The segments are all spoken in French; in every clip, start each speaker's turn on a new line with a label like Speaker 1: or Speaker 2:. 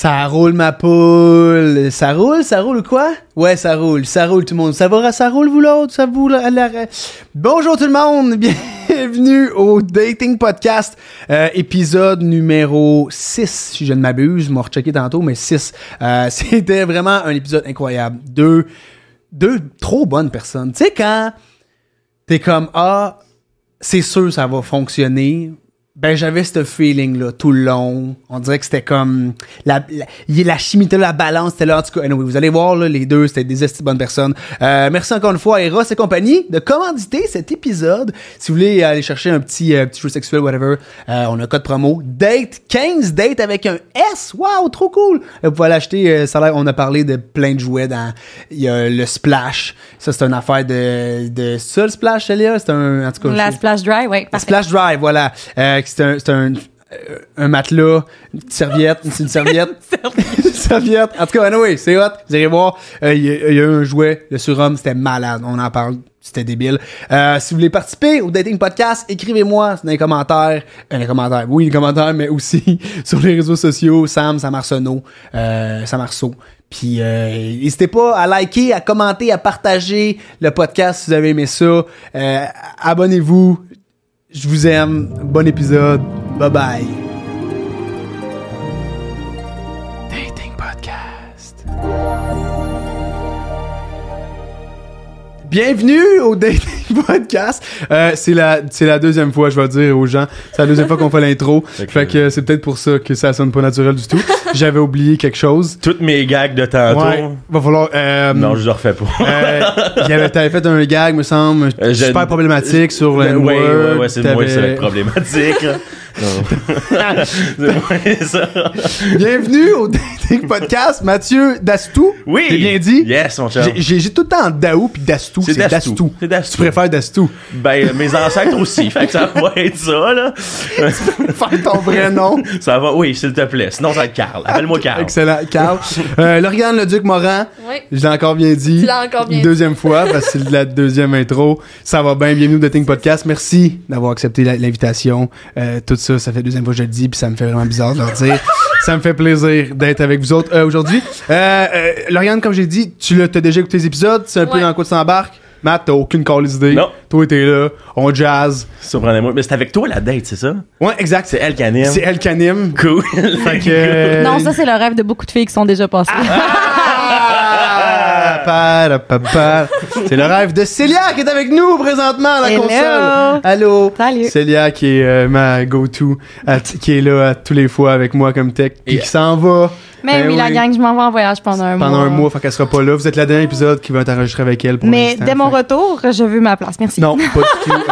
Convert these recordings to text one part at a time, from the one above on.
Speaker 1: Ça roule ma poule. Ça roule, ça roule quoi? Ouais, ça roule, ça roule tout le monde. Ça va, ça roule vous l'autre? Ça vous la- la- la- Bonjour tout le monde, bienvenue au Dating Podcast, euh, épisode numéro 6, si je ne m'abuse, moi rechecker tantôt, mais 6. Euh, C'était vraiment un épisode incroyable. Deux, deux trop bonnes personnes. Tu sais quand t'es comme, ah, c'est sûr ça va fonctionner. Ben j'avais ce feeling là tout le long. On dirait que c'était comme la la, y- la chimie était là, la balance était là en tout cas. anyway, vous allez voir là, les deux c'était des esti de bonnes personnes. Euh, merci encore une fois à Eros et compagnie de commanditer cet épisode. Si vous voulez aller chercher un petit euh, petit jeu sexuel whatever, euh, on a un code promo date 15 date avec un S. Waouh trop cool. Vous pouvez l'acheter. euh, ça a l'air- on a parlé de plein de jouets dans il y a le splash. Ça c'est une affaire de de ça le splash Célia? c'est un en tout cas
Speaker 2: La
Speaker 1: je-
Speaker 2: splash dry, oui. Parfait.
Speaker 1: Ah, Splash Drive, voilà. Euh, c'est un, c'est un, euh, un matelas, une petite serviette, c'est une serviette. une serviette. En tout cas, anyway, c'est hot. Vous irez voir. Euh, Il y, a- il y a eu un jouet, le surhomme, c'était malade. On en parle. C'était débile. Euh, si vous voulez participer au Dating Podcast, écrivez-moi dans les commentaires. euh, dans les commentaires. Oui, les commentaires, mais aussi sur les réseaux sociaux. Sam, Sam Arsenault, euh, Sam Arceau. Puis, euh, n'hésitez pas à liker, à commenter, à partager le podcast si vous avez aimé ça. Euh, abonnez-vous. Je vous aime. Bon épisode. Bye bye. Dating Podcast. Bienvenue au Dating Podcast. Euh, c'est la c'est la deuxième fois, je vais dire aux gens, c'est la deuxième fois qu'on fait l'intro.
Speaker 3: que-
Speaker 1: Fait que euh, c'est peut-être pour ça que ça sonne pas naturel du tout. J'avais oublié quelque chose.
Speaker 3: toutes mes gags de tantôt.
Speaker 1: Ouais, va falloir. euh,
Speaker 3: Non, je le refais pas.
Speaker 1: euh, il y avait- t'avais fait un gag, me semble,
Speaker 3: Euh, je-
Speaker 1: super problématique sur le.
Speaker 3: Ben, ouais, ouais,
Speaker 1: N-word.
Speaker 3: ouais, c'est moi,
Speaker 1: T'avais-
Speaker 3: c'est problématique. là. Non. c'est moi, ça.
Speaker 1: Bienvenue au Dating Podcast, Mathieu Dastou.
Speaker 3: Oui.
Speaker 1: T'es bien dit?
Speaker 3: Yes, mon cher.
Speaker 1: J'ai- J'ai j'ai tout le temps Daou puis Dastou.
Speaker 3: C'est
Speaker 1: C'est
Speaker 3: Dastou.
Speaker 1: Dastou.
Speaker 3: C'est Dastou.
Speaker 1: Tu préfères Dastou.
Speaker 3: Ben, mes ancêtres aussi. fait que ça va être ça, là.
Speaker 1: Faire ton vrai nom.
Speaker 3: Ça va, oui, s'il te plaît. Sinon, ça va être Carl.
Speaker 1: Ah,
Speaker 3: Appelle-moi Carl.
Speaker 1: Excellent. Carl. Euh, Lauriane Leduc Morin.
Speaker 2: Oui.
Speaker 1: Je l'ai encore bien dit.
Speaker 2: Tu l'as encore bien dit.
Speaker 1: Deuxième fois, parce que c'est la deuxième intro. Ça va bien. Bienvenue au Dating Podcast. Merci d'avoir accepté la- l'invitation. Euh, tout ça, ça fait deuxième fois que je le dis, puis ça me fait vraiment bizarre de leur dire. ça me fait plaisir d'être avec vous autres euh, aujourd'hui. Euh, euh, Lauriane, comme j'ai dit, tu l'as- t'as déjà écouté les épisodes. C'est un peu
Speaker 2: Ouais.
Speaker 1: dans quoi tu t'embarques. Matt, t'as aucune call idée.
Speaker 3: Non.
Speaker 1: Toi, t'es là. On jazz.
Speaker 3: Surprenez-moi. Mais c'est avec toi la date, c'est ça?
Speaker 1: Ouais, exact.
Speaker 3: C'est
Speaker 1: C'est
Speaker 3: elle qui anime.
Speaker 1: c'est elle qui anime.
Speaker 3: Cool.
Speaker 1: Fait que, euh,
Speaker 2: Non, ça, c'est le rêve de beaucoup de filles qui sont déjà passées.
Speaker 1: Ah, para, pa, pa. C'est le rêve de Célia qui est avec nous présentement à la
Speaker 2: Hello.
Speaker 1: console. Allô.
Speaker 2: Salut.
Speaker 1: Célia qui est euh, ma go-to, à t- qui est là à tous les fois avec moi comme tech, puis
Speaker 3: Yeah.
Speaker 1: qui s'en va.
Speaker 2: Mais
Speaker 1: Ben
Speaker 2: oui, la gang, je m'en vais en voyage pendant un mois.
Speaker 1: Pendant un mois, fait qu'elle sera pas là. Vous êtes la dernière épisode qui va être enregistré avec elle pour
Speaker 2: Mais
Speaker 1: l'instant,
Speaker 2: dès mon
Speaker 1: fait-
Speaker 2: retour, je veux ma place. Merci.
Speaker 1: Non, pas du tout.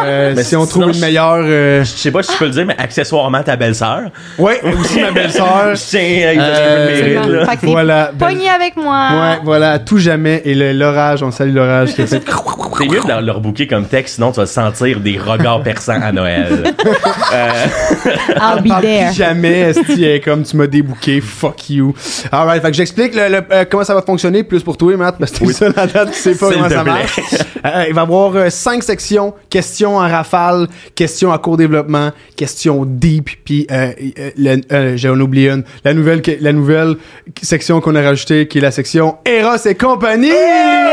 Speaker 1: Euh,
Speaker 3: Mais
Speaker 1: si on trouve
Speaker 3: sinon,
Speaker 1: une
Speaker 3: je-
Speaker 1: meilleure. euh,
Speaker 3: Je sais pas si je peux le dire, mais accessoirement, ta belle-sœur.
Speaker 1: Ouais, aussi ma belle-sœur.
Speaker 3: Je tiens à lui donner
Speaker 1: Euh,
Speaker 3: un peu de mérite, là.
Speaker 2: Fait que hein. c'est
Speaker 1: Voilà. belle-
Speaker 2: Pogné avec
Speaker 1: Ouais,
Speaker 2: moi.
Speaker 1: voilà, à tout jamais. Et le- l'orage, on salue l'orage qui a fait.
Speaker 3: C'est mieux de leur bouquet comme texte, sinon tu vas sentir des regards perçants à Noël.
Speaker 2: I'll be
Speaker 1: parle
Speaker 2: there.
Speaker 1: plus jamais, esti, elle est comme tu m'as débouqué, fuck you. Alright, fait que j'explique le- le- euh, comment ça va fonctionner, plus pour toi, Matt, parce que c'est ça la date, tu sais pas
Speaker 3: S'il
Speaker 1: comment
Speaker 3: te
Speaker 1: ça
Speaker 3: plaît.
Speaker 1: marche. Euh, il va y avoir euh, cinq sections, questions en rafale, questions à court développement, questions deep, puis euh, euh, le- euh, j'en oublie une, la nouvelle, que- la nouvelle section qu'on a rajoutée, qui est la section Eros et compagnie!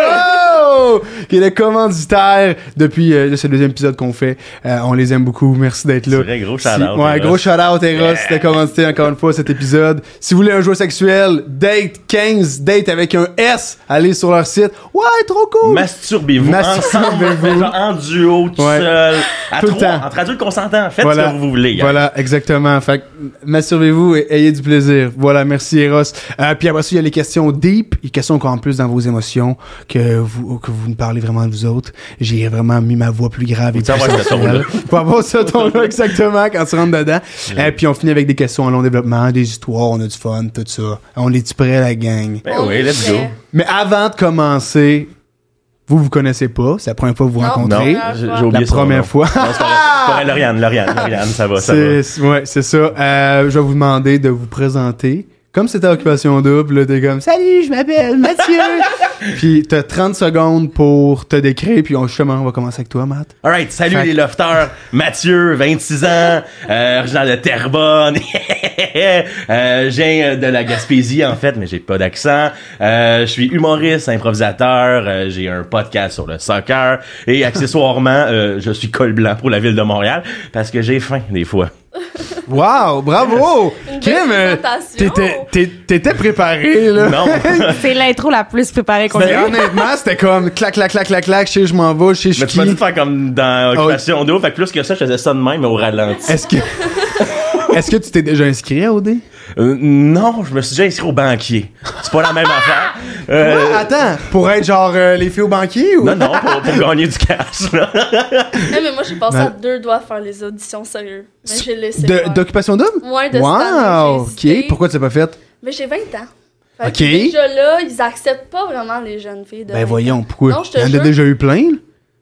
Speaker 1: Oh! Qui est le commanditaire depuis euh, là, c'est le deuxième épisode qu'on fait. Euh, on les aime beaucoup. Merci d'être là.
Speaker 3: C'est vrai, gros
Speaker 1: Si-
Speaker 3: shout-out,
Speaker 1: Ouais,
Speaker 3: Eros.
Speaker 1: gros Shout out Eros de commenter encore une fois cet épisode. Si vous voulez un jouet sexuel, date 15, date avec un S, allez sur leur site. Ouais, trop cool!
Speaker 3: Masturbez-vous
Speaker 1: Masturbez-vous.
Speaker 3: ensemble, genre en duo, tout
Speaker 1: Ouais.
Speaker 3: seul, à
Speaker 1: Tout le
Speaker 3: trois,
Speaker 1: temps.
Speaker 3: entre adultes consentants. Faites ce que vous voulez. hein. gars.
Speaker 1: Voilà, exactement. Fait que, masturbez-vous et ayez du plaisir. Voilà, merci Eros. Euh, puis après ça, il y a les questions deep, les questions encore en plus dans vos émotions, que vous, que vous ne parlez vraiment de vous autres. J'ai vraiment mis ma voix plus grave et
Speaker 3: Faut
Speaker 1: plus
Speaker 3: avoir ce
Speaker 1: sensuelle. Faut avoir ce ton-là, exactement, quand tu rentres dedans. Et puis on finit avec des questions en long développement, des histoires, on a du fun, tout ça. On est-tu prêt, la gang?
Speaker 3: Ben oui, let's go.
Speaker 1: Mais avant de commencer, vous vous connaissez pas, c'est la première fois que vous vous
Speaker 4: Non.
Speaker 3: Non,
Speaker 1: rencontrez.
Speaker 3: j'ai j'ai oublié
Speaker 4: Première fois.
Speaker 1: La
Speaker 3: son
Speaker 1: première
Speaker 3: nom.
Speaker 1: fois.
Speaker 3: Non, c'est pas vrai. C'est pas vrai, Lauriane, Lauriane, Lauriane, ça va, ça va.
Speaker 1: C'est, c'est- ouais, c'est ça. Euh, je vais vous demander de vous présenter, Comme c'était occupation double, là, t'es comme Salut, je m'appelle Mathieu. puis t'as 30 secondes pour te décrire, puis on, justement, on va commencer avec toi, Matt.
Speaker 3: Alright, salut
Speaker 1: Fait-
Speaker 3: les lofters. Mathieu, 26 ans, euh, originaire de Terrebonne. euh, j'ai euh, de la Gaspésie en fait, mais j'ai pas d'accent. Euh, je suis humoriste, improvisateur. euh, j'ai un podcast sur le soccer et accessoirement, euh, je suis col blanc pour la ville de Montréal parce que j'ai faim des fois.
Speaker 1: Wow, bravo!
Speaker 4: Une belle
Speaker 1: Kim, euh,
Speaker 4: présentation.
Speaker 1: t'étais- t'é- t'étais préparé, là.
Speaker 3: Non.
Speaker 2: C'est l'intro la plus préparée qu'on
Speaker 1: Mais
Speaker 2: ait.
Speaker 1: honnêtement, c'était comme clac, clac, clac, clac, clac, je sais, où je m'en vais, je sais, je
Speaker 3: Mais tu m'as dit
Speaker 1: suis
Speaker 3: de
Speaker 1: qui.
Speaker 3: faire comme dans Occupation d'eau. Fait que plus que ça, je faisais ça de même, mais au ralenti.
Speaker 1: Est-ce que. Est-ce que tu t'es déjà inscrit à OD?
Speaker 3: Euh, non, je me suis déjà inscrit au banquier. C'est pas la même affaire. Euh,
Speaker 1: Ah, attends, pour être genre euh, les filles au banquier ou?
Speaker 3: non, non, pour, pour gagner du cash. là.
Speaker 4: Non, mais moi, j'ai passé
Speaker 1: Ben-
Speaker 4: à deux doigts à faire les auditions, sérieux. Mais j'ai laissé.
Speaker 1: De-
Speaker 4: faire.
Speaker 1: D'occupation double?
Speaker 4: Ouais, de
Speaker 1: Wow!
Speaker 4: cette année, j'ai
Speaker 1: Ok,
Speaker 4: hésité.
Speaker 1: pourquoi tu l'as pas fait?
Speaker 4: Mais j'ai 20 ans. Fait que
Speaker 1: Ok.
Speaker 4: Déjà là, ils acceptent pas vraiment les jeunes filles. De
Speaker 1: Ben
Speaker 4: 20
Speaker 1: voyons, pourquoi?
Speaker 4: Non, je te
Speaker 1: Il y en
Speaker 4: jure.
Speaker 1: a déjà eu plein, là.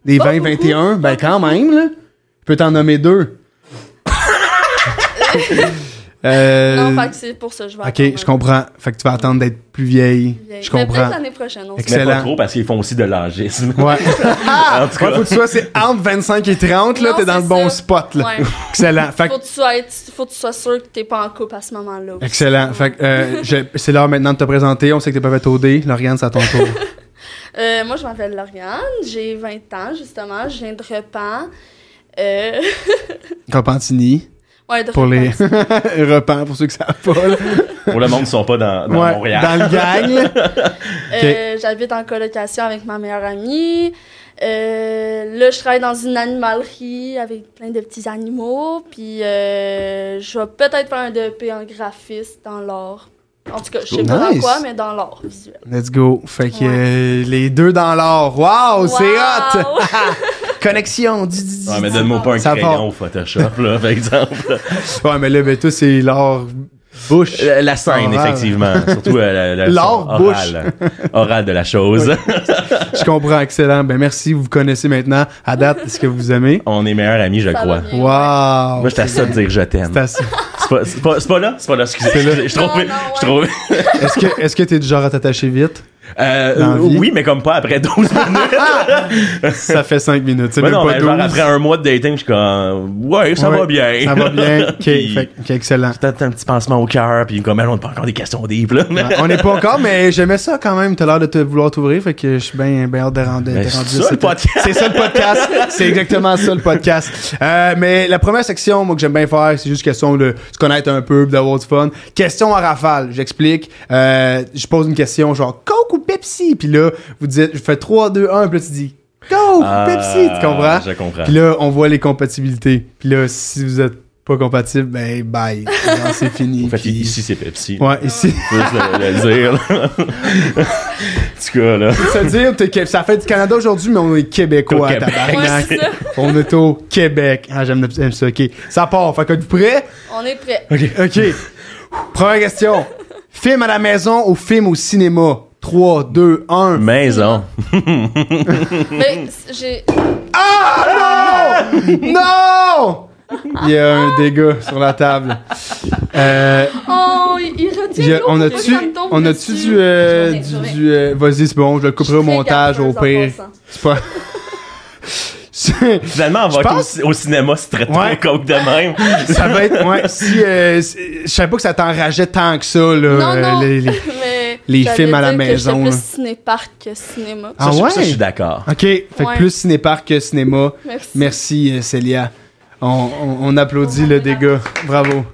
Speaker 1: Des
Speaker 4: Pas
Speaker 1: 20,
Speaker 4: beaucoup,
Speaker 1: 21, ben
Speaker 4: pas
Speaker 1: quand même, là. Je peux t'en nommer deux.
Speaker 4: ans.
Speaker 1: Euh,
Speaker 4: Non, fait que c'est pour ça que je vais
Speaker 1: ok, je comprends. Fait que tu vas attendre d'être plus vieille. Je
Speaker 4: Mais peut-être
Speaker 1: comprends.
Speaker 4: l'année prochaine on sait
Speaker 1: Excellent.
Speaker 3: Mais pas trop parce qu'ils font aussi de l'âgisme.
Speaker 1: Ouais.
Speaker 3: en tout
Speaker 1: Ouais,
Speaker 3: cas,
Speaker 1: faut que tu sois, c'est entre 25 et 30, là,
Speaker 4: Non,
Speaker 1: t'es dans le
Speaker 4: c'est
Speaker 1: bon
Speaker 4: ça.
Speaker 1: spot, là.
Speaker 4: Ouais.
Speaker 1: Excellent. Fait que
Speaker 4: Faut que, tu sois, faut que tu sois sûr que t'es pas en couple à ce moment-là. aussi.
Speaker 1: Excellent. Fait que euh, je- c'est l'heure maintenant de te présenter. On sait que t'es pas fait OD. Lauriane, c'est à ton tour.
Speaker 4: Euh, moi, je m'appelle Lauriane, j'ai 20 ans, justement. Je viens de Repan. Euh...
Speaker 1: Campantini.
Speaker 4: ouais, de
Speaker 1: Pour les.
Speaker 4: Repent.
Speaker 1: Repens, pour ceux qui savent pas. là.
Speaker 3: pour le monde, ils sont pas dans, dans
Speaker 1: Ouais,
Speaker 3: Montréal.
Speaker 1: dans le gang. là.
Speaker 4: Euh, J'habite en colocation avec ma meilleure amie. Euh, là, je travaille dans une animalerie avec plein de petits animaux. Puis, euh, je vais peut-être faire un DEP en graphiste dans l'art. En tout cas, je sais pas dans
Speaker 1: Nice.
Speaker 4: quoi, mais dans l'art visuel.
Speaker 1: Let's go. Fait que euh, les deux dans l'or. Waouh, Oh, c'est hot!
Speaker 4: Wow!
Speaker 1: Connexion. Di, di, di.
Speaker 3: Ouais, mais donne-moi pas un
Speaker 1: Ça
Speaker 3: crayon
Speaker 1: part.
Speaker 3: au Photoshop, là, par exemple.
Speaker 1: Ouais, mais là, ben, toi, c'est l'or bouche.
Speaker 3: Euh, La, la scène,
Speaker 1: Oral.
Speaker 3: effectivement. Surtout euh, la, la-
Speaker 1: L'or,
Speaker 3: orale. Orale de la chose.
Speaker 1: Je comprends, excellent. Ben, merci, vous connaissez maintenant. À date, est-ce que vous aimez?
Speaker 3: On est meilleurs amis, je
Speaker 4: Ça va
Speaker 3: crois.
Speaker 4: bien.
Speaker 1: Waouh!
Speaker 3: Moi, j'étais à ça de dire je t'aime. C'est pas, c'est pas, c'est pas là? C'est pas là, excusez.
Speaker 1: C'est là.
Speaker 3: Je suis trompé.
Speaker 4: Non, non,
Speaker 3: Je suis trompé.
Speaker 1: Est-ce que est-ce que t'es du genre à t'attacher vite?
Speaker 3: Euh,
Speaker 1: Dans la vie.
Speaker 3: oui, mais comme pas après 12 minutes.
Speaker 1: Ça fait 5 minutes. C'est
Speaker 3: Mais
Speaker 1: même
Speaker 3: non,
Speaker 1: pas
Speaker 3: mais genre
Speaker 1: 12.
Speaker 3: après un mois de dating, je suis comme, ouais, ça
Speaker 1: Ouais,
Speaker 3: va bien.
Speaker 1: Ça va bien. OK,
Speaker 3: Puis-
Speaker 1: fait- ok, excellent.
Speaker 3: Peut-être un petit pansement au cœur, puis comme elle, on n'a pas encore des questions deep, là.
Speaker 1: Ouais, on n'est pas encore, mais j'aimais ça quand même. T'as l'air de te vouloir t'ouvrir, fait que je suis bien ben hâte de rendre. de
Speaker 3: Mais
Speaker 1: rendre
Speaker 3: c'est ça, le
Speaker 1: cette-
Speaker 3: podcast.
Speaker 1: C'est ça le podcast. C'est exactement ça le podcast. Euh, mais la première section, moi, que j'aime bien faire, c'est juste question de se connaître un peu, puis d'avoir du fun. Question à rafale, j'explique. Euh, je pose une question genre Coke ou Pepsi, puis là, vous dites, je fais 3, 2, 1, puis là, tu dis Coke ou
Speaker 3: Ah,
Speaker 1: Pepsi, tu comprends?
Speaker 3: Je comprends.
Speaker 1: Puis là, on voit les compatibilités. Puis là, si vous êtes pas compatible, ben bye. Genre, C'est fini.
Speaker 3: En fait,
Speaker 1: Puis-
Speaker 3: ici, c'est Pepsi.
Speaker 1: Ouais, ici.
Speaker 3: Je veux juste le, le dire, là. en tout cas, là.
Speaker 1: Ça veut dire, t'es Qué- ça fait du Canada aujourd'hui, mais on est
Speaker 3: Au
Speaker 1: québécois,
Speaker 3: Québec.
Speaker 4: Ouais,
Speaker 1: tabarnak.
Speaker 4: c'est ça.
Speaker 1: On est au Québec. Ah, j'aime j'aime ça, ok. Ça part, fait que êtes-vous prêts?
Speaker 4: On est prêts.
Speaker 1: Ok. Première question. Film à la maison ou film au cinéma? 3, 2, 1.
Speaker 3: Maison.
Speaker 4: Mais j'ai.
Speaker 1: Ah non! Non! Il y a un dégât sur la table. Euh,
Speaker 4: Oh, il, il retient
Speaker 1: il y a-
Speaker 4: l'eau,
Speaker 1: on
Speaker 4: puis
Speaker 1: a-tu
Speaker 4: ça me tombe
Speaker 1: on a-tu
Speaker 4: dessus.
Speaker 1: du, euh,
Speaker 4: J'en ai,
Speaker 1: du,
Speaker 4: j'en ai.
Speaker 1: du, euh, vas-y c'est bon je le couperai au
Speaker 4: Je suis très
Speaker 1: montage au
Speaker 4: garçonneuse en
Speaker 1: pire
Speaker 4: passant.
Speaker 1: c'est pas C'est-
Speaker 3: Finalement, on va
Speaker 1: Je
Speaker 3: être au
Speaker 1: pense-
Speaker 3: ci- au, cinéma se traiter
Speaker 1: Ouais.
Speaker 3: au coke de même.
Speaker 1: ça va être ouais si euh, si- je savais pas que ça t'enrageait tant que ça là
Speaker 4: Non,
Speaker 1: euh,
Speaker 4: non.
Speaker 1: les- les-
Speaker 4: Mais
Speaker 1: les
Speaker 4: j'allais
Speaker 1: films à la
Speaker 4: dire que
Speaker 1: maison,
Speaker 4: j'étais
Speaker 1: là.
Speaker 4: plus ciné-parc que cinéma.
Speaker 1: Ah
Speaker 3: ça, je- ça,
Speaker 1: ouais?
Speaker 3: je suis d'accord.
Speaker 1: ok fait que
Speaker 4: Ouais.
Speaker 1: plus cinépark que cinéma
Speaker 4: Merci.
Speaker 1: merci euh, Célia on, on- on applaudit le dégât bravo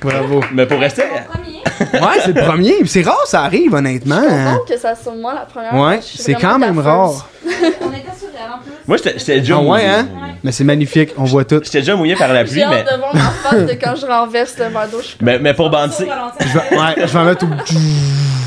Speaker 1: bravo
Speaker 3: Mais pour rester.
Speaker 4: Premier.
Speaker 1: ouais c'est le premier Puis c'est rare ça arrive honnêtement hein.
Speaker 4: Bon que ça soit moi la première.
Speaker 1: ouais
Speaker 4: Je suis
Speaker 1: c'est
Speaker 4: vraiment
Speaker 1: quand même
Speaker 4: gaffeuse.
Speaker 1: rare
Speaker 2: On était sur elle en plus.
Speaker 3: Moi, j'étais j'étais déjà
Speaker 1: ah ouais
Speaker 3: mouillé.
Speaker 1: hein mais c'est magnifique on voit tout
Speaker 3: J'étais déjà mouillé par la
Speaker 4: J'ai
Speaker 3: pluie, mais,
Speaker 4: hâte de voir ma face de quand je renverse le verre d'eau. Je suis comme-
Speaker 3: mais, mais pour Banty,
Speaker 2: Euh,
Speaker 1: je vais, ouais, je vais en mettre au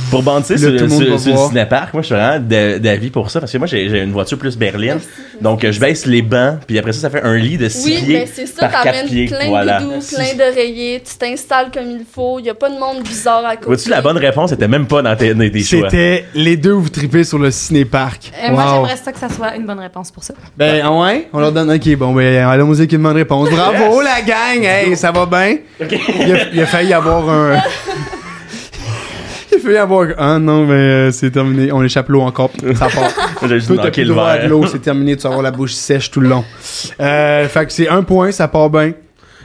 Speaker 3: pour Banty
Speaker 1: Là,
Speaker 3: sur,
Speaker 1: tout le
Speaker 3: sur,
Speaker 1: monde va
Speaker 3: sur le
Speaker 1: voir.
Speaker 3: cinépark, moi, je suis vraiment d'a- d'avis pour ça, parce que moi, j'ai j'ai une voiture plus berline. Donc, euh, je baisse les bancs, puis après ça, ça fait un lit de six
Speaker 4: Oui,
Speaker 3: pieds
Speaker 4: mais c'est ça,
Speaker 3: par quatre
Speaker 4: t'amènes
Speaker 3: pieds.
Speaker 4: plein
Speaker 3: voilà.
Speaker 4: de doudous, plein d'oreillers, tu t'installes comme il faut, y a pas de monde bizarre à côté.
Speaker 3: Vois-tu, la bonne réponse était même pas dans tes, dans tes choix.
Speaker 1: c'était les deux vous tripez sur le cinépark
Speaker 2: Euh, Moi, j'aimerais ça que ça soit une bonne réponse pour ça.
Speaker 1: Ben, ah ouais, on leur donne. Ok, bon, ben, allons-y avec une bonne réponse. Bravo, la gang! Hey, ça va bien? Il, a, il a failli avoir un. fait avoir. Ah non, mais euh, c'est terminé. On échappe l'eau encore. Ça part.
Speaker 3: J'ai juste
Speaker 1: Toi, t'as plus
Speaker 3: knocké
Speaker 1: le
Speaker 3: le
Speaker 1: droit à de
Speaker 3: verre.
Speaker 1: l'eau. C'est terminé. Tu vas avoir la bouche sèche tout le long. Euh, fait que c'est un point, ça part bien.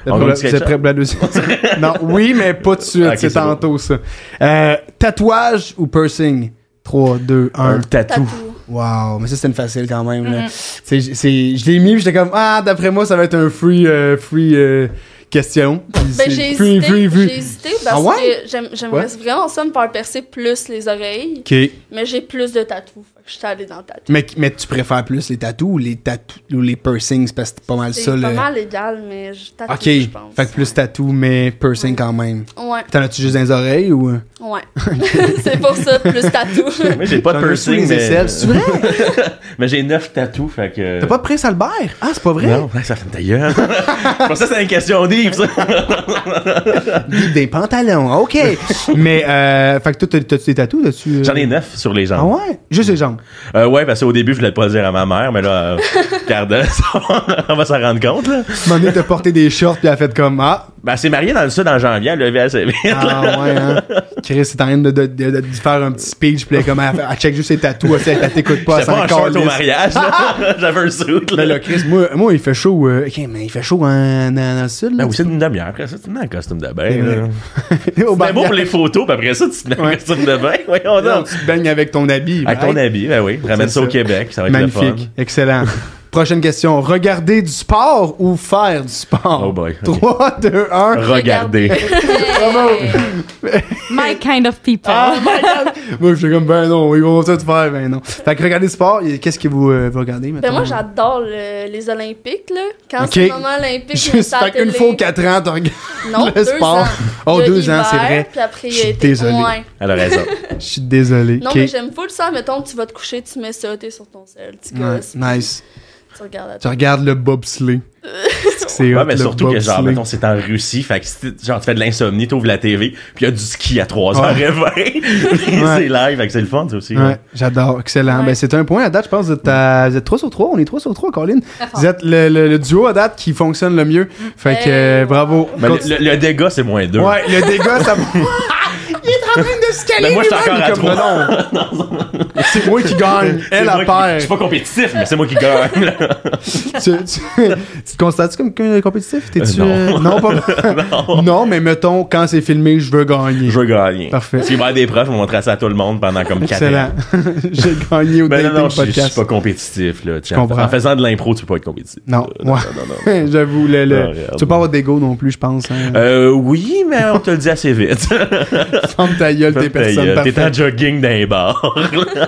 Speaker 1: Vous
Speaker 3: On
Speaker 1: êtes
Speaker 3: continue avec
Speaker 1: prêts pour la deuxième? non, oui, mais pas tout de suite.
Speaker 3: Ok,
Speaker 1: c'est
Speaker 3: c'est bon.
Speaker 1: tantôt, ça. Euh, tatouage ou piercing? 3, 2, 1.
Speaker 3: Un tatou.
Speaker 4: Tatou.
Speaker 1: Wow, mais ça c'était une facile quand même. là. C'est- c'est- je l'ai mis, puis j'étais comme ah d'après moi ça va être un free euh, free euh, question. Puis c'est
Speaker 4: Ben, j'ai
Speaker 1: free,
Speaker 4: hésité,
Speaker 1: free, free.
Speaker 4: j'ai hésité parce
Speaker 1: Ah ouais?
Speaker 4: que j'aime- j'aimerais
Speaker 1: Ouais.
Speaker 4: vraiment ça me faire percer plus les oreilles,
Speaker 1: Ok,
Speaker 4: mais j'ai plus de tatous. Fait que j'étais allée dans le tatou.
Speaker 1: mais, mais tu préfères plus les tatous ou les tatous ou les piercings parce que c'est pas mal
Speaker 4: C'est
Speaker 1: ça
Speaker 4: pas
Speaker 1: le-
Speaker 4: mal égal, mais je tatoue,
Speaker 1: Ok,
Speaker 4: je pense.
Speaker 1: fait que plus tatous mais piercing quand même.
Speaker 4: Ouais,
Speaker 1: T'en as-tu juste dans les oreilles ou
Speaker 4: ouais. c'est pour ça, plus tatou.
Speaker 3: Moi, j'ai pas
Speaker 1: J'en
Speaker 3: de
Speaker 1: ai sous
Speaker 3: piercing,
Speaker 1: les
Speaker 3: mais,
Speaker 1: aisselles, c'est vrai.
Speaker 3: mais j'ai neuf tatous, fait que...
Speaker 1: T'as pas Prince Albert Ah c'est pas vrai.
Speaker 3: Non, ouais, ça fait ta gueule. Pour ça, c'est une question d'Yves, ça.
Speaker 1: Des pantalons, ok. mais euh, fait que toi t'as- t'as-tu des tatous là-dessus
Speaker 3: J'en ai neuf sur les jambes.
Speaker 1: Ah ouais, juste les jambes.
Speaker 3: Euh, ouais, parce qu'au début, je voulais pas le dire à ma mère, mais là, euh, regarde, on va s'en rendre compte, là.
Speaker 1: Tu m'en de porter des shorts puis elle a fait comme ah
Speaker 3: Ben, elle s'est mariée dans le sud en janvier, elle levait assez vite.
Speaker 1: Ah ouais, hein? Chris est en train de, de, de, de- de faire un petit speech, puis là, comme elle, elle check juste ses tatous, elle, elle t'écoute pas,
Speaker 3: J'étais pas en
Speaker 1: elle s'en
Speaker 3: short au
Speaker 1: calisse.
Speaker 3: mariage, là. J'avais un soute,
Speaker 1: Mais là,
Speaker 3: là.
Speaker 1: Chris, moi, moi, il fait chaud, euh, ok, mais il fait chaud en- dans, dans le sud,
Speaker 3: Ben,
Speaker 1: là.
Speaker 3: aussi une demi-heure. Après ça, tu te mets en costume de bain, là.
Speaker 1: Au
Speaker 3: C'est beau
Speaker 1: mariage.
Speaker 3: pour les photos, puis après ça, tu te mets en
Speaker 1: Ouais.
Speaker 3: costume de bain. Voyons
Speaker 1: Non,
Speaker 3: donc.
Speaker 1: tu te baignes avec ton habit.
Speaker 3: Avec
Speaker 1: right?
Speaker 3: ton habit, ben oui. Ramène
Speaker 1: C'est
Speaker 3: ça au
Speaker 1: ça.
Speaker 3: Québec, ça va être le fun.
Speaker 1: Magnifique, excellent. Prochaine question. Regarder du sport ou faire du sport?
Speaker 3: Oh boy, ok. Oh
Speaker 1: 3, 2, 1.
Speaker 3: Regardez.
Speaker 1: Bravo!
Speaker 2: My kind of people.
Speaker 1: Ah! Moi, je suis comme, ben non, ils vont tout faire, ben non. Fait que regarder du sport, qu'est-ce que vous, euh, vous regardez maintenant?
Speaker 4: Ben moi, j'adore le- les Olympiques, là. Quand
Speaker 1: Ok.
Speaker 4: c'est le moment olympique, je
Speaker 1: Juste, fait qu'une fois aux 4 ans, tu regardes
Speaker 4: Non,
Speaker 1: le
Speaker 4: deux
Speaker 1: sport.
Speaker 4: ans.
Speaker 1: Oh,
Speaker 4: Le
Speaker 1: deux ans,
Speaker 4: hiver,
Speaker 1: c'est vrai.
Speaker 4: Puis après,
Speaker 1: Je suis
Speaker 4: il était
Speaker 1: désolé.
Speaker 4: loin.
Speaker 3: Elle a raison.
Speaker 1: Je suis désolé.
Speaker 4: Non,
Speaker 1: Ok.
Speaker 4: mais j'aime full ça. Mettons, tu vas te coucher, tu mets ça, t'es sur ton sel, tu
Speaker 1: Ouais,
Speaker 4: gosses,
Speaker 1: nice.
Speaker 4: tu regardes la
Speaker 1: Tu regardes le bobsleigh. Est-ce que c'est
Speaker 3: Ouais,
Speaker 1: hot,
Speaker 3: mais
Speaker 1: le
Speaker 3: surtout que, genre,
Speaker 1: bobsleigh?
Speaker 3: mettons, c'est en Russie, fait que, si t'es- genre, tu fais de l'insomnie, t'ouvres la TV, puis il y a du ski à 3h20. c'est live, fait que c'est le fun, ça aussi. hein.
Speaker 1: Ouais, j'adore, excellent.
Speaker 4: Ouais.
Speaker 1: Ben, c'est un point à date, je pense. Vous êtes, à- vous êtes 3 sur 3, on est 3 sur 3, Colin.
Speaker 2: Très fort.
Speaker 1: Vous êtes le, le- le duo à date qui fonctionne le mieux. Fait que euh,
Speaker 4: Hey.
Speaker 1: bravo.
Speaker 3: Mais
Speaker 1: Continue.
Speaker 3: le, le- le dégât, c'est moins 2.
Speaker 1: Ouais, le dégât, ça. Il est en train de se caler.
Speaker 3: Mais moi, je suis
Speaker 1: lui-même,
Speaker 3: encore à
Speaker 1: comme, non, non. C'est moi qui gagne. Elle, a
Speaker 3: Je
Speaker 1: perd.
Speaker 3: suis pas compétitif, mais c'est moi qui gagne. là.
Speaker 1: tu, tu- tu te constates comme quelqu'un de compétitif? T'es-tu,
Speaker 3: Euh,
Speaker 1: euh, non. pas. non. mais mettons, quand c'est filmé, je veux gagner.
Speaker 3: Je veux gagner.
Speaker 1: Parfait.
Speaker 3: Parce qu'il va y avoir des preuves, on va montrer ça à tout le monde pendant comme 4
Speaker 1: Excellent.
Speaker 3: ans.
Speaker 1: J'ai gagné au
Speaker 3: Ben non,
Speaker 1: dating
Speaker 3: non, je suis- je suis
Speaker 1: podcast.
Speaker 3: pas compétitif. Là. Tu sais,
Speaker 1: Je
Speaker 3: en,
Speaker 1: comprends.
Speaker 3: en faisant de l'impro, tu peux pas être compétitif.
Speaker 1: Non,
Speaker 3: Euh,
Speaker 1: moi.
Speaker 3: non, non, non.
Speaker 1: J'avoue, le, le-
Speaker 3: Non, Ah, regarde.
Speaker 1: tu peux pas avoir d'ego non plus, je pense. Hein.
Speaker 3: Euh, oui, mais on te le dit assez vite.
Speaker 1: Ferme ta gueule, t'es
Speaker 3: Ferme ta
Speaker 1: personne.
Speaker 3: gueule. T'es en
Speaker 1: parfaite.
Speaker 3: jogging d'un bar.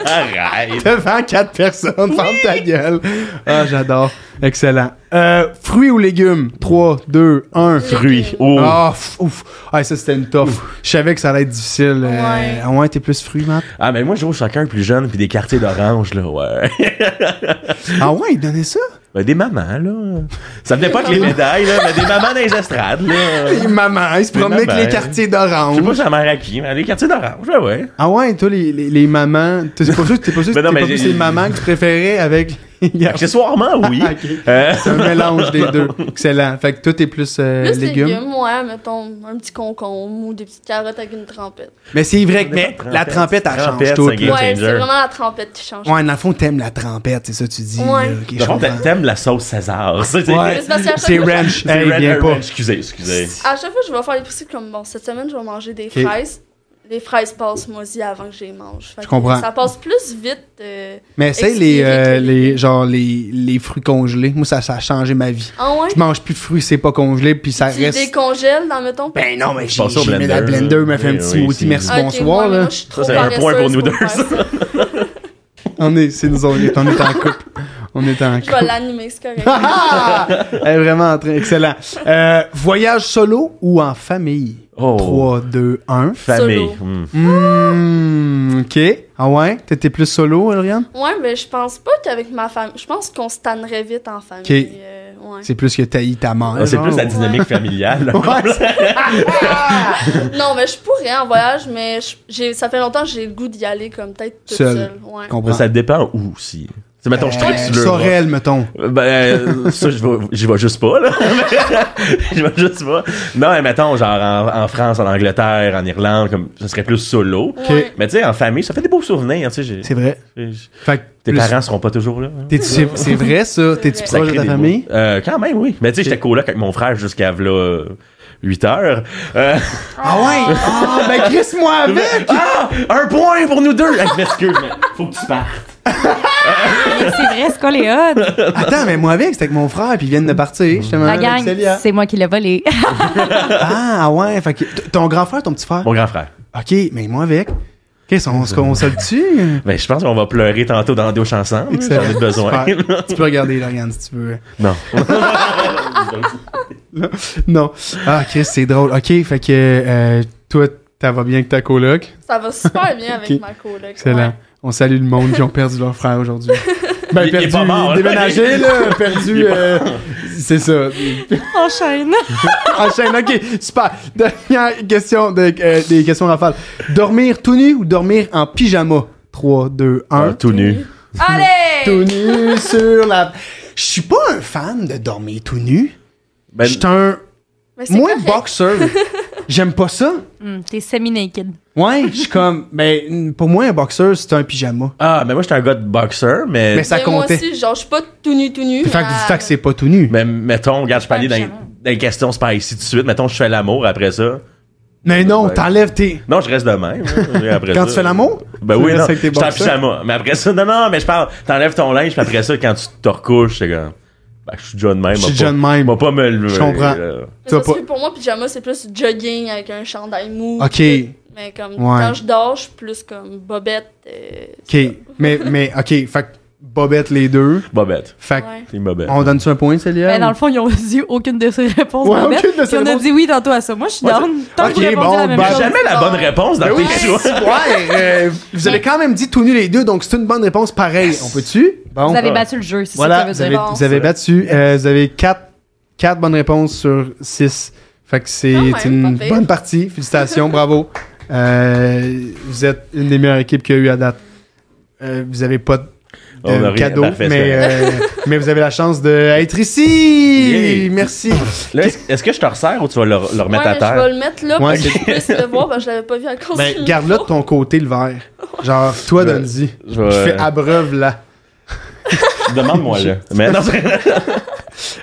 Speaker 3: Arrête.
Speaker 1: Devant quatre personnes, ferme ta gueule. Ah, j'adore. Excellent. Euh, fruits ou légumes? 3, 2, 1.
Speaker 3: Fruits. Oh.
Speaker 1: Ah, f- ouf. Ah, ça, c'était une tough. Je savais que ça allait être difficile. Euh,
Speaker 4: Ouais.
Speaker 1: ah ouais, t'es plus fruits, Matt.
Speaker 3: Ah, mais moi, je joue au soccer plus jeune, puis des quartiers d'orange, là, ouais.
Speaker 1: Ah ouais, il donnait ça?
Speaker 3: Ben, des mamans, là. Ça venait pas que les médailles, là, mais des mamans dans les estrades, là.
Speaker 1: Les mamans, ils se promenaient avec
Speaker 3: mamans.
Speaker 1: les quartiers
Speaker 3: Je sais pas
Speaker 1: d'orange.
Speaker 3: si ça mère à qui, mais les quartiers d'orange, ouais, ouais.
Speaker 1: Ah ouais, toi, les, les, les mamans. T'es pas sûr, t'es pas sûr,
Speaker 3: Ben non,
Speaker 1: t'es
Speaker 3: mais
Speaker 1: pas plus
Speaker 3: j'ai-
Speaker 1: les mamans que tu préférais avec les garçons.
Speaker 3: Accessoirement, oui.
Speaker 1: Ah, ok.
Speaker 3: Euh,
Speaker 1: C'est un mélange des deux. Excellent. Fait que toi, t'es plus, euh,
Speaker 4: Plus légumes.
Speaker 1: légumes.
Speaker 4: légumes, ouais, mettons un petit concombre ou des petites carottes avec une trempette.
Speaker 1: Mais c'est vrai que
Speaker 3: On
Speaker 1: mais
Speaker 3: est pas
Speaker 1: la trempette,
Speaker 3: trempette,
Speaker 1: elle change
Speaker 3: trempette,
Speaker 1: tout.
Speaker 3: c'est
Speaker 1: là.
Speaker 3: Game
Speaker 4: ouais, c'est
Speaker 3: changer.
Speaker 4: vraiment la trempette qui change.
Speaker 1: Ouais, dans le fond, t'aimes la trempette, c'est ça que tu dis.
Speaker 4: Ouais.
Speaker 1: là. Ok, je
Speaker 3: dans le fond,
Speaker 1: comprends.
Speaker 3: t'aimes la sauce César. ça, t'sais.
Speaker 1: Ouais.
Speaker 4: C'est parce qu'à chaque
Speaker 1: C'est
Speaker 4: fois-
Speaker 1: ranch.
Speaker 3: C'est
Speaker 1: Hey,
Speaker 3: Red
Speaker 1: viens
Speaker 3: Herring.
Speaker 1: pas.
Speaker 3: Excusez, excusez.
Speaker 4: À chaque fois, je vais faire l'épicerie comme bon, cette semaine, je vais manger des
Speaker 1: Ok.
Speaker 4: fraises. Les fraises passent moisies avant que je les mange. Fait
Speaker 1: Je
Speaker 4: que
Speaker 1: comprends.
Speaker 4: Ça passe plus vite. euh,
Speaker 1: Mais c'est les,
Speaker 4: Expliquer
Speaker 1: euh,
Speaker 4: que-
Speaker 1: les, genre, les, les fruits congelés. Moi, ça, ça a changé ma vie.
Speaker 4: Ah ouais?
Speaker 1: Je mange plus de fruits, c'est pas congelé, puis ça
Speaker 4: Tu les
Speaker 1: reste.
Speaker 4: décongèles dans, mettons.
Speaker 1: Ben non, mais j'ai
Speaker 3: Passe au
Speaker 1: j'ai mis la
Speaker 3: blender.
Speaker 1: blender, me fait un
Speaker 3: Oui,
Speaker 1: petit
Speaker 3: oui,
Speaker 1: smoothie,
Speaker 3: c'est-
Speaker 1: merci,
Speaker 4: Ok,
Speaker 1: bonsoir.
Speaker 4: ouais, mais
Speaker 1: là.
Speaker 4: moi, je suis trop
Speaker 3: c'est un point
Speaker 4: paresseuse
Speaker 3: pour nous deux,
Speaker 4: faire
Speaker 3: ça.
Speaker 1: On est, c'est nous, on est, on est en couple. On est en
Speaker 4: Je vais
Speaker 1: couple.
Speaker 4: l'animer, c'est correct.
Speaker 1: Ah! Elle est vraiment en train, excellent. Euh, voyage solo ou en famille?
Speaker 3: Oh.
Speaker 1: 3, 2, 1.
Speaker 3: Famille.
Speaker 4: Solo.
Speaker 3: Hmm.
Speaker 1: Hmm, ok. Ah ouais? T'étais plus solo, Lauriane?
Speaker 4: Ouais, mais je pense pas qu'avec ma famille. Je pense qu'on se tannerait vite en famille.
Speaker 1: Ok.
Speaker 4: euh, ouais.
Speaker 1: C'est plus que taillis ta mère.
Speaker 3: Ah, C'est
Speaker 1: genre,
Speaker 3: plus la
Speaker 1: ou-
Speaker 3: dynamique familiale. là.
Speaker 1: Ouais, c'est-
Speaker 4: Non, mais je pourrais en voyage, mais je- j'ai, ça fait longtemps que j'ai le goût d'y aller comme peut-être toute
Speaker 1: Seule.
Speaker 4: seule. ouais.
Speaker 1: comprends.
Speaker 3: Mais Ça dépend où aussi. C'est mettons,
Speaker 1: Euh,
Speaker 3: je tripe sur le.
Speaker 1: Sorel, mettons.
Speaker 3: Ben, euh, ça, je vais- j'y vais juste pas, là. J'y vais juste pas. Non, mais mettons, genre en, en France, en Angleterre, en Irlande, comme, ça serait plus solo.
Speaker 4: Ouais.
Speaker 3: Mais tu sais, en famille, ça fait des beaux souvenirs, tu sais. j'ai-
Speaker 1: C'est vrai.
Speaker 3: j'ai- j'ai-
Speaker 1: Fait que
Speaker 3: Tes
Speaker 1: plus-
Speaker 3: parents seront pas toujours là. hein.
Speaker 1: t'es-tu- c'est, c'est vrai, ça. T'es-tu
Speaker 4: vrai.
Speaker 3: Ça
Speaker 1: proche
Speaker 3: crée
Speaker 1: de ta
Speaker 3: des
Speaker 1: famille?
Speaker 3: beaux- Euh, quand même, oui. Mais tu sais, j'étais coloc avec mon frère jusqu'à v'là, euh, 8 heures. Euh,
Speaker 1: Ah ouais? Ah, ben, crisse-moi avec!
Speaker 3: ah! Un point pour nous deux! Hey, je m'excuse, mais faut que tu partes.
Speaker 2: Mais c'est vrai, c'est quoi les odds?
Speaker 1: Attends, mais moi avec, c'était avec mon frère, puis ils viennent de partir, justement.
Speaker 2: La
Speaker 1: avec Célia.
Speaker 2: gang, c'est moi qui l'ai volé.
Speaker 1: Ah ouais, fait que t- ton grand frère, ton petit frère?
Speaker 3: Mon grand frère.
Speaker 1: Ok, mais moi avec. Qu'est-ce qu'on se console dessus?
Speaker 3: Ben, je pense qu'on va pleurer tantôt dans la douche ensemble. J'en ai besoin.
Speaker 1: Super. tu peux regarder, Lauriane, si tu veux.
Speaker 3: non.
Speaker 1: Non. Ah, Chris, c'est drôle. Ok, fait que euh, toi, ça va bien avec ta coloc.
Speaker 4: Ça va super bien avec
Speaker 1: Ok.
Speaker 4: ma coloc.
Speaker 1: Excellent.
Speaker 4: ouais.
Speaker 1: On salue le monde qui ont perdu leur frère aujourd'hui. Ben,
Speaker 3: Il- il est pas mort, là.
Speaker 1: déménagé, là, perdu. euh, c'est ça.
Speaker 2: Enchaîne.
Speaker 1: Enchaîne, ok, super. Dernière question de- euh, des questions rafales. Dormir tout nu ou dormir en pyjama? 3, 2, 1.
Speaker 3: Ah, tout nu.
Speaker 4: Allez!
Speaker 1: tout nu sur la. Je suis pas un fan de dormir tout nu.
Speaker 3: Ben,
Speaker 1: Je suis un.
Speaker 4: Mais c'est
Speaker 1: Moi,
Speaker 4: correct.
Speaker 1: boxer. J'aime pas ça.
Speaker 2: Hum, T'es semi-naked.
Speaker 1: Ouais, je suis comme. Mais pour moi, un boxer, c'est un pyjama.
Speaker 3: ah, mais moi, j'étais un gars de boxeur, mais.
Speaker 1: Mais ça
Speaker 4: Mais
Speaker 1: comptait.
Speaker 4: Moi aussi, genre, je suis pas tout nu, tout nu.
Speaker 1: fait que
Speaker 4: mais,
Speaker 1: du tac, c'est pas tout nu.
Speaker 3: Mais mettons, regarde, je peux aller dans,
Speaker 2: pyjama.
Speaker 3: dans les questions spicy tout de suite. Mettons, je fais l'amour après ça.
Speaker 1: Mais non,
Speaker 3: Ouais.
Speaker 1: t'enlèves tes.
Speaker 3: Non, je reste de même. hein, après
Speaker 1: Quand
Speaker 3: ça.
Speaker 1: tu fais l'amour?
Speaker 3: Ben
Speaker 1: Tu
Speaker 3: oui,
Speaker 1: restes
Speaker 3: non.
Speaker 1: avec tes
Speaker 3: Je t'en
Speaker 1: boxeurs?
Speaker 3: pyjama. Mais après ça, non, non, mais je parle. T'enlèves ton linge, puis après ça, quand tu te recouches, c'est comme. Ben, je suis déjà de même.
Speaker 1: Je
Speaker 3: m'a
Speaker 1: suis
Speaker 3: pas-
Speaker 1: déjà de même.
Speaker 3: m'a pas me euh, lever.
Speaker 1: Je comprends.
Speaker 3: là.
Speaker 4: Mais ça
Speaker 1: Tu vas
Speaker 4: se fait pour moi, pyjama, c'est plus jogging avec un chandail mou.
Speaker 1: Ok.
Speaker 4: tout. Mais comme quand je dors, je suis plus comme bobette. euh,
Speaker 1: Ok. Mais, mais, ok. Fait que Bobette les deux.
Speaker 3: Bobette.
Speaker 1: Fait que
Speaker 4: ouais.
Speaker 3: T'es bobette.
Speaker 1: on donne-tu un point, Célia?
Speaker 2: Mais Ben, dans le fond, ils ont eu aucune de ces réponses.
Speaker 1: Ouais,
Speaker 2: en fait.
Speaker 1: aucune de ces
Speaker 2: Puis on a
Speaker 1: réponses.
Speaker 2: dit oui tantôt à ça. Moi, je suis
Speaker 1: Ouais,
Speaker 2: down. Tant que
Speaker 1: Ok,
Speaker 2: vous répondez
Speaker 1: bon,
Speaker 2: à la même
Speaker 1: ben,
Speaker 2: chose.
Speaker 3: Jamais la bonne
Speaker 4: Ah.
Speaker 3: réponse dans
Speaker 1: Ben oui,
Speaker 3: tes choix.
Speaker 1: ouais, euh, vous avez quand même dit tout nu les deux, donc c'est une bonne réponse pareille. On peut-tu? Bon.
Speaker 2: Vous avez battu le jeu, c'est
Speaker 1: Voilà,
Speaker 2: ça que
Speaker 1: vous
Speaker 2: ça veut
Speaker 1: avez,
Speaker 2: dire.
Speaker 4: Bon,
Speaker 1: vous avez
Speaker 4: ça.
Speaker 1: battu. euh, vous avez 4, bonnes réponses sur 6. Fait que c'est
Speaker 2: Ah
Speaker 4: Quand même,
Speaker 1: une
Speaker 4: pas pire.
Speaker 1: bonne partie. Félicitations, bravo. Euh, vous êtes une des meilleures équipes qu'il y a eu à date. Euh, vous avez pas de
Speaker 3: On a rien.
Speaker 1: cadeau,
Speaker 3: Parfait,
Speaker 1: mais, euh, mais vous avez la chance d'être ici.
Speaker 3: Yeah.
Speaker 1: Merci.
Speaker 3: Là, est- est-ce que je te resserre ou tu vas le, le
Speaker 4: Ouais,
Speaker 3: remettre à
Speaker 4: mais je vais
Speaker 3: terre?
Speaker 4: le mettre là
Speaker 1: Ouais,
Speaker 4: pour que tu puisses le voir parce que je l'avais pas vu à cause du
Speaker 1: Ben, Garde-le de
Speaker 4: micro.
Speaker 1: ton côté, le verre. Genre, toi,
Speaker 3: Je-
Speaker 1: Donzi.
Speaker 3: Ben, Je
Speaker 1: Je fais
Speaker 3: vais. euh,
Speaker 1: abreuve là.
Speaker 3: Demande-moi là. Mais non, c'est-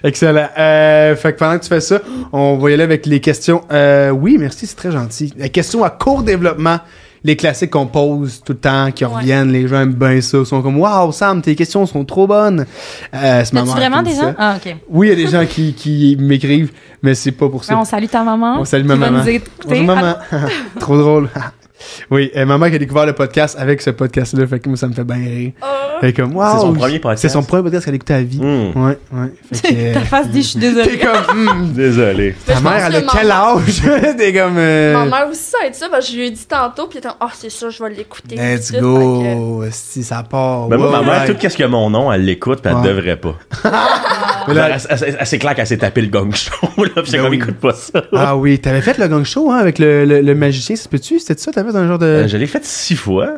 Speaker 1: Excellent. Euh, fait que pendant que tu fais ça, on va y aller avec les questions. Euh, oui, merci, c'est très gentil. Les questions à court développement, les classiques qu'on pose tout le temps, qui
Speaker 4: Ouais.
Speaker 1: reviennent, les gens aiment bien ça, ils sont comme Waouh, Sam, tes questions sont trop bonnes. Euh, c'est ma mère
Speaker 2: T'as-tu vraiment
Speaker 1: qui me
Speaker 2: des
Speaker 1: dit
Speaker 2: gens?
Speaker 1: ça.
Speaker 2: Ah, ok.
Speaker 1: Oui, il y a des gens qui, qui m'écrivent, mais c'est pas pour ça.
Speaker 2: Ben, on salue ta maman.
Speaker 1: On salue ma
Speaker 2: qui va
Speaker 1: maman.
Speaker 2: nous écouter.
Speaker 1: Bonjour, maman. trop drôle. oui, euh, maman qui a découvert le podcast avec ce podcast-là, fait que moi, ça me fait bien rire.
Speaker 4: Ah,
Speaker 1: Fait comme,
Speaker 3: C'est son
Speaker 1: Wow,
Speaker 3: premier podcast.
Speaker 1: C'est son premier podcast qu'elle écoute à vie.
Speaker 3: Hmm.
Speaker 1: Ouais, ouais. Fait que, euh,
Speaker 2: Ta face dit, je suis
Speaker 1: T'es
Speaker 2: désolée.
Speaker 1: comme, Hmm,
Speaker 3: Désolé.
Speaker 1: Ta
Speaker 4: je pense
Speaker 1: mère, elle a
Speaker 4: que
Speaker 1: quel âge? T'es comme. euh,
Speaker 4: Ma mère aussi, ça va être ça parce que je lui ai dit tantôt, puis elle était comme, Ah, c'est sûr, je vais l'écouter.
Speaker 1: Let's
Speaker 4: Fait que-
Speaker 1: go! Si ça part.
Speaker 3: Ben, moi,
Speaker 1: ouais,
Speaker 3: ma mère,
Speaker 1: ouais.
Speaker 3: tout qu'est-ce que mon nom, elle l'écoute, puis elle
Speaker 1: Ouais.
Speaker 3: devrait pas.
Speaker 1: Mais
Speaker 3: Là,
Speaker 1: là-
Speaker 3: elle- elle- elle- elle- c'est clair qu'elle s'est tapé le gong show, là, pis j'ai
Speaker 1: Ben
Speaker 3: comme,
Speaker 1: oui.
Speaker 3: écoute pas ça.
Speaker 1: Ah oui, t'avais fait le gang show hein, avec le, le, le magicien, ça se peut-tu? C'était ça? T'avais fait un genre de.
Speaker 3: Euh, je l'ai fait six fois,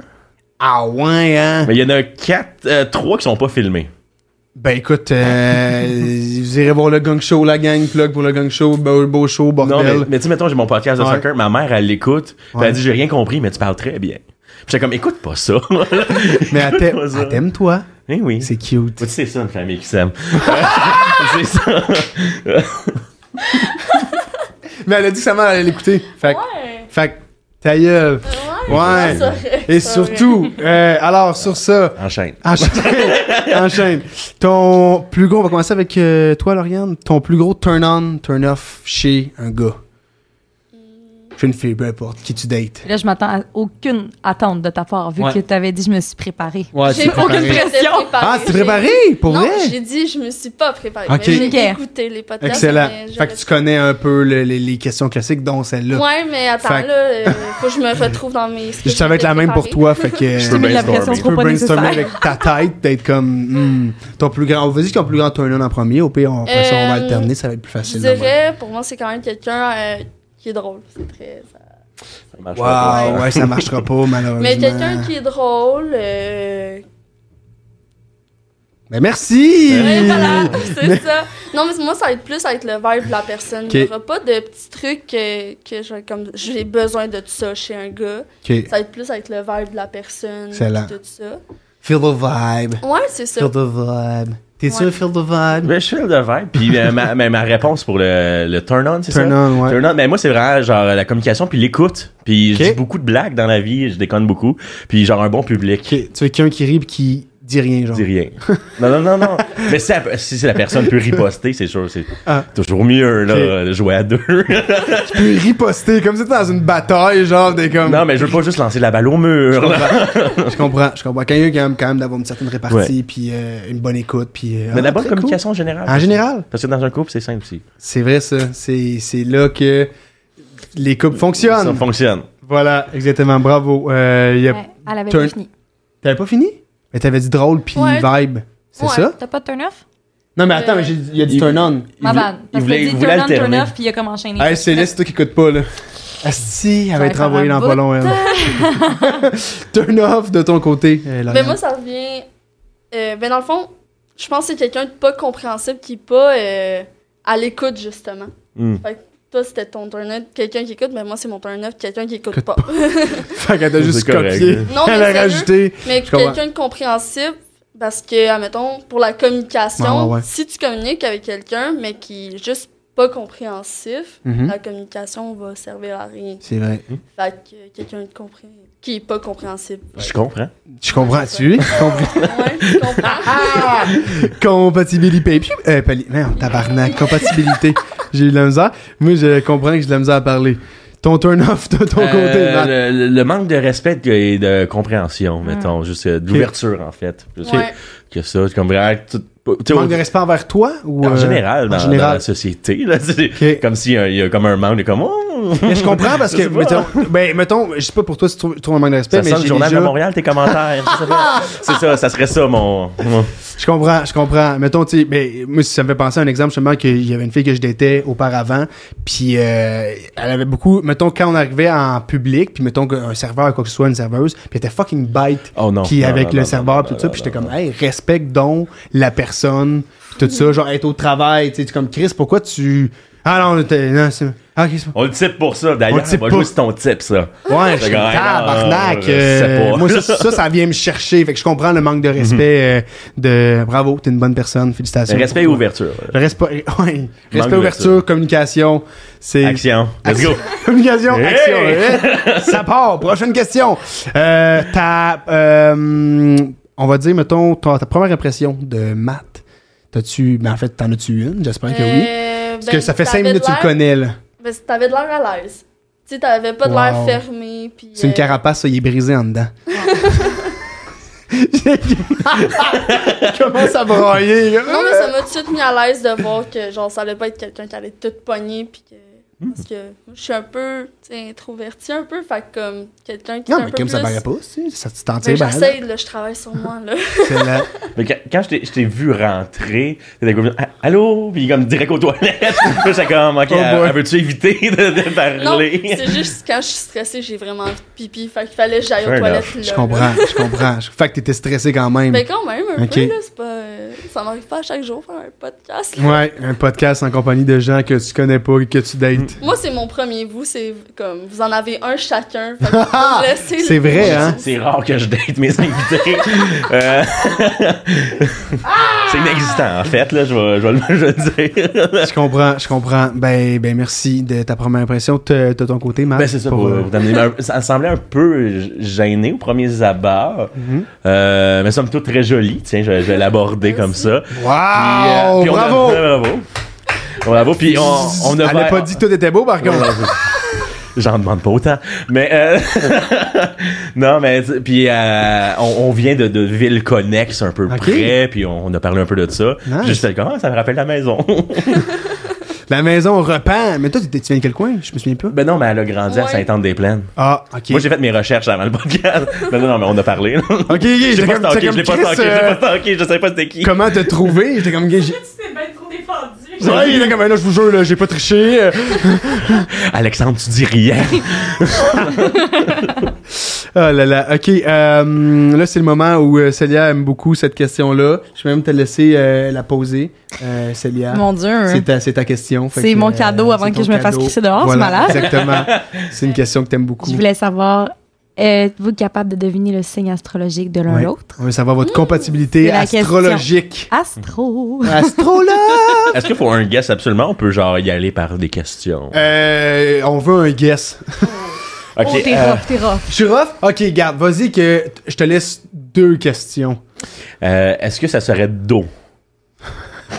Speaker 1: Ah ouais, hein?
Speaker 3: mais il y en a quatre, euh, trois qui sont pas filmés.
Speaker 1: Ben écoute, euh, vous irez voir le gang show, la gang, plug pour le gang show, beau, beau show,
Speaker 3: Non, mais,
Speaker 1: bordel.
Speaker 3: mais tu sais, mettons, j'ai mon podcast de
Speaker 1: Ouais.
Speaker 3: soccer, ma mère, elle l'écoute, puis
Speaker 1: Ouais.
Speaker 3: elle dit, j'ai rien compris, mais tu parles très bien. Puis j'étais comme, écoute pas ça.
Speaker 1: Mais, elle t'aime-
Speaker 3: Pas ça.
Speaker 1: elle t'aime, toi.
Speaker 3: Eh oui.
Speaker 1: C'est cute.
Speaker 3: Tu sais, c'est ça, une famille qui s'aime. c'est ça.
Speaker 1: Mais elle a dit que sa mère allait l'écouter. Fait que.
Speaker 4: Ouais.
Speaker 1: Fait que. Ta gueule. Ouais.
Speaker 4: ça aurait-
Speaker 1: Et
Speaker 4: ça aurait-
Speaker 1: surtout, euh, alors sur ça.
Speaker 3: Enchaîne.
Speaker 1: Enchaîne. Enchaîne. Ton plus gros, on va commencer avec euh, toi, Lauriane. Ton plus gros turn-on, turn-off chez un gars. Chez une fille, peu importe, qui tu dates.
Speaker 2: Là, je m'attends à aucune attente de ta part, vu
Speaker 1: Ouais.
Speaker 2: que tu avais dit, je me suis préparée.
Speaker 1: Ouais,
Speaker 4: J'ai aucune
Speaker 2: préparé.
Speaker 4: pression.
Speaker 1: Ah, tu t'es préparé? Pour
Speaker 4: non,
Speaker 1: vrai?
Speaker 4: j'ai dit, je me suis pas préparée.
Speaker 1: Ok.
Speaker 4: Mais j'ai
Speaker 2: Ok.
Speaker 4: écouté les podcasts.
Speaker 1: Excellent.
Speaker 4: mais
Speaker 1: Fait
Speaker 4: j'aurais-
Speaker 1: que tu connais un peu le- les, les questions classiques, dont celle-là.
Speaker 4: Ouais, mais attends,
Speaker 1: Fait que-
Speaker 4: là, euh, faut que je me retrouve dans mes.
Speaker 1: Je savais être la même pour toi, fait que. euh,
Speaker 3: Je
Speaker 2: Tu mets de la
Speaker 3: brainstormer.
Speaker 2: pression
Speaker 3: Tu
Speaker 1: Tu
Speaker 2: trop
Speaker 1: peux
Speaker 2: pas
Speaker 1: brainstormer
Speaker 2: nécessaire.
Speaker 1: avec ta tête, d'être comme. hmm, ton plus grand. Vas-y, ton plus grand turn-on en premier. Au pire, on, après ça, on va
Speaker 4: Euh,
Speaker 1: alterner, ça va être plus
Speaker 4: Je
Speaker 1: facile. de même.
Speaker 4: dirais, pour moi, c'est quand même quelqu'un euh, qui est drôle. C'est très. ça-
Speaker 3: Ça marche pas pour
Speaker 1: Wow,
Speaker 3: ça.
Speaker 1: ouais, ça marchera pas, malheureusement.
Speaker 4: Mais quelqu'un qui est drôle, euh,
Speaker 1: Ben merci!
Speaker 4: Ouais, voilà, c'est ça. Non, mais moi, ça va être plus avec le vibe de la personne. Il n'y
Speaker 1: Ok.
Speaker 4: aura pas de petits trucs que, que je- comme j'ai besoin de tout ça chez un gars.
Speaker 1: Ok.
Speaker 4: Ça va être plus avec le vibe de la personne.
Speaker 1: Excellent.
Speaker 4: puis Tout ça.
Speaker 1: Feel the vibe.
Speaker 4: Ouais, c'est ça.
Speaker 1: Feel the vibe. T'es sûr,
Speaker 4: Ouais.
Speaker 1: feel the vibe?
Speaker 3: Ben, je feel de vibe. Puis euh, ma, ma- ma réponse pour le, le turn on, c'est ça?
Speaker 1: Turn on, ouais.
Speaker 3: Turn on, ben moi c'est vraiment genre la communication puis l'écoute. Puis
Speaker 1: Ok.
Speaker 3: je dis beaucoup de blagues dans la vie, je déconne beaucoup. Puis genre un bon public.
Speaker 1: Ok, tu veux quelqu'un qui rit pis qui dit rien, genre.
Speaker 3: Dis rien. Non, non, non, non. Mais si, la- si la personne peut riposter, c'est sûr, c'est
Speaker 1: Ah.
Speaker 3: toujours mieux, là, de jouer à deux.
Speaker 1: Tu peux riposter comme si t'étais dans une bataille, genre, des comme.
Speaker 3: non, mais je veux pas juste lancer la balle au
Speaker 1: Je
Speaker 3: mur, là.
Speaker 1: comprends, je comprends, je comprends. Quelqu'un qui aime quand même d'avoir une certaine répartie,
Speaker 3: Ouais.
Speaker 1: puis euh, une bonne écoute, puis. euh, ah,
Speaker 3: Mais la bonne
Speaker 1: très cool.
Speaker 3: communication en général.
Speaker 1: En général,
Speaker 3: Parce que dans un couple, c'est simple aussi.
Speaker 1: c'est vrai ça. C'est c'est là que les couples
Speaker 3: Ça
Speaker 1: fonctionnent.
Speaker 3: fonctionne.
Speaker 1: Voilà, exactement. Bravo. Euh, y a-
Speaker 2: Ouais, elle avait
Speaker 1: Turn-
Speaker 2: pas fini.
Speaker 1: T'avais pas fini? Mais t'avais dit drôle puis
Speaker 4: Ouais.
Speaker 1: vibe. C'est
Speaker 4: Ouais.
Speaker 1: ça?
Speaker 2: T'as pas de turn-off?
Speaker 1: Non, mais attends,
Speaker 4: Euh,
Speaker 1: mais j'ai dit- il y a dit
Speaker 3: il-
Speaker 1: turn on.
Speaker 2: Ma
Speaker 3: Il
Speaker 2: bad.
Speaker 3: voulait- il
Speaker 2: Parce que
Speaker 3: voulait-
Speaker 2: dit
Speaker 3: il voulait
Speaker 2: turn-on,
Speaker 3: alterner.
Speaker 2: turn-off, puis il a comme enchaîné.
Speaker 1: Hey, c'est là, c'est toi qui écoutes pas, là. Asti, elle
Speaker 2: Ça
Speaker 1: va
Speaker 2: va
Speaker 1: être
Speaker 2: faire
Speaker 1: renvoyée
Speaker 2: un
Speaker 1: dans pas
Speaker 2: bout.
Speaker 1: long, elle. Turn off de ton côté. euh, Lauriane.
Speaker 4: Mais moi, ça revient. euh, ben, dans le fond, je pense que c'est quelqu'un de pas compréhensible qui est pas euh, à l'écoute, justement.
Speaker 3: Hmm.
Speaker 4: Toi, c'était ton turn up, quelqu'un qui écoute, mais moi, c'est mon turn up, quelqu'un qui écoute
Speaker 1: Écoute
Speaker 4: pas.
Speaker 1: Fait qu'elle a
Speaker 3: C'est
Speaker 1: juste
Speaker 3: correct,
Speaker 1: copié.
Speaker 3: là.
Speaker 4: Non, mais
Speaker 1: elle a
Speaker 4: sérieux,
Speaker 1: rajouté.
Speaker 4: Mais
Speaker 1: Je comprends.
Speaker 4: quelqu'un de compréhensible, parce que, admettons, pour la communication,
Speaker 1: Ouais, ouais, ouais.
Speaker 4: si tu communiques avec quelqu'un, mais qui est juste pas compréhensif,
Speaker 1: Mhm.
Speaker 4: la communication va servir à rien.
Speaker 1: C'est vrai.
Speaker 4: Fait que euh, quelqu'un de compré- qui est pas compréhensible.
Speaker 3: Je comprends.
Speaker 4: Mhm.
Speaker 1: Je comprends-tu?
Speaker 4: ouais, tu
Speaker 1: Ah,
Speaker 4: comprends?
Speaker 1: Compatibilité. Piou! Euh, pali- Merde, tabarnak. Compatibilité. J'ai eu de la misère. Moi, je comprends que j'ai de la misère à parler. Ton turn-off de ton côté, Matt. Hmm.
Speaker 3: Euh, le, le manque de respect et de compréhension, mettons, juste euh, d'ouverture en fait, plus
Speaker 4: Ouais.
Speaker 3: que, que ça, c'est comme vraiment tout- tu sais,
Speaker 1: Manque de respect envers toi ou.
Speaker 3: en
Speaker 1: euh,
Speaker 3: général, dans,
Speaker 1: en
Speaker 3: dans
Speaker 1: général.
Speaker 3: la société, là, c'est
Speaker 1: Ok.
Speaker 3: comme s'il y, a comme un manque de comme oh,
Speaker 1: Mais je comprends parce que,
Speaker 3: Je sais pas.
Speaker 1: mettons, ben, mettons, je sais pas pour toi si tu trouves, tu trouves un manque de respect,
Speaker 3: ça
Speaker 1: mais
Speaker 3: sent le
Speaker 1: j'ai
Speaker 3: journal
Speaker 1: déjà-
Speaker 3: de Montréal, tes commentaires. je sais pas. c'est ça, ça serait ça mon. mon-
Speaker 1: Je comprends, je comprends. Mettons, tu sais, ben, moi, ça me fait penser à un exemple, justement, qu'il y avait une fille que je détais auparavant, puis euh, elle avait beaucoup, mettons, quand on arrivait en public, puis mettons qu'un serveur, quoi que ce soit, une serveuse, puis elle était fucking bête,
Speaker 3: Oh non.
Speaker 1: puis
Speaker 3: non,
Speaker 1: avec
Speaker 3: non,
Speaker 1: le
Speaker 3: non,
Speaker 1: serveur,
Speaker 3: non,
Speaker 1: puis tout
Speaker 3: non,
Speaker 1: ça,
Speaker 3: non,
Speaker 1: puis j'étais
Speaker 3: non,
Speaker 1: comme, hey, respecte donc la personne, puis tout ça, genre, être au travail, tu sais, tu comme, Chris, pourquoi tu... Ah non, t'es- non, c'est... Ah, ok, c'est
Speaker 3: On le type pour ça,
Speaker 1: On
Speaker 3: d'ailleurs.
Speaker 1: le type
Speaker 3: On va
Speaker 1: pas.
Speaker 3: jouer sur ton type, ça.
Speaker 1: Ouais, je suis
Speaker 3: Fait que,
Speaker 1: tabarnak.
Speaker 3: ah, je sais
Speaker 1: euh,
Speaker 3: pas. Mhm.
Speaker 1: moi, ça, ça, ça vient me chercher. Fait que je comprends le manque de respect euh, de bravo, t'es une bonne personne, félicitations.
Speaker 3: Respect et ouverture.
Speaker 1: Le respect, ouais. respect
Speaker 3: d'ouverture.
Speaker 1: ouverture, communication. C'est
Speaker 3: Action. Let's go.
Speaker 1: communication,
Speaker 3: Hey!
Speaker 1: action. ouais. ça part. Prochaine question. Euh, ta, euh, on va dire, mettons, ta, ta première impression de maths. T'as-tu, ben en fait, t'en as-tu une? J'espère que oui.
Speaker 4: Euh,
Speaker 1: Parce
Speaker 4: ben,
Speaker 1: que ça fait cinq
Speaker 4: t'avais
Speaker 1: minutes que tu le
Speaker 4: l'air-
Speaker 1: connais, là.
Speaker 4: ben, t'avais de l'air à l'aise. Tu sais, t'avais pas de l'air
Speaker 1: Wow.
Speaker 4: fermé. puis,
Speaker 1: C'est une
Speaker 4: euh,
Speaker 1: carapace, ça, il est brisé en dedans. Comment ça broyer, là?
Speaker 4: Non, mais ça m'a tout de suite mis à l'aise de voir que, genre, ça allait pas être quelqu'un qui allait tout pogner, puis que... Parce que moi, je suis un peu, tu sais, introvertie un peu, fait que, comme, quelqu'un qui est
Speaker 1: Non,
Speaker 4: un
Speaker 1: mais
Speaker 4: peu
Speaker 1: comme ça
Speaker 4: plus-
Speaker 1: paraît pas, tu sais, ça tu t'en
Speaker 4: Ben,
Speaker 1: tires mal.
Speaker 4: j'essaie, là, je travaille sur moi, là.
Speaker 1: C'est la-
Speaker 3: Mais quand, quand je t'ai- je t'ai vu rentrer, t'étais comme Ah, Allô? Puis comme direct aux toilettes. Puis j'étais comme Ok,
Speaker 1: Oh
Speaker 3: elle-
Speaker 1: boy.
Speaker 3: elle veux-tu éviter de, de
Speaker 4: non,
Speaker 3: parler?
Speaker 4: c'est juste quand je suis stressée, j'ai vraiment envie de pipi, fait qu'il fallait que j'aille
Speaker 3: Fair
Speaker 4: aux
Speaker 3: enough.
Speaker 4: toilettes, là.
Speaker 1: Je comprends, je comprends. Je- Fait que t'étais stressé quand même.
Speaker 4: Mais quand même, un
Speaker 1: Ok.
Speaker 4: peu, là, c'est pas... euh, ça m'arrive pas à chaque jour faire un podcast, là.
Speaker 1: Ouais, un podcast en compagnie de gens que tu connais pas et que tu dates.
Speaker 4: Moi, c'est mon premier vous, c'est comme, vous en avez un chacun, fait que vous me laissez le-
Speaker 1: C'est vrai, hein?
Speaker 3: C'est rare que je date mes invités. Euh,
Speaker 1: Ah!
Speaker 3: c'est inexistant, en fait, là, je vais, je vais le je vais le dire.
Speaker 1: Je comprends, je comprends. Ben, ben merci de ta première impression de, de ton côté, Matt.
Speaker 3: Ben, c'est ça, pour,
Speaker 1: euh,
Speaker 3: pour t'amener. Mais un- Ça me semblait un peu g- gêné aux premiers abords.
Speaker 1: Mhm.
Speaker 3: Euh, mais somme toute très jolie. Tiens, je, je vais l'aborder comme ça. Puis, euh,
Speaker 1: Wow!
Speaker 3: puis on a-
Speaker 1: Oh, bravo!
Speaker 3: ouais, bravo! Bravo, puis on, on a
Speaker 1: Elle a pas dit que tout était beau, par
Speaker 3: Non,
Speaker 1: contre.
Speaker 3: non, je- J'en demande pas autant. Mais euh, non, mais tu- puis euh, on, on vient de, de villes connexes un peu
Speaker 1: Ok.
Speaker 3: près, puis on, on a parlé un peu de ça.
Speaker 1: Nice.
Speaker 3: Juste comme Ah, ça me rappelle la maison.
Speaker 1: La maison repent. Mais toi, tu tu viens de quel coin? Je me souviens pas.
Speaker 3: ben non, mais elle a grandi à
Speaker 4: Ouais.
Speaker 3: Sainte-Anne-des-Plaines.
Speaker 1: Ah, ok.
Speaker 3: Moi, j'ai fait mes recherches avant le podcast. Ben non, non, non, mais on a parlé. là.
Speaker 1: Ok, ok,
Speaker 3: Je l'ai
Speaker 1: j'étais
Speaker 3: pas
Speaker 1: comme,
Speaker 3: stalké,
Speaker 1: j'étais
Speaker 3: je l'ai
Speaker 1: comme,
Speaker 3: pas
Speaker 1: Chris,
Speaker 3: stalké, je
Speaker 1: euh,
Speaker 3: l'ai pas stalké, je sais pas c'était qui.
Speaker 1: comment te trouver? J'étais comme, j'ai-
Speaker 5: Tu t'es bien trop défendu.
Speaker 1: Ouais, il est comme, Ben là, je vous jure, là, j'ai pas triché. Euh,
Speaker 3: Alexandre, tu dis rien.
Speaker 1: Oh là là, ok. euh, là, c'est le moment où euh, Célia aime beaucoup cette question-là. Je vais même te laisser euh, la poser, euh, Célia.
Speaker 2: Mon Dieu. hein.
Speaker 1: C'est ta, c'est ta question. fait
Speaker 2: C'est
Speaker 1: que, euh,
Speaker 2: mon cadeau avant
Speaker 1: c'est
Speaker 2: que
Speaker 1: ton
Speaker 2: je me fasse
Speaker 1: cadeau.
Speaker 2: crisser dehors, c'est
Speaker 1: Voilà,
Speaker 2: malade.
Speaker 1: Exactement. C'est une question que t'aimes beaucoup.
Speaker 2: Je voulais savoir, êtes-vous capable de deviner le signe astrologique de l'un
Speaker 1: Ouais.
Speaker 2: l'autre?
Speaker 1: On veut savoir votre compatibilité
Speaker 2: Mmh, C'est la question. Ah.
Speaker 1: astrologique.
Speaker 2: Astro.
Speaker 1: Astrologue!
Speaker 3: Est-ce qu'il faut un guess absolument? On peut genre y aller par des questions.
Speaker 1: Euh, on veut un guess.
Speaker 3: Ok.
Speaker 2: oh, t'es
Speaker 3: euh,
Speaker 2: rough, t'es rough.
Speaker 1: Je suis rough? Ok, garde, vas-y que t- je te laisse deux questions.
Speaker 3: euh, Est-ce que ça serait d'eau?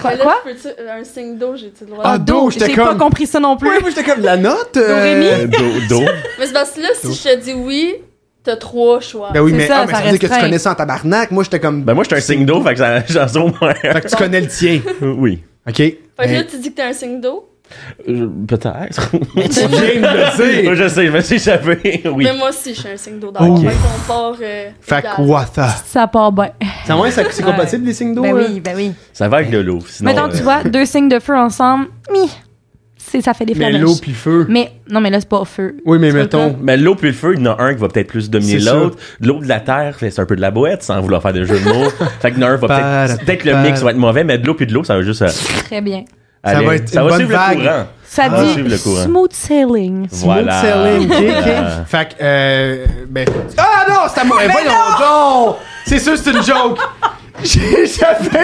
Speaker 4: Mais là,
Speaker 2: Quoi?
Speaker 4: je peux-tu- euh, Un signe d'eau, j'ai-tu le droit?
Speaker 1: Ah, d'eau,
Speaker 2: Do,
Speaker 1: j'étais
Speaker 2: j'ai
Speaker 1: comme-
Speaker 2: pas compris ça non plus.
Speaker 1: Ouais, moi j'étais comme la note.
Speaker 2: Dorémy?
Speaker 3: Euh, D'eau? d'eau?
Speaker 4: Mais c'est parce que là, si je te dis oui, t'as trois choix.
Speaker 1: Ben oui,
Speaker 2: C'est
Speaker 1: mais,
Speaker 2: ça,
Speaker 1: ah, mais
Speaker 2: ça
Speaker 1: ça veut dire que tu
Speaker 2: restreint.
Speaker 1: connais ça en tabarnak. Moi j'étais comme.
Speaker 3: Ben moi, je suis un signe d'eau, fait que ça j'en sais au moins un.
Speaker 1: Fait que tu connais le tien.
Speaker 3: Oui.
Speaker 1: Ok.
Speaker 4: Fait que là,
Speaker 1: Ben,
Speaker 4: tu dis que t'es un signe d'eau.
Speaker 3: Euh, Peut-être.
Speaker 1: tu viens de
Speaker 3: Moi,
Speaker 1: le dire.
Speaker 3: je sais, je me suis échappé. Oui.
Speaker 4: Mais moi aussi, je suis un signe d'eau. Donc,
Speaker 1: Ok.
Speaker 4: fait qu'on part. euh,
Speaker 1: Fait
Speaker 4: égal.
Speaker 1: que Watha.
Speaker 2: Ça part bien.
Speaker 1: Ça moins ça c'est compatible les signes d'eau?
Speaker 2: Ben
Speaker 1: euh?
Speaker 2: oui, ben oui.
Speaker 3: Ça va avec le loup. Sinon,
Speaker 2: Mettons,
Speaker 3: euh,
Speaker 2: tu vois, deux signes de feu ensemble, mi. C'est, ça fait des
Speaker 1: Mais
Speaker 2: flamèches.
Speaker 1: l'eau puis feu.
Speaker 2: Mais, non, mais là, c'est pas au feu.
Speaker 1: Oui, mais
Speaker 2: Tu vois
Speaker 1: mettons.
Speaker 2: le
Speaker 3: Mais l'eau puis le feu, il y en a un qui va peut-être plus dominer
Speaker 1: C'est sûr.
Speaker 3: l'autre. L'eau de la terre, c'est un peu de la boîte, sans vouloir faire de jeu de mots. fait que l'un va
Speaker 1: Para-
Speaker 3: peut-être. Peut-être le mix va être mauvais, mais de l'eau puis de l'eau, ça va juste. euh,
Speaker 2: Très bien.
Speaker 3: aller-
Speaker 1: va être
Speaker 3: ça
Speaker 1: une
Speaker 3: va
Speaker 1: bonne
Speaker 3: suivre
Speaker 1: vague.
Speaker 3: le courant.
Speaker 2: Ça
Speaker 3: Ah.
Speaker 2: dit
Speaker 3: Suivre le courant.
Speaker 2: smooth sailing.
Speaker 1: Smooth
Speaker 3: Voilà.
Speaker 1: selling, ok, ok.
Speaker 3: Voilà.
Speaker 1: Fait que, euh, ben. Ah non, c'est à moi! Eh, voyons donc! C'est sûr, c'est une joke! J'ai échappé!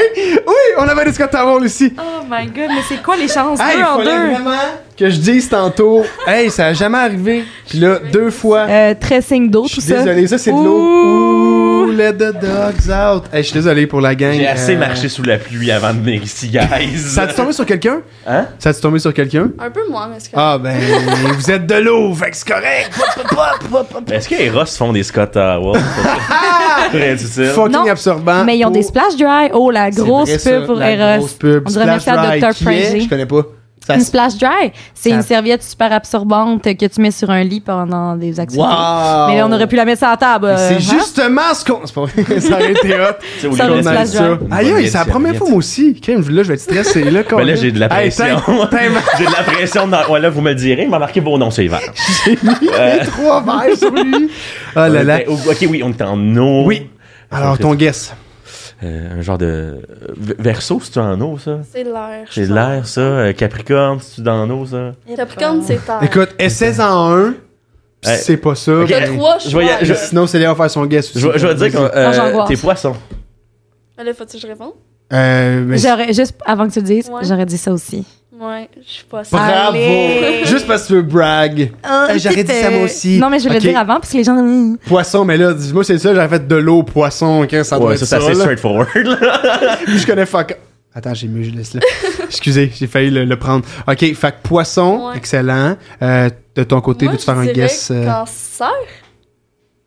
Speaker 1: Oui, on avait des Scott Towers aussi!
Speaker 2: Oh my god, mais c'est quoi les chances?
Speaker 1: Hey,
Speaker 2: deux en
Speaker 1: fallait
Speaker 2: deux.
Speaker 1: vraiment que je dise tantôt, hey, ça a jamais arrivé. Puis là, deux fois.
Speaker 2: Euh, très signe d'eau,
Speaker 1: je
Speaker 2: tout
Speaker 1: suis
Speaker 2: ça.
Speaker 1: désolé, ça c'est de l'eau. Ouh, let the dogs out. Hey, je suis désolé pour la gang.
Speaker 3: J'ai assez
Speaker 1: Euh,
Speaker 3: marché sous la pluie avant de venir ici, guys.
Speaker 1: Ça a-tu tombé sur quelqu'un?
Speaker 3: Hein?
Speaker 1: Ça a-tu tombé sur quelqu'un?
Speaker 4: Un peu moins, mais c'est que.
Speaker 1: Ah, ben, vous êtes de l'eau, fait que c'est correct. Pop, pop, pop, pop, pop.
Speaker 3: Est-ce que les Ross font des Scott Towers? Très difficile.
Speaker 1: Fucking
Speaker 2: Non,
Speaker 1: absorbant.
Speaker 2: Mais ils ont des
Speaker 1: pour-
Speaker 2: splash dry. Oh, la
Speaker 1: C'est vrai,
Speaker 2: grosse
Speaker 1: ça,
Speaker 2: pub pour
Speaker 1: la
Speaker 2: Eros.
Speaker 1: grosse pub.
Speaker 2: On dirait
Speaker 1: Splash
Speaker 2: merci à
Speaker 1: Dry,
Speaker 2: Dr.
Speaker 1: qui est? Je
Speaker 2: Prairie.
Speaker 1: connais pas. Ça
Speaker 2: Une
Speaker 1: se-
Speaker 2: splash dry, c'est
Speaker 1: Ça-
Speaker 2: une serviette super absorbante que tu mets sur un lit pendant des actions.
Speaker 1: Wow.
Speaker 2: Mais là, on aurait pu la mettre sur la table. euh, hein?
Speaker 1: C'est justement ce qu'on. C'est pas vrai, ça aurait été hot.
Speaker 3: Tu sais, au lieu
Speaker 2: Ça
Speaker 3: de
Speaker 2: va se
Speaker 3: laisser-
Speaker 2: placer.
Speaker 1: ça.
Speaker 3: Une
Speaker 1: Aïe,
Speaker 3: bonne
Speaker 1: aïe, c'est la
Speaker 3: serviette.
Speaker 1: première fois, moi aussi. Crime, là, je vais être stressé. Là,
Speaker 3: Ben là, j'ai de la
Speaker 1: Hey,
Speaker 3: pression.
Speaker 1: t'in- t'in-
Speaker 3: j'ai de la pression. Dans... Ouais, là, vous me le direz, il m'a marqué vos noms, c'est vert. Euh.
Speaker 1: Les trois verres sur lui. Oh là là.
Speaker 3: Ok, oui, on est en eau.
Speaker 1: Oui.
Speaker 3: ben, oh,
Speaker 1: Alors, ton guess.
Speaker 3: Euh, un genre de. Verso, c'est-tu en eau, ça?
Speaker 4: C'est l'air. je
Speaker 3: C'est de
Speaker 4: pense.
Speaker 3: l'air, ça. Euh, Capricorne, c'est-tu dans l'eau, ça?
Speaker 4: Capricorne, c'est terre.
Speaker 1: Écoute, essaie en un. pis
Speaker 3: Hey.
Speaker 1: si c'est pas ça.
Speaker 4: T'as
Speaker 1: ben,
Speaker 4: trois
Speaker 3: Je vais y-
Speaker 4: choix.
Speaker 3: je-
Speaker 4: là.
Speaker 1: Sinon, Célia va faire son guess aussi.
Speaker 3: Je, vais- je vais te dire que euh,
Speaker 2: Ah, j'angoisse.
Speaker 3: t'es poisson.
Speaker 4: Mais Là, faut-tu que je réponde?
Speaker 1: Euh, mais-
Speaker 2: J'aurais, juste avant que tu le dises,
Speaker 4: Ouais.
Speaker 2: j'aurais dit ça aussi.
Speaker 4: Ouais, je suis pas sûre.
Speaker 1: Bravo!
Speaker 2: Allez.
Speaker 1: Juste parce que tu veux brag. Euh, J'aurais dit ça moi aussi.
Speaker 2: Non, mais je voulais
Speaker 1: Ok,
Speaker 2: le dire avant parce que les gens. Hum.
Speaker 1: Poisson, mais là, dis-moi, c'est ça, j'aurais fait de l'eau, poisson, quand ça doit
Speaker 3: Ouais,
Speaker 1: être
Speaker 3: ça,
Speaker 1: ça.
Speaker 3: c'est assez
Speaker 1: là.
Speaker 3: straightforward, là.
Speaker 1: je connais fuck. Attends, j'ai mieux, je laisse là. Excusez, j'ai failli le, le prendre. Ok, fait que poisson,
Speaker 4: Ouais.
Speaker 1: excellent. Euh, de ton côté,
Speaker 4: Moi,
Speaker 1: veux-tu faire
Speaker 4: je
Speaker 1: un
Speaker 4: dirais
Speaker 1: guess? euh,
Speaker 4: Cancer?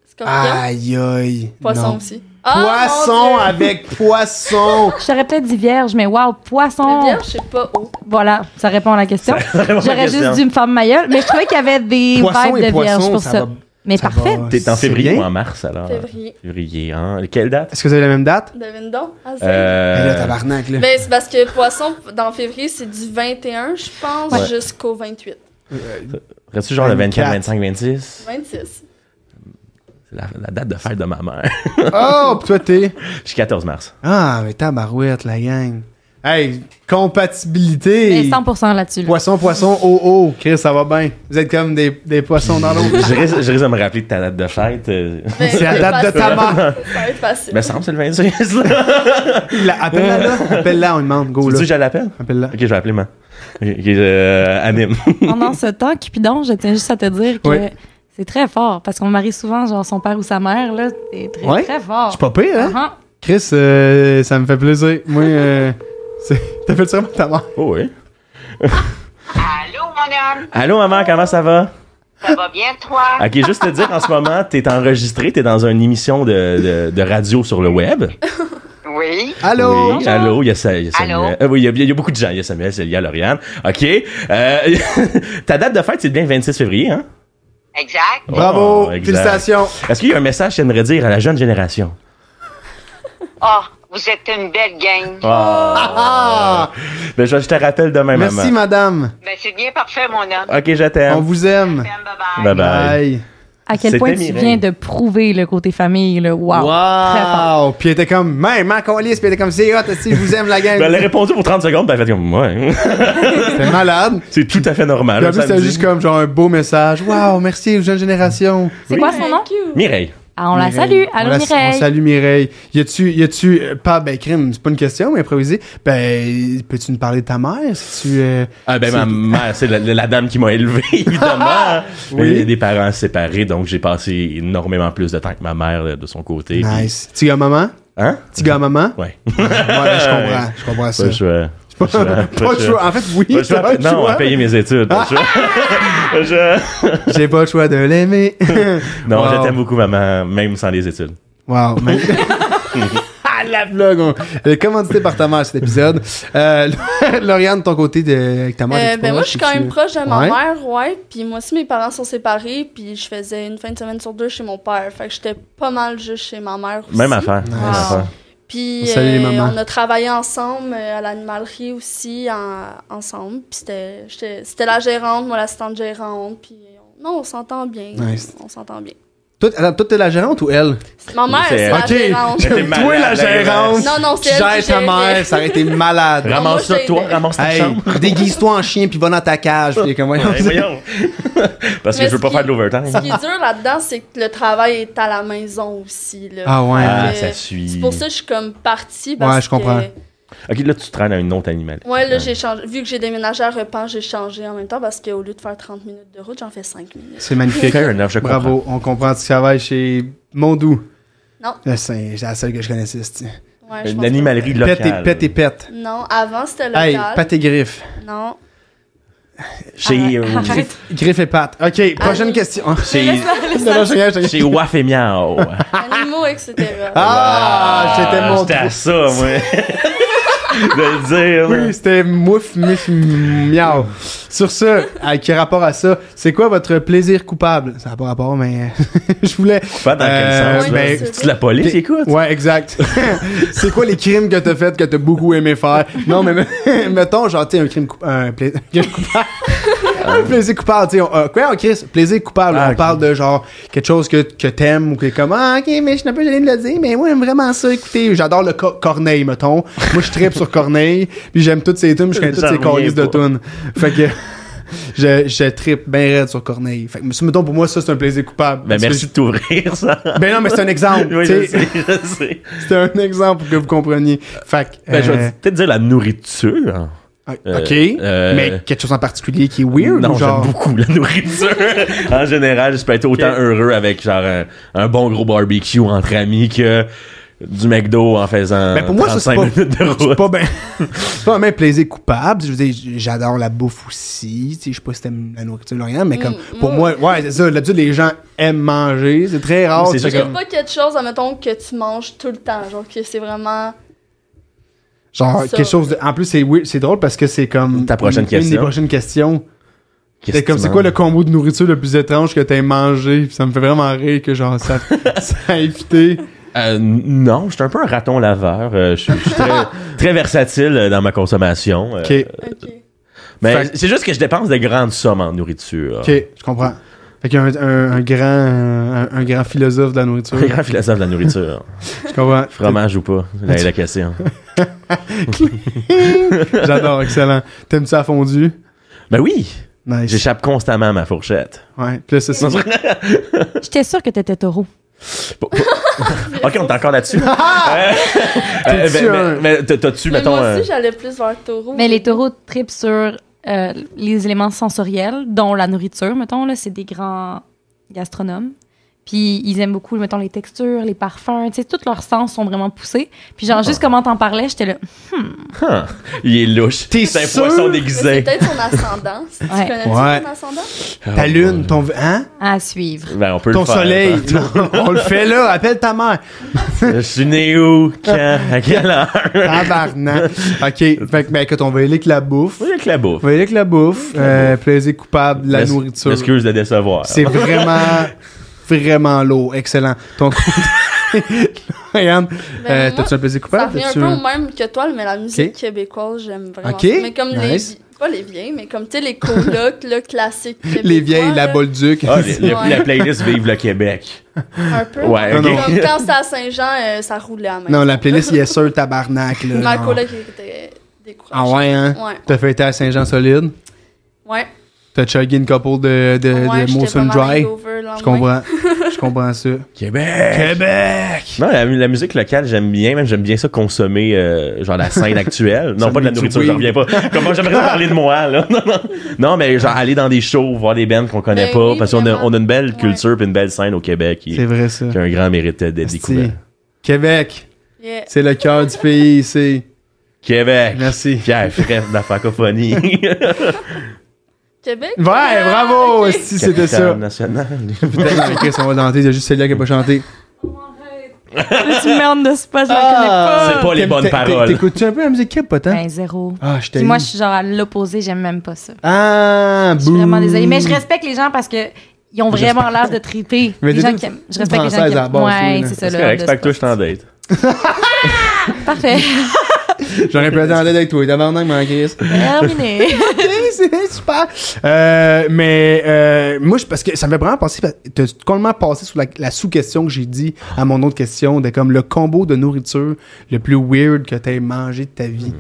Speaker 4: Scorpion?
Speaker 1: Aïe, aïe.
Speaker 4: poisson
Speaker 1: non.
Speaker 4: aussi. Ah, mon
Speaker 1: Poisson
Speaker 4: Dieu.
Speaker 1: avec poisson.
Speaker 2: J'aurais peut-être dit vierge, mais wow, poisson.
Speaker 4: Mais Vierge, Eh je sais pas où.
Speaker 2: Voilà, ça répond à la question.
Speaker 3: Vraiment
Speaker 2: J'aurais
Speaker 3: question.
Speaker 2: juste dû me faire ma gueule, mais je trouvais qu'il y avait des
Speaker 1: poisson
Speaker 2: vibes
Speaker 1: et
Speaker 2: de vierge
Speaker 1: poisson,
Speaker 2: pour ça.
Speaker 1: ça va.
Speaker 2: mais
Speaker 1: ça
Speaker 2: parfait.
Speaker 1: va,
Speaker 3: T'es en
Speaker 1: c'est
Speaker 3: février
Speaker 1: bien.
Speaker 3: ou en mars,
Speaker 1: Ah.
Speaker 3: alors?
Speaker 4: Février.
Speaker 3: Février, hein? Quelle date?
Speaker 1: Est-ce que vous avez la même date?
Speaker 4: Devine donc. Ah, c'est-
Speaker 1: Mais là,
Speaker 3: Euh,
Speaker 1: tabarnak, là.
Speaker 4: Ben, c'est parce que poisson, dans février, c'est du 21, je pense,
Speaker 3: Ouais.
Speaker 4: jusqu'au 28.
Speaker 3: Aurais-tu genre le 24,
Speaker 1: 24,
Speaker 3: 25, 26?
Speaker 4: 26.
Speaker 3: C'est la, la date de fête de ma mère.
Speaker 1: Oh, pis toi, t'es.
Speaker 3: Je suis 14 mars.
Speaker 1: Ah, mais tabarouette, la gang. Hey, compatibilité.
Speaker 2: Mais
Speaker 4: Ben,
Speaker 2: 100% là-dessus. là.
Speaker 1: Poisson, poisson, oh, oh. Chris, ça va bien. Vous êtes comme des, des poissons dans l'eau.
Speaker 3: je risque je risque de me rappeler de ta date de fête. euh.
Speaker 4: Ben,
Speaker 1: C'est la
Speaker 4: ça va
Speaker 1: date
Speaker 4: être
Speaker 1: de ta mère.
Speaker 4: facile. Ça va être facile.
Speaker 3: Mais semble que c'est le 26, là.
Speaker 1: La- Appelle-la, là. Appelle-la, on demande. Go,
Speaker 3: Tu veux
Speaker 1: là.
Speaker 3: que je l'appelle?
Speaker 1: Appelle-la.
Speaker 3: Ok, je vais appeler, man. Ok, ok, euh, anime.
Speaker 2: Pendant ce temps, Cupidon, je tiens juste à te dire que
Speaker 1: Ouais.
Speaker 2: c'est très fort parce qu'on marie souvent genre son père ou sa mère là, c'est très
Speaker 1: Ouais.
Speaker 2: très fort.
Speaker 1: C'est pas pire, hein?
Speaker 2: Ah,
Speaker 1: Chris, euh, ça me fait plaisir. Moi, euh, c'est- t'appelles ça ta mère?
Speaker 3: Oh, oui.
Speaker 5: Allô, mon homme,
Speaker 3: Allô, maman, comment ça va?
Speaker 5: ça va bien, toi?
Speaker 3: Ok, juste te dire, en ce moment, t'es enregistré, t'es dans une émission de, de, de radio sur le web.
Speaker 5: Oui.
Speaker 1: Allô?
Speaker 3: Oui, allô, il y a, Sa- il y a Samuel.
Speaker 5: Allô?
Speaker 3: Euh, oui, il y a- il y, a beaucoup de gens. Il y a Samuel, Célia, Lauriane. OK. Euh, ta date de fête, c'est bien le 26 février, hein?
Speaker 5: Exact.
Speaker 1: Bravo!
Speaker 3: Oh, exact.
Speaker 1: Félicitations!
Speaker 3: Est-ce qu'il y a un message que j'aimerais dire à la jeune génération?
Speaker 5: Ah, Vous êtes une belle gang.
Speaker 1: Ah!
Speaker 3: Ben, je, je te rappelle demain, maman.
Speaker 1: Merci, madame.
Speaker 5: Ben, c'est bien parfait, mon homme.
Speaker 3: Ok, je
Speaker 1: On
Speaker 3: t'aime.
Speaker 1: vous aime.
Speaker 5: Bye
Speaker 3: Bye
Speaker 5: bye.
Speaker 3: bye.
Speaker 1: Bye.
Speaker 2: À quel point
Speaker 3: C'était
Speaker 2: tu
Speaker 3: Mireille.
Speaker 2: viens de prouver le côté famille, le wow. Très fort.
Speaker 1: Wow! Puis elle était comme, même, ma calice, puis elle était comme, c'est hot, si je vous aime la gang.
Speaker 3: Ben, elle a répondu pour 30 secondes, ben, elle a fait comme, ouais.
Speaker 1: C'était malade.
Speaker 3: c'est tout à fait normal.
Speaker 1: Puis en
Speaker 3: un
Speaker 1: plus, c'était
Speaker 3: samedi.
Speaker 1: juste comme, genre, un beau message. Wow, merci, aux jeunes générations.
Speaker 2: C'est quoi son nom?
Speaker 4: Thank you.
Speaker 3: Mireille.
Speaker 2: Ah, on la salue.
Speaker 1: Mireille. On
Speaker 2: Allô,
Speaker 1: la- On
Speaker 2: Mireille.
Speaker 1: salue Mireille. Y a-tu, y a-tu, euh, pas, ben, crime, c'est pas une question, mais improvisé. Ben, peux-tu nous parler de ta mère si tu. euh,
Speaker 3: Ah, ben,
Speaker 1: si-
Speaker 3: ma mère, c'est la, la dame qui m'a élevé, évidemment.
Speaker 1: Ah, Oui.
Speaker 3: Euh, Des parents séparés, donc j'ai passé énormément plus de temps que ma mère euh, de son côté. puis-
Speaker 1: Nice. Petit gars maman?
Speaker 3: Hein?
Speaker 1: Petit gars maman?
Speaker 3: Ouais.
Speaker 1: Ouais, ben, je comprends. Je comprends ça.
Speaker 3: Pas le choix. Pas le choix.
Speaker 1: Pas de choix. En fait, oui,
Speaker 3: Pas le choix.
Speaker 1: t'as pas le
Speaker 3: Non,
Speaker 1: choix.
Speaker 3: à payer mes études. Pas le choix. Pas le choix.
Speaker 1: J'ai pas le choix de l'aimer.
Speaker 3: Non,
Speaker 1: Wow.
Speaker 3: je t'aime beaucoup, maman, même sans les études.
Speaker 1: Wow. mais- Ah, la vlog! On... Euh, Elle est commanditée par ta mère, cet épisode. Euh, Lauriane, de ton côté, de... avec ta mère.
Speaker 4: Euh,
Speaker 1: es-tu
Speaker 4: ben moi, je
Speaker 1: proche ou
Speaker 4: suis quand
Speaker 1: tu-
Speaker 4: même proche de ma
Speaker 1: Ouais?
Speaker 4: mère, ouais. Puis moi aussi, mes parents sont séparés, puis je faisais une fin de semaine sur deux chez mon père. Fait que j'étais pas mal juste chez ma mère aussi.
Speaker 3: Même affaire.
Speaker 1: Nice.
Speaker 3: Même affaire.
Speaker 4: Puis
Speaker 1: On salue les
Speaker 4: euh,
Speaker 1: mamans.
Speaker 4: on a travaillé ensemble euh, à l'animalerie aussi, en- ensemble. Puis c'était- j'étais- c'était la gérante, moi l'assistante gérante. Puis on- non, on s'entend bien.
Speaker 1: Nice.
Speaker 4: On s'entend bien.
Speaker 1: Toi, attends, toi, t'es la gérante ou elle?
Speaker 4: Ma mère,
Speaker 3: C'est-
Speaker 4: c'est
Speaker 3: Ok.
Speaker 4: la gérante.
Speaker 3: T'es malade,
Speaker 1: Toi, la
Speaker 3: la
Speaker 1: gérante!
Speaker 3: gérante.
Speaker 4: Non, non,
Speaker 1: Tu
Speaker 4: c'est elle
Speaker 1: gères
Speaker 4: qui
Speaker 1: ta
Speaker 4: gérait.
Speaker 1: mère, ça aurait été malade.
Speaker 4: Non, moi,
Speaker 3: Ramasse ça,
Speaker 4: j'ai-
Speaker 3: toi, ramasse ta
Speaker 1: Hey,
Speaker 3: chambre.
Speaker 1: déguise-toi en chien puis va dans ta cage. Puis comme, voyons,
Speaker 3: Ouais, voyons. Parce que
Speaker 4: Mais
Speaker 3: je veux pas
Speaker 4: ce
Speaker 3: faire de
Speaker 4: qui-
Speaker 3: l'overtime.
Speaker 4: Ce qui est dur là-dedans, c'est que le travail est à la maison aussi. Là.
Speaker 1: Ah ouais.
Speaker 3: Ah,
Speaker 4: Fait
Speaker 3: ça
Speaker 4: que
Speaker 3: suit.
Speaker 4: C'est pour ça que je suis comme partie.
Speaker 1: Ouais,
Speaker 4: Parce
Speaker 1: je comprends.
Speaker 4: Que,
Speaker 3: Ok, là, tu traînes à une autre animal.
Speaker 4: ouais, là, j'ai changé. Vu que j'ai déménagé à Repens, j'ai changé en même temps parce qu'au lieu de faire 30 minutes de route, j'en fais 5 minutes.
Speaker 1: C'est magnifique.
Speaker 3: Fair enough, je comprends.
Speaker 1: Bravo, on comprend. Tu travailles chez Mondou.
Speaker 4: Non.
Speaker 1: Le singe, c'est la seule que je connaissais. c'est-
Speaker 4: Ouais, je pense
Speaker 3: Euh, L'animalerie
Speaker 1: Pète et,
Speaker 3: locale.
Speaker 1: pète et pète.
Speaker 4: que- Non, avant, c'était local.
Speaker 1: Hey, pâte et griffe.
Speaker 4: Non.
Speaker 3: Chez, euh,
Speaker 2: Arrête.
Speaker 1: Griffe et pâte. OK, prochaine
Speaker 4: Ah, oui.
Speaker 1: question.
Speaker 3: chez,
Speaker 1: Non, non, je regarde, je regarde.
Speaker 3: chez Waf et Miao.
Speaker 4: Animaux, etc.
Speaker 1: Ah, c'était mon
Speaker 3: J'étais à ça, moi. de le dire. là.
Speaker 1: Oui, c'était mouf, mouf, miaou. Sur ce, avec qui rapport à ça, c'est quoi votre plaisir coupable? Ça n'a pas rapport, mais je voulais...
Speaker 3: Pas dans
Speaker 1: Euh,
Speaker 3: quel sens.
Speaker 1: ben,
Speaker 3: là? C'est-tu de la police, écoute?
Speaker 1: Ouais, exact. c'est quoi les crimes que t'as fait que t'as beaucoup aimé faire? Non, mais me- mettons, genre, tu sais, un crime coup- un pla- un crime coupable. un plaisir coupable, tu sais. on- euh, quoi, on crie- plaisir coupable.
Speaker 3: Ah,
Speaker 1: on
Speaker 3: ok.
Speaker 1: parle de genre quelque chose que, que t'aimes ou que comme, ah, ok, mais je suis un peu gêné de le dire, mais moi, j'aime vraiment ça. Écoutez, j'adore le co- Corneille, mettons. Moi, je tripe sur Corneille, puis j'aime toutes ses tunes, je connais toutes
Speaker 3: J'en
Speaker 1: ses choristes de
Speaker 3: reviens pas.
Speaker 1: tunes. Fait que. Je, je tripe bien raide sur Corneille. Fait que, mettons, pour moi, ça, c'est un plaisir coupable.
Speaker 3: Ben,
Speaker 1: Parce que
Speaker 3: merci de t'ouvrir, ça.
Speaker 1: je- Ben non, mais c'est un exemple.
Speaker 3: Oui,
Speaker 1: tu sais.
Speaker 3: je sais, je sais.
Speaker 1: C'était un exemple pour que vous compreniez. Fait que,
Speaker 3: Ben, je
Speaker 1: euh,
Speaker 3: vais peut-être dire la nourriture.
Speaker 1: ah, OK.
Speaker 3: euh,
Speaker 1: mais quelque chose en particulier qui est weird
Speaker 3: non,
Speaker 1: ou
Speaker 3: j'aime
Speaker 1: genre...
Speaker 3: beaucoup la nourriture. en général, je peux être autant
Speaker 1: Ok.
Speaker 3: heureux avec genre un, un bon gros barbecue entre amis que du McDo en faisant
Speaker 1: Ben, pour moi, ça, c'est
Speaker 3: 35
Speaker 1: pas-
Speaker 3: minutes de
Speaker 1: C'est
Speaker 3: route.
Speaker 1: pas ben, c'est pas un même plaisir coupable. Je veux dire, j'adore la bouffe aussi. Tu sais, je sais pas si t'aimes la nourriture ou rien, mais comme,
Speaker 4: Mm,
Speaker 1: pour
Speaker 4: moi-
Speaker 1: moi, ouais, c'est ça. D'habitude, les gens aiment manger. C'est très rare.
Speaker 3: C'est
Speaker 1: tu fais
Speaker 3: juste
Speaker 4: Il n'y a
Speaker 1: comme-
Speaker 4: pas quelque chose, admettons, que tu manges tout le temps. Genre que c'est vraiment.
Speaker 1: genre,
Speaker 4: ça.
Speaker 1: quelque chose de- En plus, c'est weird- c'est drôle parce que c'est comme...
Speaker 3: Ta prochaine
Speaker 1: une, Une des
Speaker 3: question.
Speaker 1: prochaines questions.
Speaker 3: Qu'est-ce
Speaker 1: C'est
Speaker 3: que
Speaker 1: comme,
Speaker 3: tu
Speaker 1: c'est quoi le
Speaker 3: manges?
Speaker 1: combo de nourriture le plus étrange que t'aies mangé? Puis ça me fait vraiment rire que genre, ça, ça a évité.
Speaker 3: Euh, n- non, je suis un peu un raton laveur. Euh, je suis je suis très, très versatile euh, dans ma consommation. Euh,
Speaker 1: OK,
Speaker 4: Ok.
Speaker 3: Mais
Speaker 1: Fait-
Speaker 3: c'est juste que je dépense de grandes sommes en nourriture.
Speaker 1: OK, je comprends. Fait qu'il y a un, un- un grand, un, un grand philosophe de la nourriture.
Speaker 3: Je suis un grand philosophe de la nourriture.
Speaker 1: Je comprends.
Speaker 3: Fromage ou pas, la, la question.
Speaker 1: J'adore, excellent. T'aimes ça fondu?
Speaker 3: Ben oui,
Speaker 1: Nice.
Speaker 3: j'échappe constamment à ma fourchette.
Speaker 1: Ouais. Puis là, c'est ça.
Speaker 2: J'étais sûre que t'étais taureau.
Speaker 3: Ok, on est encore là-dessus. Euh, euh,
Speaker 1: T'es-tu
Speaker 3: ben,
Speaker 1: un-
Speaker 3: ben, ben, t'as- T'as-tu,
Speaker 4: Mais
Speaker 3: mettons...
Speaker 4: moi
Speaker 3: euh,
Speaker 4: aussi, j'allais plus vers le taureau.
Speaker 2: Mais les taureaux tripent sur euh, les éléments sensoriels, dont la nourriture, mettons, là, c'est des grands gastronomes. Puis ils aiment beaucoup, mettons, les textures, les parfums, tu sais, tous leurs sens sont vraiment poussés. Puis genre,
Speaker 1: Ah.
Speaker 2: juste comment t'en parlais, j'étais là,
Speaker 3: Huh. Il est louche.
Speaker 1: T'es
Speaker 3: C'est
Speaker 1: sûr?
Speaker 3: un poisson
Speaker 4: Mais c'est
Speaker 3: déguisé.
Speaker 4: peut-être son ascendant. Tu
Speaker 2: Ouais.
Speaker 4: connais-tu
Speaker 1: Ouais. Euh,
Speaker 4: son ascendant?
Speaker 1: Ta lune, ton, hein?
Speaker 2: à suivre.
Speaker 3: Ben, on peut
Speaker 1: ton
Speaker 3: le faire.
Speaker 1: soleil. Non, on le fait là. Appelle ta mère.
Speaker 3: hein. Je suis né où? Quand? À quelle heure?
Speaker 1: Tabarnak. OK. Fait que, ben, écoute, on va y aller avec la bouffe.
Speaker 3: Avec la bouffe.
Speaker 1: On va y aller avec la bouffe. Euh, plaisir coupable, la
Speaker 3: M'es-
Speaker 1: nourriture.
Speaker 3: M'excuse de décevoir.
Speaker 1: C'est vraiment, vraiment lourd. Excellent. Ton côté, Marianne, euh,
Speaker 4: Ben, moi,
Speaker 1: t'as-tu un plaisir
Speaker 4: Ça
Speaker 1: coupable?
Speaker 4: revient un
Speaker 1: T'as-tu
Speaker 4: peu
Speaker 1: un-
Speaker 4: au même que toi, mais la musique québécoise, j'aime vraiment.
Speaker 1: Ok,
Speaker 4: ça. Mais comme
Speaker 1: nice.
Speaker 4: les. vi- Pas les vieilles, mais comme, tu sais, les colocs, le classique.
Speaker 1: Les vieilles,
Speaker 4: québécois,
Speaker 1: la
Speaker 4: là,
Speaker 1: Bolduc.
Speaker 3: Ah, les- les-
Speaker 4: Ouais.
Speaker 3: la playlist Vive le Québec.
Speaker 4: Un peu.
Speaker 3: Ouais,
Speaker 4: Comme
Speaker 1: Non, non.
Speaker 4: quand c'était à Saint-Jean, euh, ça roulait à main.
Speaker 1: non, la playlist, yes sir, tabarnak. Là,
Speaker 4: Ma
Speaker 1: non.
Speaker 4: coloc était découragée.
Speaker 1: Ah ouais, hein?
Speaker 4: Ouais.
Speaker 1: T'as fêté à Saint-Jean-Solide?
Speaker 4: Ouais.
Speaker 1: T'as chuggé une couple de, de,
Speaker 4: ouais,
Speaker 1: de
Speaker 4: j'étais
Speaker 1: Molson
Speaker 4: vraiment
Speaker 1: Dry?
Speaker 4: hangover le
Speaker 1: Je
Speaker 4: lendemain.
Speaker 1: comprends. Je comprends ça.
Speaker 3: Québec!
Speaker 1: Québec!
Speaker 3: Non, la, la musique locale, j'aime bien. Même, j'aime bien ça consommer, euh, genre, la scène actuelle. Non,
Speaker 1: Ça
Speaker 3: pas de la
Speaker 1: me dit
Speaker 3: nourriture,
Speaker 1: oui.
Speaker 3: j'en reviens pas. Comment j'aimerais ça parler de moi, là? Non, non. Non, mais genre, aller dans des shows, voir des bands qu'on connaît
Speaker 4: Ben
Speaker 3: pas.
Speaker 4: oui,
Speaker 3: parce qu'on a,
Speaker 4: vraiment.
Speaker 3: on a une belle
Speaker 4: Ouais.
Speaker 3: culture puis une belle scène au Québec qui,
Speaker 1: C'est vrai, ça.
Speaker 3: qui a un grand mérite d'être découvert.
Speaker 1: Asti. Québec,
Speaker 4: Yeah.
Speaker 1: c'est le cœur du pays, c'est...
Speaker 3: Québec!
Speaker 1: Merci.
Speaker 3: Pierre, frère de la francophonie.
Speaker 4: Québec? Ah,
Speaker 1: Ouais,
Speaker 2: Ah,
Speaker 1: bravo! Si c'était
Speaker 3: Capitale
Speaker 1: ça.
Speaker 3: nationale.
Speaker 1: Putain, Chris, on va danser, il y a juste Célia qui a pas chanté.
Speaker 2: Là, tu me mets en de ce pas, je
Speaker 1: Ah,
Speaker 2: la connais
Speaker 3: C'est
Speaker 2: pas.
Speaker 3: pas les
Speaker 1: T'aimes-
Speaker 3: bonnes
Speaker 1: t'é-
Speaker 3: paroles.
Speaker 1: T'écoutes-tu un peu la musique K, potin?
Speaker 2: Ben, zéro.
Speaker 1: Ah, je t'ai
Speaker 2: Puis moi, je suis genre à l'opposé, j'aime même pas ça.
Speaker 1: Ah,
Speaker 2: Je suis
Speaker 1: boum.
Speaker 2: vraiment désolée. Mais je respecte les gens parce que ils ont vraiment l'air de triper.
Speaker 1: Mais
Speaker 2: les
Speaker 1: t'es
Speaker 2: gens
Speaker 1: une
Speaker 2: qui aiment. Je respecte les gens
Speaker 1: Française
Speaker 2: qui
Speaker 1: à la
Speaker 2: aiment.
Speaker 1: base, oui,
Speaker 2: Ouais,
Speaker 1: là.
Speaker 2: c'est ça.
Speaker 3: C'est
Speaker 2: là,
Speaker 3: correct,
Speaker 2: de
Speaker 3: c'est pas que toi, je
Speaker 2: ce
Speaker 3: t'en date.
Speaker 2: Parfait.
Speaker 1: J'aurais pu être en LED avec toi, tabarnak, mon Chris.
Speaker 2: Terminé.
Speaker 1: Ok, c'est super. Euh, mais euh, moi, je, parce que ça me fait vraiment penser, t'as complètement passé sur la, la sous-question que j'ai dit à mon autre question, de comme le combo de nourriture le plus weird que t'aies mangé de ta vie.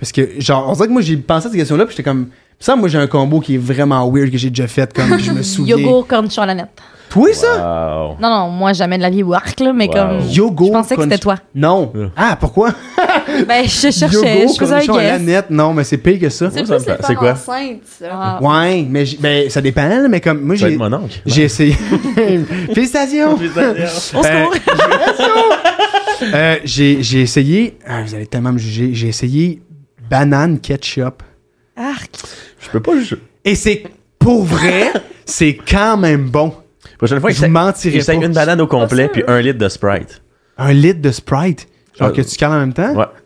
Speaker 1: Parce que, genre, on dirait que moi, j'ai pensé à cette question-là, puis j'étais comme, ça, moi, j'ai un combo qui est vraiment weird que j'ai déjà fait, comme je me souviens.
Speaker 2: Yogourt corn sur la nette.
Speaker 1: Toi, ça?
Speaker 3: Wow.
Speaker 2: Non, non, moi, jamais de la vie work, là, mais
Speaker 3: Wow.
Speaker 2: comme.
Speaker 1: Yogourt
Speaker 2: Je pensais que
Speaker 1: corn-
Speaker 2: c'était toi.
Speaker 1: Non. Ah, pourquoi?
Speaker 2: Ben, je cherchais, je
Speaker 1: Yogourt,
Speaker 2: faisais un
Speaker 1: cornichon à la
Speaker 2: guess.
Speaker 1: nette. Non, mais c'est pire que ça.
Speaker 4: C'est
Speaker 3: ça me
Speaker 4: plus les
Speaker 3: fait- c'est
Speaker 4: femmes
Speaker 3: quoi?
Speaker 4: enceintes, ça.
Speaker 2: Ah.
Speaker 1: Ouais, mais, j'- mais ça dépend, mais comme, moi,
Speaker 3: Je vais
Speaker 1: j'ai.
Speaker 3: être mon oncle.
Speaker 1: J'ai essayé. Félicitations!
Speaker 2: Au
Speaker 1: Euh,
Speaker 2: secours.
Speaker 1: Euh, j'ai j'ai essayé. ah, vous allez tellement me juger. J'ai essayé banane ketchup.
Speaker 2: Arc.
Speaker 3: Je peux pas juger.
Speaker 1: Et c'est pour vrai, c'est quand même bon.
Speaker 3: Prochaine fois,
Speaker 1: Je vous mentirai
Speaker 3: essaye
Speaker 1: pas.
Speaker 3: une banane au complet
Speaker 4: sûr.
Speaker 3: puis un litre de Sprite.
Speaker 1: Un litre de Sprite. Genre
Speaker 3: Euh,
Speaker 1: que tu cales en même temps.
Speaker 3: Ouais.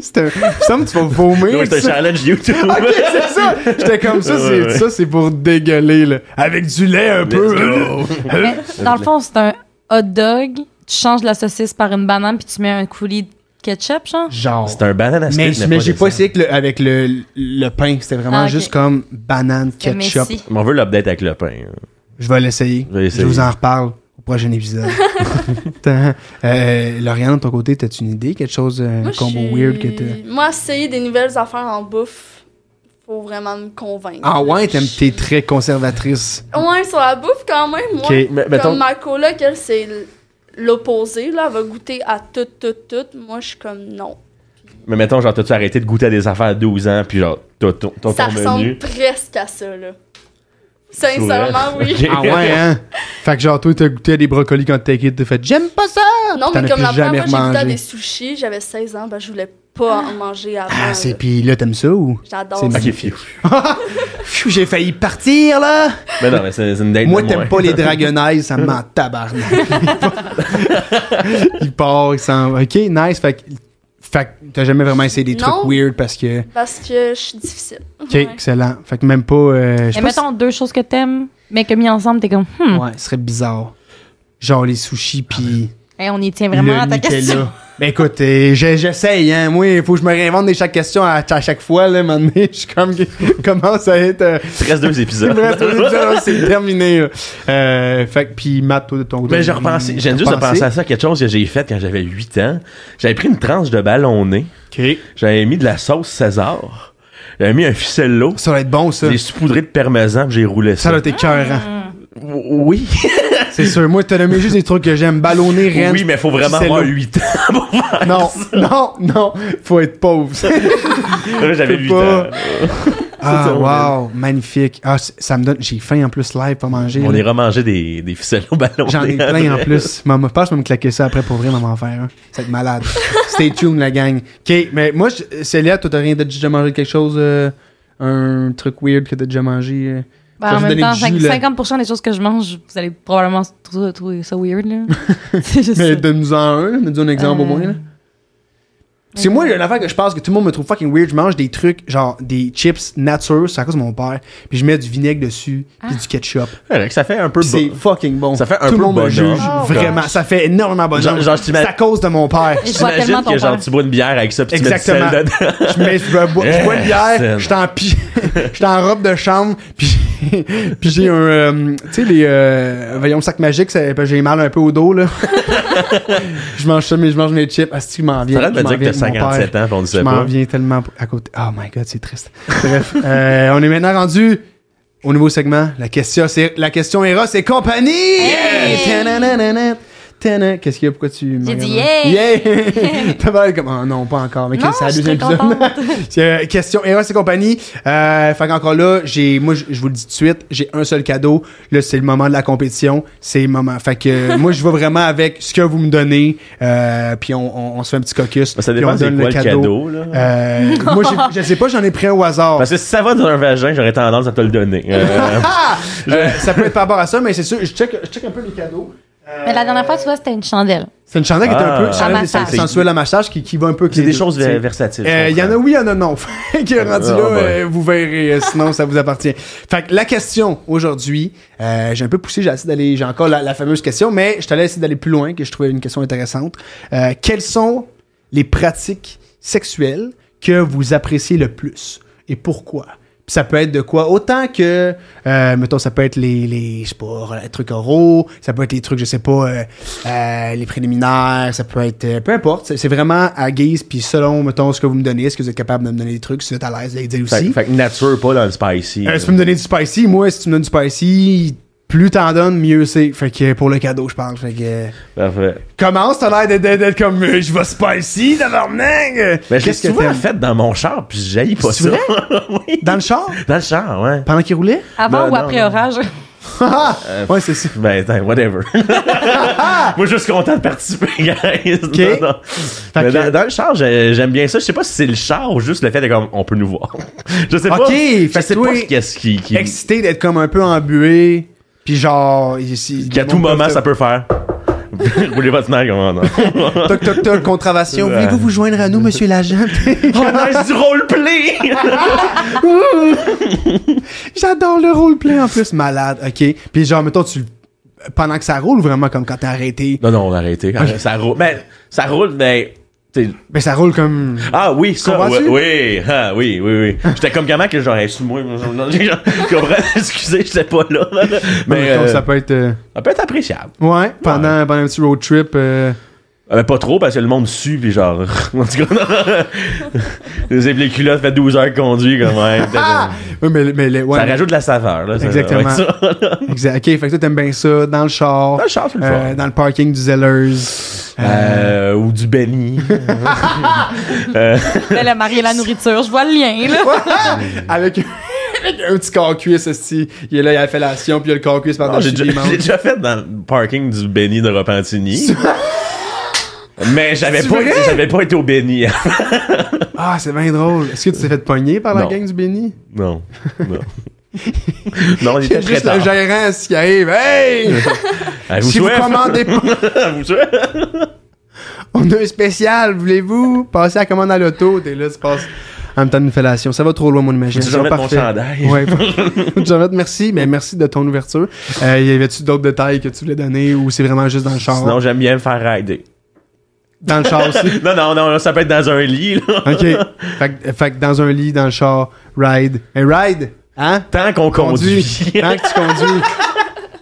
Speaker 1: C'est un. Ça me semble que tu vas vomir.
Speaker 3: Ouais, c'est un
Speaker 1: ça.
Speaker 3: challenge YouTube.
Speaker 1: Ok, c'est ça! J'étais comme ça, c'est,
Speaker 3: Ouais, ouais.
Speaker 1: ça, c'est pour dégueuler, là. Avec du lait un peu. euh,
Speaker 3: go.
Speaker 2: Mais dans le fond, c'est un hot dog. Tu changes la saucisse par une banane puis tu mets un coulis de ketchup, genre.
Speaker 1: Genre.
Speaker 3: C'est un banane à
Speaker 1: Mais,
Speaker 3: steak,
Speaker 1: mais j'ai pas
Speaker 3: de
Speaker 1: essayé avec le, avec le, le pain. C'était vraiment
Speaker 2: Ah, ok.
Speaker 1: juste comme banane
Speaker 2: C'est
Speaker 1: ketchup.
Speaker 2: Messi.
Speaker 3: Mais on veut l'update avec le pain. hein.
Speaker 1: Je vais l'essayer.
Speaker 3: Je vais
Speaker 1: Je
Speaker 3: essayer.
Speaker 1: vous en reparle au prochain épisode. Tant. euh, Lauriane, de ton côté, t'as-tu une idée? Quelque chose, un
Speaker 4: Moi, je
Speaker 1: combo
Speaker 4: suis-
Speaker 1: weird que t'as...
Speaker 4: Moi, essayer des nouvelles affaires en bouffe, faut vraiment me convaincre.
Speaker 1: Ah ouais, t'aimes-
Speaker 4: Je-
Speaker 1: t'es très conservatrice.
Speaker 4: Ouais, sur la bouffe quand même, moi.
Speaker 1: Ok, mais
Speaker 4: Comme
Speaker 3: mettons-
Speaker 4: ma coloc, elle, c'est l'opposé, là. Elle va goûter à tout, tout, tout. Moi, je suis comme non.
Speaker 3: Mais mettons, genre, t'as-tu arrêté de goûter à des affaires à 12 ans puis genre, t'as ton, ton,
Speaker 4: ça
Speaker 3: ton menu.
Speaker 4: ressemble presque à ça, là. Sincèrement, oui.
Speaker 3: Ok.
Speaker 1: Ah ouais, hein? Fait que genre, toi, t'as goûté à des brocolis quand t'étais kid, t'as fait « J'aime pas ça!
Speaker 4: Non,
Speaker 1: T'en
Speaker 4: mais
Speaker 1: as
Speaker 4: comme
Speaker 1: plus
Speaker 4: la
Speaker 1: jamais
Speaker 4: première fois, j'ai goûté à
Speaker 1: remangé.
Speaker 4: des sushis, j'avais 16 ans, ben je voulais pas en manger avant.
Speaker 1: Ah, c'est...
Speaker 4: là.
Speaker 1: Puis là, t'aimes ça ou?
Speaker 4: J'adore
Speaker 1: c'est
Speaker 4: ça.
Speaker 1: magnifique.
Speaker 3: Ok, phew.
Speaker 1: Pfiou, J'ai failli partir, là!
Speaker 3: Mais non, mais c'est c'est une date.
Speaker 1: Moi,
Speaker 3: de
Speaker 1: t'aimes
Speaker 3: moins.
Speaker 1: pas les Dragon Eyes, ça m'en tabarnak. il part, il s'en va. OK, nice. Fait que, fait que t'as jamais vraiment essayé des
Speaker 4: Non.
Speaker 1: trucs weird parce que...
Speaker 4: Parce que je suis difficile.
Speaker 1: Ok,
Speaker 4: Ouais.
Speaker 1: excellent. Fait que même pas. Euh, je
Speaker 2: Mais
Speaker 1: sais pas
Speaker 2: mettons deux choses que t'aimes, mais que mis ensemble, t'es comme,
Speaker 1: si-
Speaker 2: hmm.
Speaker 1: Ouais, ce serait bizarre. Genre les sushis
Speaker 3: Ah,
Speaker 1: puis
Speaker 2: Hey, Eh, on y tient
Speaker 1: le
Speaker 2: vraiment à ta question.
Speaker 1: Nutella. Ben écoute, euh, j'ai- j'essaye, hein. Moi, il faut que je me réinvente des chaque question à, à chaque fois, là, maintenant. Je suis comme, commence à être. euh,
Speaker 3: Il te reste deux épisodes.
Speaker 1: bref, oh, c'est terminé, là. Euh, fait que, puis Matt, toi, de ton côté.
Speaker 3: Mais j'ai repensé, j'ai juste de penser à ça, quelque chose que j'ai fait quand j'avais 8 ans. J'avais pris une tranche de ballonné,
Speaker 1: Ok.
Speaker 3: j'avais mis de la sauce César, j'avais mis un ficello,
Speaker 1: Ça va être bon, ça.
Speaker 3: j'ai saupoudré de parmesan, puis j'ai roulé
Speaker 1: Ça
Speaker 3: ça.
Speaker 1: doit être écœurant.
Speaker 3: Oui,
Speaker 1: C'est sûr. Moi, t'as nommé juste des trucs que j'aime. Ballonner, rennes.
Speaker 3: Ah. oui, mais faut vraiment
Speaker 1: ficello.
Speaker 3: avoir 8 ans pour faire
Speaker 1: Non, non, non. Faut être pauvre.
Speaker 3: ça. J'avais
Speaker 1: Faut
Speaker 3: 8
Speaker 1: pas.
Speaker 3: ans.
Speaker 1: Ah,
Speaker 3: ça, on
Speaker 1: wow, magnifique. Ah, c- ça me donne. J'ai faim en plus live pour manger.
Speaker 3: On
Speaker 1: là.
Speaker 3: ira manger des, des ficelles au ballon.
Speaker 1: J'en ai plein en plus. Maman, je pense que je vais me claquer ça après pour vrai, maman, en faire. un. Ça va être malade. Stay tuned, la gang. Ok, mais moi, je- Célia, toi, t'as rien t'as déjà mangé quelque chose, euh, un truc weird que t'as déjà mangé. euh?
Speaker 2: Ben,
Speaker 1: Ça,
Speaker 2: en
Speaker 1: je
Speaker 2: même
Speaker 1: donnais
Speaker 2: temps,
Speaker 1: du
Speaker 2: cinq-
Speaker 1: jus, là.
Speaker 2: 50% des choses que je mange, vous allez probablement trou- trouver ça weird. là. C'est juste
Speaker 1: Mais
Speaker 2: ça.
Speaker 1: donne-nous en un, donne-nous un exemple au
Speaker 2: Euh,
Speaker 1: moins. là. C'est moi, il y a une affaire que je pense que tout le monde me trouve fucking weird. Je mange des trucs, genre des chips nature, c'est à cause de mon père. Puis je mets du vinaigre dessus, puis du ketchup.
Speaker 3: Ouais, ça fait un peu
Speaker 1: Puis c'est
Speaker 3: bo-
Speaker 1: fucking bon.
Speaker 3: Ça fait un
Speaker 1: tout
Speaker 3: peu
Speaker 1: le monde me
Speaker 3: bonhomme.
Speaker 1: juge.
Speaker 2: Oh,
Speaker 1: vraiment,
Speaker 2: gosh.
Speaker 1: ça fait énormément bonhomme.
Speaker 3: Genre- genre, je
Speaker 1: C'est
Speaker 3: t'imagine-
Speaker 1: à cause de mon père.
Speaker 2: Je vois
Speaker 3: J'imagine
Speaker 2: tellement ton
Speaker 3: que genre
Speaker 2: père.
Speaker 3: tu bois une bière avec ça puis tu mets du sel
Speaker 1: Exactement.
Speaker 3: dedans.
Speaker 1: je, mets- je bois, je bois une bière, je suis en pi- je suis en robe de chambre, puis puis j'ai un euh, tu sais les euh, voyons le sac magique, c'est- j'ai mal un peu au dos là. je mange ça mais je mange mes chips, asti je m'en
Speaker 3: T'as
Speaker 1: viens.
Speaker 3: l'air de
Speaker 1: je
Speaker 3: me
Speaker 1: m'en
Speaker 3: dire que
Speaker 1: viens
Speaker 3: t'as
Speaker 1: avec mon père.
Speaker 3: 57 ans pis on ne
Speaker 1: Je
Speaker 3: sait
Speaker 1: m'en
Speaker 3: pas.
Speaker 1: viens tellement à côté. Oh my god, c'est triste. Bref, euh, on est maintenant rendu au nouveau segment. La question, c'est la question Eros et compagnie. Yeah! Tananana. Tana. Qu'est-ce qu'il y a? Pourquoi tu me
Speaker 2: J'ai dit
Speaker 1: regardes? Yeah! T'as pas l'air comme. Oh non, pas encore. Mais
Speaker 2: Non,
Speaker 1: c'est la
Speaker 2: je suis
Speaker 1: deuxième
Speaker 2: très
Speaker 1: épisode.
Speaker 2: contente.
Speaker 1: C'est, euh, question Eros et compagnie. Euh, fait qu'encore là, j'ai, moi, je je vous le dis tout de suite, j'ai un seul cadeau. Là, c'est le moment de la compétition. C'est le moment. Fait que euh, moi, je vais vraiment avec ce que vous me donnez. Euh, puis on, on- on se fait un petit caucus.
Speaker 3: Ça
Speaker 1: puis
Speaker 3: dépend
Speaker 1: on
Speaker 3: c'est
Speaker 1: donne
Speaker 3: quoi le cadeau là.
Speaker 1: euh, moi, j'ai- je sais pas, j'en ai pris un au hasard.
Speaker 3: Parce que si ça va dans un vagin, j'aurais tendance à te le donner. Euh,
Speaker 1: Ah! Euh, ça peut être par rapport à ça, mais c'est sûr, je check, je check un peu les cadeaux. Euh,
Speaker 2: Mais la dernière fois, tu vois, c'était une chandelle.
Speaker 1: C'est une chandelle qui est un
Speaker 3: Ah.
Speaker 1: peu chandelle
Speaker 2: À massage.
Speaker 1: sensuelle à massage qui, qui va un peu. avec
Speaker 3: c'est
Speaker 1: les
Speaker 3: des
Speaker 1: deux,
Speaker 3: choses
Speaker 1: tu sais.
Speaker 3: ver- versatiles.
Speaker 1: Euh,
Speaker 3: je
Speaker 1: Il y en a
Speaker 3: comprends.
Speaker 1: oui, il y en a non. qui est rendu
Speaker 3: Ah,
Speaker 1: là,
Speaker 3: ben.
Speaker 1: euh, vous verrez, euh, sinon ça vous appartient. Fait que la question aujourd'hui, euh, j'ai un peu poussé, j'ai essayé d'aller, j'ai encore la, la fameuse question, mais je t'allais essayer d'aller plus loin, que je trouvais une question intéressante. Euh, quelles sont les pratiques sexuelles que vous appréciez le plus et pourquoi? Puis ça peut être de quoi autant que euh, mettons ça peut être les les je sais pas les trucs oraux ça peut être les trucs je sais pas euh, euh, les préliminaires ça peut être euh, peu importe c'est c'est vraiment à guise puis selon mettons ce que vous me donnez est-ce que vous êtes capable de me donner des trucs si vous êtes à l'aise de les dire
Speaker 3: Fait,
Speaker 1: aussi
Speaker 3: fait que nature pas dans le spicy.
Speaker 1: Euh, si tu peux me donner du spicy moi si tu me donnes du spicy plus t'en donnes mieux c'est fait que pour le cadeau je parle fait que euh,
Speaker 3: Parfait.
Speaker 1: commence t'as l'air d'être- d'être d'être comme euh, je vais spicy tabarnak
Speaker 3: Mais je l'ai souvent
Speaker 1: t'aimes?
Speaker 3: fait dans mon char puis je jaillis pas
Speaker 1: C'est
Speaker 3: ça.
Speaker 1: vrai?
Speaker 3: Oui.
Speaker 1: dans le char
Speaker 3: Dans le char, ouais.
Speaker 1: pendant qu'il roulait
Speaker 2: Avant
Speaker 3: Non,
Speaker 2: ou
Speaker 3: non,
Speaker 2: après
Speaker 3: non.
Speaker 2: orage?
Speaker 1: ouais c'est ça
Speaker 3: Ben, attends, whatever. Moi, je suis content de participer, guys.
Speaker 1: Ok.
Speaker 3: Non, non.
Speaker 1: Fait
Speaker 3: Mais
Speaker 1: que-
Speaker 3: dans, dans le char, j'ai- j'aime bien ça. Je sais pas si c'est le char ou juste le fait de comme on peut nous voir. Je sais pas.
Speaker 1: Ok, fait
Speaker 3: je
Speaker 1: que
Speaker 3: sais
Speaker 1: toi-
Speaker 3: pas qu'est-ce qui. qui...
Speaker 1: excité d'être comme un peu embué puis genre ici
Speaker 3: qu'à tout moment, ça peut faire. Roulez votre nerf, comment non?
Speaker 1: toc toc toc contravention
Speaker 3: Ouais.
Speaker 1: voulez-vous vous joindre à nous monsieur l'agent
Speaker 3: Oh, nice du roleplay!
Speaker 1: j'adore le roleplay en plus malade ok puis genre mettons tu pendant que ça roule vraiment comme quand t'es arrêté
Speaker 3: non, non, on a arrêté. Ah, Ça roule. Mais, ça roule, mais. t'sais,
Speaker 1: mais ça roule comme
Speaker 3: Ah oui, ça,
Speaker 1: Comprends-tu?
Speaker 3: oui, oui, ah, oui, oui, oui. J'étais comme comment que genre, hey, suis-moi, genre, genre, comprends, excusez, j'étais pas là. Mais
Speaker 1: mettons,
Speaker 3: euh,
Speaker 1: ça peut être euh,
Speaker 3: ça peut être appréciable.
Speaker 1: ouais pendant pendant un petit road trip euh,
Speaker 3: Ah, mais pas trop, parce que le monde sue, pis genre, en tout cas, non. les les culottes, fait 12 heures qu'on conduit, quand même.
Speaker 1: ouais, mais mais les- ouais,
Speaker 3: euh, ça
Speaker 1: mais-
Speaker 3: rajoute de la saveur, là. ça,
Speaker 1: Exactement.
Speaker 3: ouais, ça.
Speaker 1: exact. ok fait que toi t'aimes bien ça dans le char
Speaker 3: Dans le char, c'est le
Speaker 1: euh,
Speaker 3: fun.
Speaker 1: dans le parking du Zellers
Speaker 3: Euh, ou du Benny.
Speaker 2: Elle a marié la nourriture. Je vois le lien, là.
Speaker 1: avec, avec un petit corps cuisse aussi. Il est là, il a la fellation, puis il y a le corps cuisse
Speaker 3: Non, J'ai
Speaker 1: par-dessus les
Speaker 3: déjà,
Speaker 1: membres.
Speaker 3: j'ai déjà fait dans le parking du Benny de Repentigny. mais j'avais
Speaker 1: C'est
Speaker 3: pas,
Speaker 1: vrai?
Speaker 3: été- j'avais pas été au Benny.
Speaker 1: Ah, c'est bien drôle. Est-ce que tu t'es fait pogner par la
Speaker 3: Non.
Speaker 1: gang du Béni?
Speaker 3: Non. Non. non, il
Speaker 1: Il y a
Speaker 3: était très
Speaker 1: juste le
Speaker 3: tard.
Speaker 1: gérant ce qui arrive. Hey!
Speaker 3: Ah,
Speaker 1: si vous
Speaker 3: souhaite.
Speaker 1: commandez pas,
Speaker 3: Vous souhaite.
Speaker 1: on a un spécial, voulez-vous? Passer à commande à l'auto, t'es là, tu passes en même temps d'une fellation. Ça va trop loin, mon
Speaker 3: Je vais
Speaker 1: imagination.
Speaker 3: mettre mon
Speaker 1: Parfait.
Speaker 3: chandail.
Speaker 1: Ouais, Jonathan, merci, mais merci de ton ouverture. Euh, y avait-tu d'autres détails que tu voulais donner ou c'est vraiment juste dans le char?
Speaker 3: Sinon, j'aime bien me faire rider.
Speaker 1: Dans le char aussi.
Speaker 3: Non, non, non, ça peut être dans un lit. là.
Speaker 1: OK. Fait, que- fait que dans un lit, dans le char, ride. Mais ride, hein?
Speaker 3: Tant qu'on conduit.
Speaker 1: Tant que tu conduis.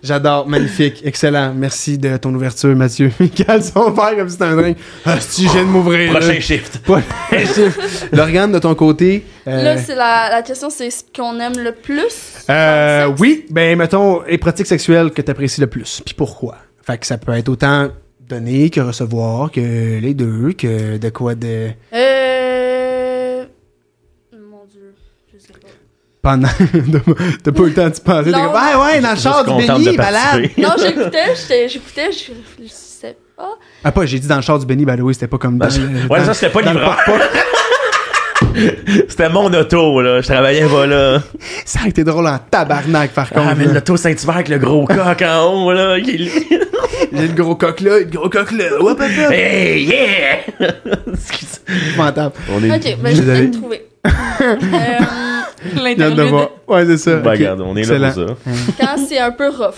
Speaker 1: J'adore, magnifique, excellent. Merci de ton ouverture, Mathieu. Caleçon vert comme si c'était un drink. Ah, si je viens de m'ouvrir. là.
Speaker 3: Prochain shift.
Speaker 1: Pas- Chiffre. L'organe de ton côté. euh,
Speaker 4: Là, c'est la, la question, c'est ce qu'on aime le plus.
Speaker 1: euh,
Speaker 4: dans le sexe.
Speaker 1: oui, ben mettons les pratiques sexuelles que tu apprécies le plus. Puis pourquoi? Fait que ça peut être autant donner que recevoir, que les deux, que de quoi de.
Speaker 4: Euh... Mon Dieu, je sais pas.
Speaker 1: Pendant. de- T'as pas eu le temps de penser. T'es
Speaker 4: Non.
Speaker 1: comme, Ah, ouais, ouais, dans le char du
Speaker 3: contente
Speaker 1: béni, malade.
Speaker 4: Non, j'écoutais, j'étais- j'écoutais, je réfléchissais pas.
Speaker 1: Ah, pas, j'ai dit dans le char du Benny, by the way, c'était pas comme dans.
Speaker 3: Ben, Ouais,
Speaker 1: le-
Speaker 3: ouais,
Speaker 1: dans-
Speaker 3: ça, c'était pas
Speaker 1: dans le
Speaker 3: livreur.
Speaker 1: porte-porte.
Speaker 3: C'était mon auto, là. Je travaillais pas là.
Speaker 1: Ça a été drôle en tabarnak, par contre.
Speaker 3: Ah, mais
Speaker 1: là.
Speaker 3: l'auto Saint-Hubert avec le gros coq en haut, là. qui-
Speaker 1: J'ai le gros coq là, le gros coq
Speaker 3: Ben,
Speaker 1: là. Hop, hop, hop.
Speaker 3: Hey, yeah! Excuse-
Speaker 1: Épouvantable.
Speaker 3: On est.
Speaker 4: Ok, ben je
Speaker 1: Désolé.
Speaker 4: vais le trouver. Euh,
Speaker 1: Viens de le voir. Ouais, c'est ça.
Speaker 3: Ben,
Speaker 1: Ok.
Speaker 3: regarde, on est là pour ça.
Speaker 4: quand c'est un peu rough.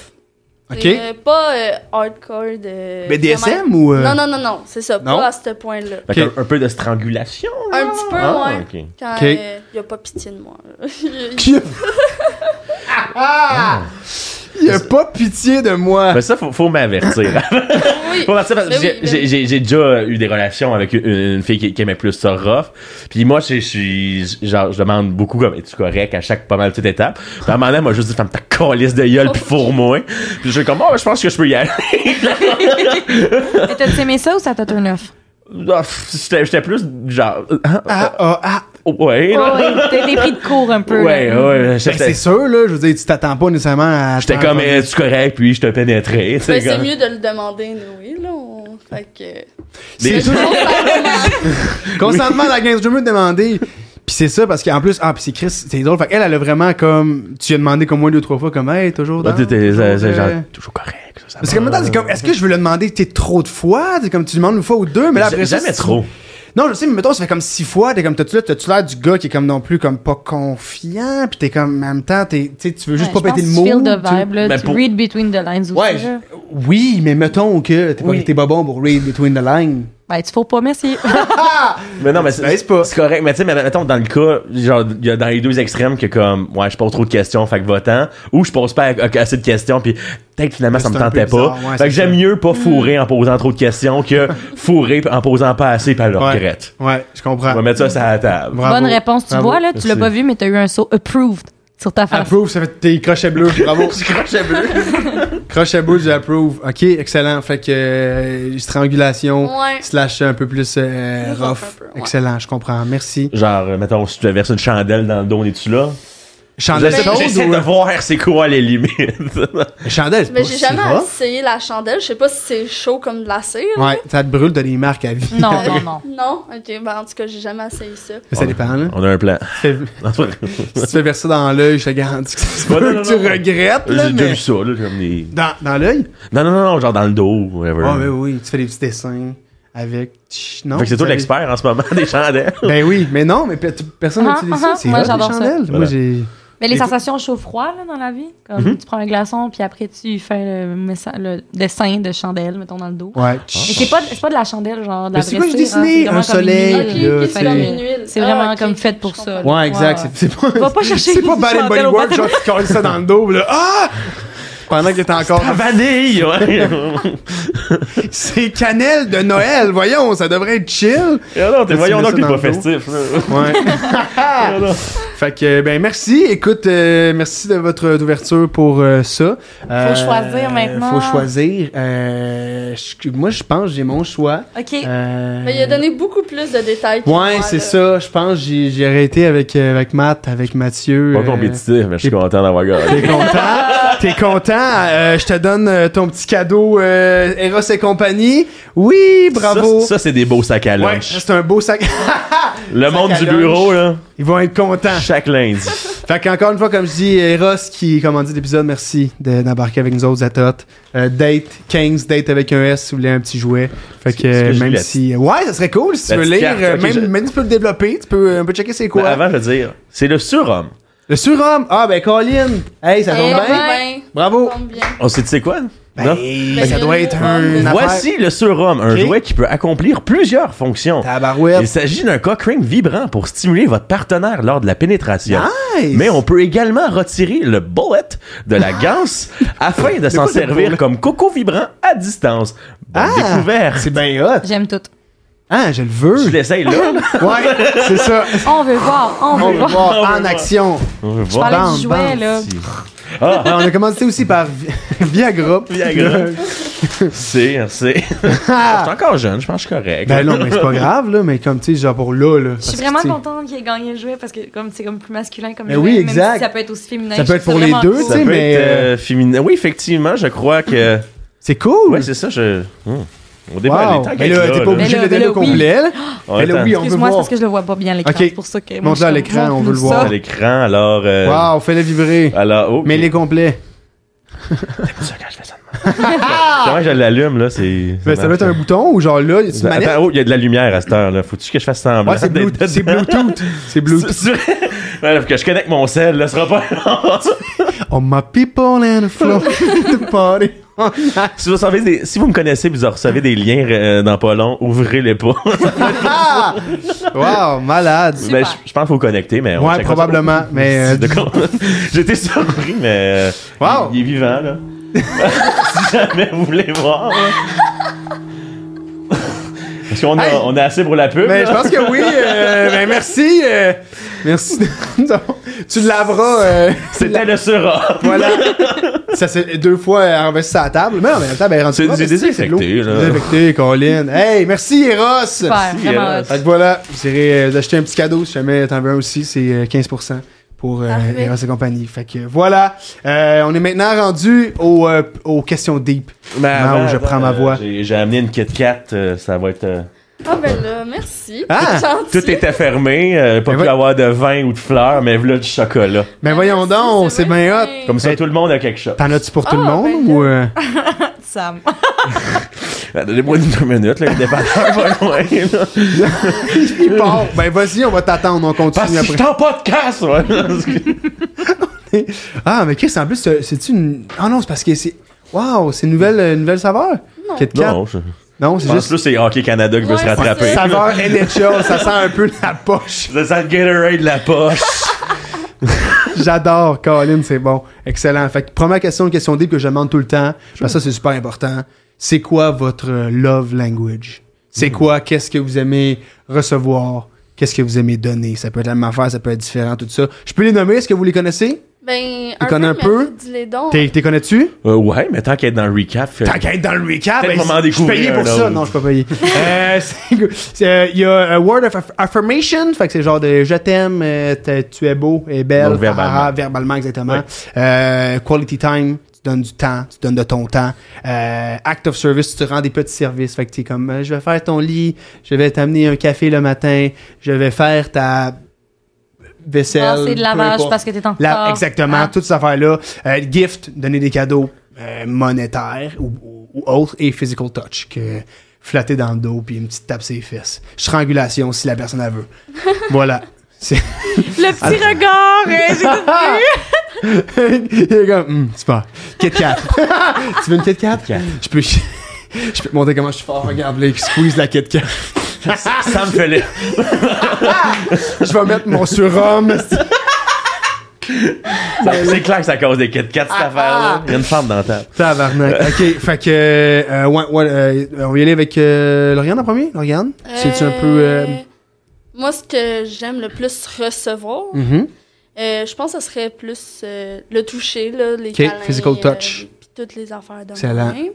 Speaker 1: Ok.
Speaker 4: C'est, euh, pas euh, hardcore de. vraiment-
Speaker 1: BDSM ou. euh,
Speaker 4: Non, non, non, non, c'est ça,
Speaker 1: Non?
Speaker 4: pas à ce point-là.
Speaker 3: Fait
Speaker 1: Ok.
Speaker 3: qu'un- un peu de strangulation, là.
Speaker 4: Un petit peu,
Speaker 3: Ah,
Speaker 4: ouais.
Speaker 3: ok.
Speaker 4: Quand
Speaker 1: Ok.
Speaker 4: il n'y a pas pitié de moi. là.
Speaker 1: qui- Ah! Il a pas pitié de moi.
Speaker 3: Ben ça, faut, faut m'avertir.
Speaker 4: oui.
Speaker 3: Faut m'avertir parce que
Speaker 4: Ben oui,
Speaker 3: j'ai-
Speaker 4: ben
Speaker 3: j'ai
Speaker 4: oui.
Speaker 3: j'ai- j'ai déjà eu des relations avec une, une fille qui, qui aimait plus ça rough. Puis moi, je je suis genre, je demande beaucoup comme es-tu correct à chaque pas mal petite étape. Puis à un moment donné, elle m'a juste dit ferme ta colisse de gueule
Speaker 4: Oh,
Speaker 3: puis fourre-moi. Puis je suis comme oh, ben, je pense que je peux y aller.
Speaker 2: Et T'as-tu aimé ça ou ça t'a turn off?
Speaker 3: Ah, pff, J'étais j'étais plus genre Hein?
Speaker 1: Ah, ah, ah.
Speaker 3: Oh, ouais. là.
Speaker 2: ouais, t'as été pris de court un peu.
Speaker 3: Ouais,
Speaker 2: là.
Speaker 3: ouais,
Speaker 1: Ben,
Speaker 3: j'étais
Speaker 1: c'est sûr, là. Je veux dire, tu t'attends pas nécessairement à.
Speaker 3: j'étais comme eh, es-tu correct puis je te pénétrais.
Speaker 4: Ben,
Speaker 3: comme-
Speaker 4: c'est mieux de le demander, nous, oui, là. on- Fait que.
Speaker 3: Des-
Speaker 4: C'est toujours
Speaker 1: Consentement à la 15 je me demander. Puis c'est ça, parce qu'en plus, ah, puis c'est Chris, c'est drôle. Fait qu'elle, elle a vraiment comme. Tu lui as demandé comme moins deux, trois fois, comme, hey, toujours.
Speaker 3: Là,
Speaker 1: down,
Speaker 3: t'étais-
Speaker 1: toujours,
Speaker 3: c'est- c'est
Speaker 1: euh,
Speaker 3: genre toujours correct. ça, ça
Speaker 1: Parce que
Speaker 3: va.
Speaker 1: maintenant, c'est comme, est-ce que je veux le demander t'es trop de fois? C'est comme, tu demandes une fois ou deux, mais là, après ça,
Speaker 3: jamais
Speaker 1: si-
Speaker 3: trop.
Speaker 1: Non, je sais, mais mettons, ça fait comme six fois, t'es comme, t'as-tu là- t'as-tu l'air du gars qui est comme non plus, comme pas confiant, pis t'es comme, en même temps, t'es, tu sais, tu veux juste
Speaker 2: Ouais,
Speaker 1: pas
Speaker 2: je
Speaker 1: péter le
Speaker 2: pense que
Speaker 1: mot.
Speaker 2: tu feel the
Speaker 1: tu sais.
Speaker 2: vibe, là,
Speaker 3: Ben,
Speaker 2: tu
Speaker 3: pour-
Speaker 2: read between the lines aussi.
Speaker 1: Ouais,
Speaker 2: là.
Speaker 1: je- oui, mais mettons que t'es pas,
Speaker 3: Oui.
Speaker 1: t'es pas bon pour read between the lines.
Speaker 2: Ben, tu faut pas, merci.
Speaker 3: Mais non, mais
Speaker 1: Ben,
Speaker 3: c'est
Speaker 1: c'est pas.
Speaker 3: c'est correct. Mais tu sais, mais mettons, dans le cas, genre, il y a dans les deux extrêmes que comme, ouais, je pose trop de questions, fait que votant, ou je pose pas a- assez de questions, puis peut-être que finalement,
Speaker 1: Mais
Speaker 3: ça me
Speaker 1: c'est un peu
Speaker 3: tentait pas.
Speaker 1: bizarre, ouais,
Speaker 3: fait
Speaker 1: c'est
Speaker 3: que j'aime
Speaker 1: ça.
Speaker 3: mieux pas fourrer en posant trop de questions que fourrer en posant pas assez, puis elle le
Speaker 1: Ouais.
Speaker 3: regrette.
Speaker 1: Ouais, je
Speaker 3: On
Speaker 1: comprends.
Speaker 3: va mettre ça sur la table.
Speaker 1: Bravo.
Speaker 2: Bonne réponse, tu
Speaker 1: Bravo.
Speaker 2: vois, là, tu l'as
Speaker 3: Merci.
Speaker 2: pas vu, mais t'as eu un saut approved sur ta face.
Speaker 1: Approve, ça fait tes crochets bleus. Bravo.
Speaker 3: Crochet bleu.
Speaker 1: Crochet bleu, j'approve. Ok, excellent. Fait que, euh, strangulation,
Speaker 4: Ouais.
Speaker 1: slash un peu plus, euh,
Speaker 4: Plus rough
Speaker 1: rough.
Speaker 4: un peu, ouais.
Speaker 1: Excellent, je comprends. Merci.
Speaker 3: Genre, euh, mettons, si tu te verses une chandelle dans le dos, on est-tu là?
Speaker 1: Chandelle
Speaker 3: J'essaie
Speaker 1: chaude
Speaker 3: j'essaie
Speaker 1: ou- euh,
Speaker 3: de voir c'est quoi les limites.
Speaker 1: Chandelle, c'est
Speaker 4: Mais
Speaker 1: pas
Speaker 4: j'ai
Speaker 1: si
Speaker 4: jamais
Speaker 1: rough.
Speaker 4: essayé la chandelle. Je sais pas si c'est chaud comme de la cire. là.
Speaker 1: Ouais, ça te brûle, t'as des marques à vie.
Speaker 2: Non, non, non.
Speaker 4: Non? Ok, ben en tout cas, j'ai jamais essayé ça.
Speaker 1: Mais ça dépend, là.
Speaker 3: on a un plan.
Speaker 1: Fais- Si tu te fais verser dans l'œil, je te garantis que ça se peut
Speaker 3: Ouais, non,
Speaker 1: que
Speaker 3: non,
Speaker 1: tu
Speaker 3: non.
Speaker 1: regrettes, là,
Speaker 3: J'ai déjà
Speaker 1: mais...
Speaker 3: vu ça, là, comme des...
Speaker 1: Dans, dans l'œil?
Speaker 3: Non, non, non, non, genre dans le dos, whatever.
Speaker 1: Ah, ben oui, tu fais des petits dessins avec... Tch, Non?
Speaker 3: Fait que c'est toi
Speaker 1: vous avez-
Speaker 3: l'expert en ce moment des chandelles.
Speaker 1: Ben oui, mais non, mais pe- personne
Speaker 2: Ah,
Speaker 1: n'a utilisé
Speaker 2: ah,
Speaker 1: ça. C'est
Speaker 2: moi,
Speaker 1: hot, les
Speaker 2: j'adore ça.
Speaker 1: chandelles. Moi,
Speaker 3: Voilà.
Speaker 1: j'ai...
Speaker 2: Mais les
Speaker 1: Et- Mhm.
Speaker 2: sensations chaud-froid, là, dans la vie, comme tu prends un glaçon, puis après, tu fais le, messa- le dessin de chandelle, mettons, dans le dos.
Speaker 3: Ah.
Speaker 1: Ouais.
Speaker 2: Mais
Speaker 1: tch.
Speaker 2: c'est pas, c'est pas de la chandelle, genre, de la
Speaker 1: Mais c'est quoi
Speaker 2: vraie
Speaker 1: que je
Speaker 2: cire, hein,
Speaker 1: dessinais?
Speaker 2: c'est
Speaker 1: Un
Speaker 2: vraiment comme une
Speaker 1: soleil,
Speaker 2: huile,
Speaker 1: là,
Speaker 2: fait
Speaker 4: ok, c'est
Speaker 1: c'est-
Speaker 4: comme
Speaker 2: que-
Speaker 4: une huile.
Speaker 2: c'est vraiment
Speaker 4: Ah, ok,
Speaker 2: comme fait pour
Speaker 4: je
Speaker 2: ça,
Speaker 4: comprends.
Speaker 2: là.
Speaker 1: Ouais, exact.
Speaker 2: Ouais, ouais.
Speaker 1: c'est- C'est pas...
Speaker 2: Va pas chercher
Speaker 1: C'est pas
Speaker 2: une
Speaker 1: Bad and Body
Speaker 2: chandelle au
Speaker 1: Works,
Speaker 2: bateau.
Speaker 1: genre, tu colles ça dans le dos, là. Ah! Pendant que t'es encore...
Speaker 3: La vanille, ouais.
Speaker 1: C'est cannelle de Noël, voyons, ça devrait être chill.
Speaker 3: non, t'es
Speaker 1: Tu
Speaker 3: voyons
Speaker 1: mets
Speaker 3: donc
Speaker 1: ça
Speaker 3: t'es
Speaker 1: dans
Speaker 3: pas
Speaker 1: le dos. Ah!
Speaker 3: festif. là.
Speaker 1: Ouais. Fait que, ben, merci. Écoute, euh, merci de votre ouverture pour euh, ça. Euh,
Speaker 2: choisir maintenant.
Speaker 1: Faut choisir. Euh, je- moi, je pense que j'ai mon choix.
Speaker 2: OK.
Speaker 1: Euh,
Speaker 4: Mais il a donné beaucoup plus de détails que
Speaker 1: Ouais,
Speaker 4: moi,
Speaker 1: c'est
Speaker 4: là.
Speaker 1: ça. Je pense que j'ai- j'ai arrêté avec, euh, avec Matt, avec Mathieu.
Speaker 3: Pas
Speaker 1: euh,
Speaker 3: compétitif, mais je suis
Speaker 1: t'es-
Speaker 3: content d'avoir gagné.
Speaker 1: T'es content? T'es content? Euh, je te donne euh, ton petit cadeau euh, Eros et compagnie. Oui, bravo!
Speaker 3: Ça, ça, c'est des beaux sacs à
Speaker 1: ouais,
Speaker 3: lunch.
Speaker 1: c'est un beau sac.
Speaker 3: Le
Speaker 1: sac
Speaker 3: monde
Speaker 1: à
Speaker 3: du
Speaker 1: lunch.
Speaker 3: bureau, là,
Speaker 1: Ils vont être contents.
Speaker 3: chaque lundi.
Speaker 1: Fait qu'encore une fois, comme je dis, Eros qui commandit l'épisode, merci de- d'embarquer avec nous autres à tot. Euh, date, 15, date avec un S, si vous voulez un petit jouet. Fait que
Speaker 3: Est-ce que
Speaker 1: euh,
Speaker 3: j'ai
Speaker 1: même
Speaker 3: la-
Speaker 1: si. Ouais, ça serait cool si tu
Speaker 3: la
Speaker 1: veux
Speaker 3: petite
Speaker 1: lire.
Speaker 3: carte,
Speaker 1: euh,
Speaker 3: ok,
Speaker 1: même,
Speaker 3: je-
Speaker 1: même tu peux le développer, tu peux un peu checker c'est quoi.
Speaker 3: Mais Ben, avant, je veux dire, c'est le surhomme.
Speaker 1: Le surhomme. Ah, ben Colin. Hey, ça
Speaker 4: Eh
Speaker 1: tombe
Speaker 4: ben,
Speaker 1: bien. Bravo.
Speaker 4: tombe bien.
Speaker 3: On sait, tu sais quoi?
Speaker 1: Ben, ça
Speaker 4: Ben,
Speaker 1: doit être un. une affaire.
Speaker 3: Voici le surhomme, un
Speaker 1: Ok.
Speaker 3: jouet qui peut accomplir plusieurs fonctions. Il
Speaker 1: Tabarouette.
Speaker 3: s'agit d'un cock ring vibrant pour stimuler votre partenaire lors de la pénétration.
Speaker 1: Ah! Nice.
Speaker 3: Mais on peut également retirer le bullet de la ganse afin de s'en
Speaker 1: Ah! quoi le
Speaker 3: servir
Speaker 1: bullet?
Speaker 3: comme coco vibrant à distance. Bonne
Speaker 1: Ah!
Speaker 3: découverte.
Speaker 1: C'est bien hot.
Speaker 2: J'aime tout.
Speaker 1: Ah, je le veux.
Speaker 3: Je l'essaye là.
Speaker 1: Ouais, c'est ça.
Speaker 2: On veut voir, on veut
Speaker 1: On va voir ben,
Speaker 2: voir.
Speaker 3: On va
Speaker 1: en
Speaker 3: voir.
Speaker 1: action.
Speaker 3: On va
Speaker 2: Je
Speaker 3: voir.
Speaker 2: parlais
Speaker 1: Bam,
Speaker 2: du jouet,
Speaker 1: bam,
Speaker 2: là.
Speaker 3: Ah,
Speaker 1: Ouais, on a commencé aussi par Vi- Viagra.
Speaker 3: Viagra. c'est, c'est. Je suis encore jeune, je pense que je suis correct.
Speaker 1: Ben non, mais c'est pas grave, là, mais comme, tu sais, genre pour là, là.
Speaker 2: Je suis vraiment contente qu'il ait gagné le jouet parce que comme c'est comme plus masculin comme
Speaker 1: Mais
Speaker 2: jouet,
Speaker 1: Ben oui,
Speaker 2: même
Speaker 1: exact.
Speaker 2: si ça peut être aussi féminin.
Speaker 1: Ça
Speaker 2: je
Speaker 1: peut être
Speaker 2: trouve
Speaker 1: pour les
Speaker 2: vraiment
Speaker 1: deux,
Speaker 2: cool.
Speaker 1: tu
Speaker 3: ça
Speaker 1: sais,
Speaker 3: peut euh,
Speaker 1: mais,
Speaker 3: être euh, féminin. Oui, effectivement, je crois que.
Speaker 1: C'est cool!
Speaker 3: Ouais, c'est ça, je. Hmm. Au départ,
Speaker 1: Wow.
Speaker 3: les temps
Speaker 1: Mais là, t'es pas obligé de
Speaker 2: là,
Speaker 1: le
Speaker 2: là,
Speaker 1: débat
Speaker 2: oui.
Speaker 1: complet. là.
Speaker 3: On
Speaker 1: Mais
Speaker 3: est
Speaker 1: là, oui, on veut
Speaker 2: Excuse-moi, c'est
Speaker 1: voir.
Speaker 2: parce que je le vois pas bien à l'écran.
Speaker 1: Ok.
Speaker 2: C'est pour ça que. moi,
Speaker 1: Montre-le
Speaker 2: je
Speaker 1: à
Speaker 2: suis
Speaker 1: l'écran,
Speaker 2: comme,
Speaker 1: on veut le
Speaker 2: montre-nous
Speaker 1: voir.
Speaker 2: ça.
Speaker 3: à l'écran, alors. euh,
Speaker 1: Wow, fais-le vibrer.
Speaker 3: Alors, oh,
Speaker 1: Mais les
Speaker 3: les
Speaker 1: complets.
Speaker 3: ça quand je fais ça de même. Comment je l'allume, là, c'est.
Speaker 1: Ben, ça doit être un bouton ou genre là, c'est une manette.
Speaker 3: Attends, oh, il y a de la lumière à cette heure-là. Faut-tu que je fasse semblant?
Speaker 1: Ouais, c'est
Speaker 3: d'être
Speaker 1: Bluetooth. C'est
Speaker 3: dedans?
Speaker 1: Bluetooth. C'est Bluetooth.
Speaker 3: C'est- c'est- Ouais, faut que je connecte mon sel, là, ce sera pas long.
Speaker 1: Oh, my people and the floor the party.
Speaker 3: si, vous recevez des- si vous me connaissez, vous en recevez des liens euh, dans pas long, ouvrez-les pas.
Speaker 1: Ah! Wow, malade.
Speaker 3: Ben, je, je pense qu'il faut connecter, mais. on
Speaker 1: Ouais,
Speaker 3: checkera ça.
Speaker 1: probablement. Mais euh,
Speaker 3: D'accord. J'étais surpris, mais. euh,
Speaker 1: Wow.
Speaker 3: Il, il est vivant, là. si jamais vous voulez voir. là. Parce qu'on a,
Speaker 1: Hey.
Speaker 3: on a assez pour la pub.
Speaker 1: Mais
Speaker 3: là.
Speaker 1: je pense que oui. euh, ben merci. euh, merci. de- de- tu laveras. euh,
Speaker 3: C'était le sera.
Speaker 1: voilà. Ça c'est deux fois euh, renversé sur la table. Mais non, mais en même temps, ben rendu
Speaker 3: C'est-
Speaker 1: là, ben,
Speaker 3: c'est
Speaker 1: de l'eau.
Speaker 3: désinfecté, là.
Speaker 1: Désinfecté, Colin. Hey, merci Eros.
Speaker 2: Super,
Speaker 3: Merci,
Speaker 2: vraiment
Speaker 3: euh,
Speaker 2: hot.
Speaker 1: Fait que voilà, vous irez euh, acheter un petit cadeau si jamais t'en veux un aussi, c'est euh, 15% pour euh,
Speaker 4: Parfait.
Speaker 1: Eros et compagnie. Fait que euh, voilà, Euh, on est maintenant rendu aux, euh, aux questions deep. Non, je prends ma voix.
Speaker 3: Ben, J'ai j'ai amené une Kit Kat, euh, ça va être. euh,
Speaker 4: Ah ben là, merci.
Speaker 1: Ah!
Speaker 4: C'est gentil.
Speaker 3: Tout était fermé, euh, pas
Speaker 1: Mais
Speaker 3: pu
Speaker 1: oui.
Speaker 3: avoir de vin ou de fleurs, mais voilà du chocolat.
Speaker 1: Mais Ben, voyons
Speaker 4: Ah, Merci,
Speaker 1: donc, c'est bien hot.
Speaker 4: bien.
Speaker 3: Comme ça,
Speaker 1: Hey.
Speaker 3: tout le monde a quelque chose.
Speaker 1: T'en as-tu pour tout le
Speaker 4: Ah,
Speaker 1: monde
Speaker 4: ben
Speaker 1: ou... euh,
Speaker 2: Sam.
Speaker 3: Ben, Donnez-moi une deux minutes, là, le dépanneur va loin, là.
Speaker 1: Il part. Ben vas-y, on va t'attendre, on
Speaker 3: Parce
Speaker 1: continue
Speaker 3: que je suis
Speaker 1: après.
Speaker 3: en podcast, ouais. Parce que-
Speaker 1: Ah, mais Chris, en plus, c'est- c'est-tu une... Ah non, c'est parce que c'est... Wow, c'est une nouvelle, euh, nouvelle saveur?
Speaker 4: Non.
Speaker 1: Kit Kat?
Speaker 3: Non, je
Speaker 1: Non, c'est
Speaker 3: je pense
Speaker 1: juste...
Speaker 3: que c'est Hockey Canada qui veut
Speaker 4: Ouais,
Speaker 3: se
Speaker 4: c'est
Speaker 3: rattraper.
Speaker 4: ça.
Speaker 1: Saveur NHL, ça sent un peu la poche.
Speaker 3: Ça sent le Gatorade de la poche.
Speaker 1: J'adore, Colin, c'est bon. Excellent. Fait que première question, une question deep que je demande tout le temps, parce que ça, c'est super important. C'est quoi votre euh, love language? C'est quoi? Qu'est-ce que vous aimez recevoir? Qu'est-ce que vous aimez donner? Ça peut être la même affaire, ça peut être différent, tout ça. Je peux les nommer, est-ce que vous les connaissez?
Speaker 4: Ben,
Speaker 1: Tu connais un
Speaker 4: un
Speaker 1: peu?
Speaker 4: peu, mais dis-les donc.
Speaker 1: T'es, t'es connais-tu?
Speaker 3: Euh, ouais, mais tant qu'elle est dans le recap, fait-
Speaker 1: Tant qu'à être dans le recap,
Speaker 3: Peut-être
Speaker 1: ben,
Speaker 3: moment
Speaker 1: je suis
Speaker 3: découvrir
Speaker 1: payé
Speaker 3: un
Speaker 1: pour ça.
Speaker 3: autre.
Speaker 1: Non, je suis pas payé. Euh, c'est go- c'est, euh, Il y a euh, Word of Aff- Affirmation, fait que c'est genre de je t'aime, euh, t'es- tu es beau et belle.
Speaker 3: Donc, verbalement.
Speaker 1: ah, ah, verbalement, exactement.
Speaker 3: Oui.
Speaker 1: Euh, quality time, tu donnes du temps, tu donnes de ton temps. Euh, act of service, tu te rends des petits services. Fait que t'es comme, euh, je vais faire ton lit, je vais t'amener un café le matin, je vais faire ta vaisselle.
Speaker 2: Passer de
Speaker 1: peu
Speaker 2: lavage
Speaker 1: importe.
Speaker 2: parce que t'es en
Speaker 1: La-
Speaker 2: retard.
Speaker 1: exactement,
Speaker 2: Ah.
Speaker 1: toutes ces affaires-là. Euh, gift, donner des cadeaux euh, monétaires ou, ou- ou autres, et physical touch, que flatter dans le dos puis une petite tape sur les fesses. Strangulation, si la personne la veut. voilà. C'est-
Speaker 2: Le petit regard, euh, j'ai tout vu.
Speaker 1: Il est comme, Hum, super. Kit Kat. tu veux une Kit Kat?
Speaker 3: Kat.
Speaker 1: Je peux... Je peux te montrer comment je suis fort. Regarde, là, il squeeze la Kit Kat.
Speaker 3: ça me fait le-
Speaker 1: Je vais mettre mon surhomme.
Speaker 3: ça- C'est clair que ça cause des Kit Kats, cette
Speaker 1: Ah,
Speaker 3: affaire-là. Il y a une femme dans la table.
Speaker 1: Tabarnak. OK, fait que... euh, ouais, ouais, euh, on va y aller avec euh, Lauriane en premier. Lauriane, c'est-tu un peu... euh,
Speaker 4: Euh, Moi, ce que j'aime le plus recevoir,
Speaker 1: mhm.
Speaker 4: euh, je pense que ce serait plus euh, le toucher, là, les
Speaker 1: Ok,
Speaker 4: câlins,
Speaker 1: physical touch.
Speaker 4: euh, puis toutes les affaires de
Speaker 1: Excellent.
Speaker 4: moi-même.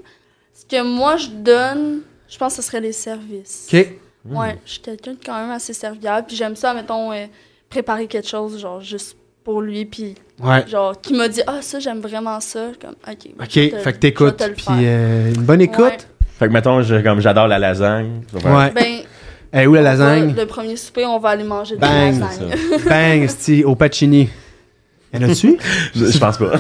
Speaker 4: Ce que moi, je donne, je pense que ce serait les services.
Speaker 1: OK. Hmm.
Speaker 4: Ouais, je suis quelqu'un de quand même assez serviable, puis j'aime ça, mettons, euh, préparer quelque chose, genre, juste pour lui, puis
Speaker 1: Ouais.
Speaker 4: genre, qui m'a dit « Ah, ça, j'aime vraiment ça. » Comme, OK.
Speaker 1: OK, fait que t'écoutes. Puis euh, une bonne écoute.
Speaker 3: Fait que, mettons, je- comme j'adore la lasagne. tu
Speaker 1: Ouais.
Speaker 3: comprends?
Speaker 4: Ben,
Speaker 1: Eh, où la lasagne?
Speaker 4: le premier souper, on va aller manger de la
Speaker 1: Bang.
Speaker 4: lasagne.
Speaker 1: Bang, sti, au pacini. Y'en a-tu?
Speaker 3: Je, je pense pas.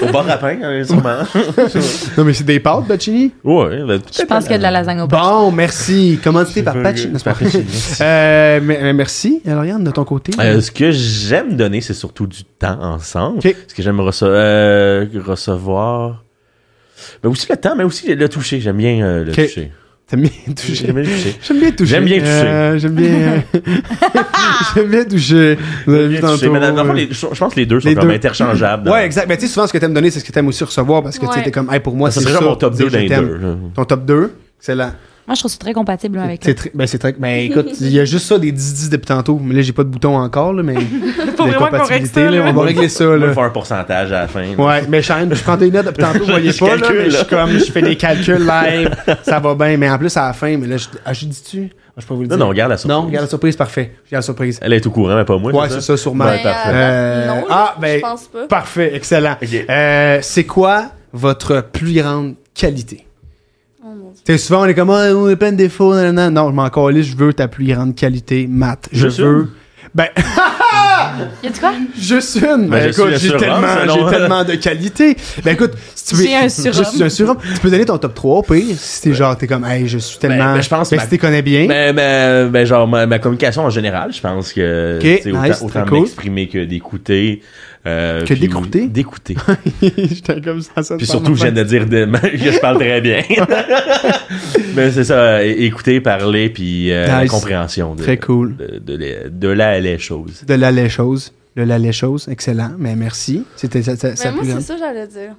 Speaker 3: Au bar à pain, hein, sûrement.
Speaker 1: non, mais c'est des pâtes, pacini.
Speaker 3: ouais, ben,
Speaker 2: Je pense qu'il y a de la lasagne au pain.
Speaker 1: Bon, merci. Commencez par
Speaker 3: veux-
Speaker 1: pacini. n'est-ce pas?
Speaker 3: par pacini, merci.
Speaker 1: Euh, mais- mais merci, Lauriane, de ton côté.
Speaker 3: Euh, ce que j'aime donner, c'est surtout du temps ensemble.
Speaker 1: Ok.
Speaker 3: Ce que j'aime rece- euh, recevoir. Mais aussi le temps, mais aussi le toucher. J'aime bien euh, le
Speaker 1: Ok.
Speaker 3: toucher.
Speaker 1: T'aimes bien toucher.
Speaker 3: J'aime bien le toucher.
Speaker 1: J'aime bien toucher.
Speaker 3: J'aime bien toucher.
Speaker 1: Euh, J'aime bien. euh, J'aime bien toucher. Vous avez
Speaker 3: J'aime
Speaker 1: vu
Speaker 3: bien le toucher.
Speaker 1: tantôt,
Speaker 3: Mais dans- dans le fond,
Speaker 1: euh,
Speaker 3: les- je je pense que les deux sont
Speaker 1: les
Speaker 3: comme
Speaker 1: deux.
Speaker 3: interchangeables.
Speaker 1: Ouais, exact. Mais tu sais, souvent, ce que t'aimes donner, c'est ce que t'aimes aussi recevoir parce que tu sais,
Speaker 4: Ouais.
Speaker 1: t'es comme, hey, pour moi,
Speaker 3: Ça
Speaker 1: c'est
Speaker 3: serait
Speaker 1: ça.
Speaker 3: genre mon top
Speaker 1: tu sais,
Speaker 3: 2
Speaker 1: je
Speaker 3: dans les
Speaker 1: t'aime.
Speaker 3: deux. là.
Speaker 1: Ton top 2, excellent.
Speaker 2: Moi, je trouve ça très compatible
Speaker 4: Ah,
Speaker 2: avec
Speaker 1: C'est
Speaker 2: le
Speaker 1: très, ben c'est très, ben écoute, il y a juste ça des 10-10 depuis tantôt. Mais là, j'ai pas de bouton encore, là, mais. de
Speaker 2: vraiment qu'on règle
Speaker 1: compatibilité,
Speaker 2: ça,
Speaker 1: là,
Speaker 2: là.
Speaker 1: On va régler ça,
Speaker 3: On va
Speaker 1: là.
Speaker 3: faire un pourcentage à la fin. là.
Speaker 1: Ouais, mais Shane, je prends des notes depuis tantôt, vous voyez
Speaker 3: Je
Speaker 1: pas, là,
Speaker 3: calcule,
Speaker 1: mais je
Speaker 3: là.
Speaker 1: suis comme, je fais des calculs live, ça va bien, mais en plus, à la fin, mais là, je, ah, je dis-tu? Ah, je peux vous le
Speaker 3: Non,
Speaker 1: dire.
Speaker 3: non, regarde la surprise.
Speaker 1: Non, regarde la surprise, parfait. Je Regarde la surprise.
Speaker 3: Elle est au courant, mais pas moi.
Speaker 1: Ouais, c'est ça, sûrement.
Speaker 3: Ouais, parfait.
Speaker 1: Euh,
Speaker 4: Ben, non,
Speaker 1: ah, ben,
Speaker 4: je pense pas.
Speaker 1: Parfait, excellent.
Speaker 3: Ok.
Speaker 1: Euh, c'est quoi votre plus grande qualité?
Speaker 4: Oh mon dieu.
Speaker 1: Tu sais, souvent, on est comme, Ah, on a plein de défauts, nan, nan, nan. Non, je m'en calisse, je veux ta plus grande qualité, Matt. Je
Speaker 3: Juste
Speaker 1: veux.
Speaker 3: une?
Speaker 1: Ben,
Speaker 2: Y a quoi?
Speaker 1: juste une.
Speaker 3: Ben,
Speaker 1: Ben,
Speaker 3: je suis
Speaker 1: écoute,
Speaker 3: le
Speaker 1: j'ai
Speaker 3: surhomme,
Speaker 1: tellement,
Speaker 3: selon-
Speaker 1: j'ai tellement de qualité. Ben, écoute, si tu veux.
Speaker 2: J'ai un surhomme.
Speaker 1: Je suis un surhomme. Tu peux donner ton top 3 au pire. Si t'es genre, t'es comme, hey, je suis tellement.
Speaker 3: ben, je pense
Speaker 1: Fait que
Speaker 3: ma- ben
Speaker 1: si t'es connais bien.
Speaker 3: Mais, mais, mais genre, ma, ma communication en général, je pense que
Speaker 1: Ok,
Speaker 3: tu sais,
Speaker 1: nice,
Speaker 3: autant,
Speaker 1: très
Speaker 3: autant
Speaker 1: cool.
Speaker 3: m'exprimer que d'écouter. euh,
Speaker 1: Que
Speaker 3: puis-
Speaker 1: d'écouter?
Speaker 3: D'écouter.
Speaker 1: J'étais comme ça, ça.
Speaker 3: Puis
Speaker 1: ça,
Speaker 3: surtout,
Speaker 1: ma
Speaker 3: je viens de dire de- que je parle très bien. mais c'est ça, é- écouter, parler, puis euh, la
Speaker 1: Nice.
Speaker 3: compréhension de,
Speaker 1: Très cool.
Speaker 3: de, de, les- de la les choses.
Speaker 1: De la lait-chose. Le la lait-chose, excellent. Mais merci. C'était ça, ça,
Speaker 4: Mais
Speaker 1: ça
Speaker 4: Ben, moi,
Speaker 1: plus
Speaker 4: c'est
Speaker 1: grande.
Speaker 4: ça que j'allais dire.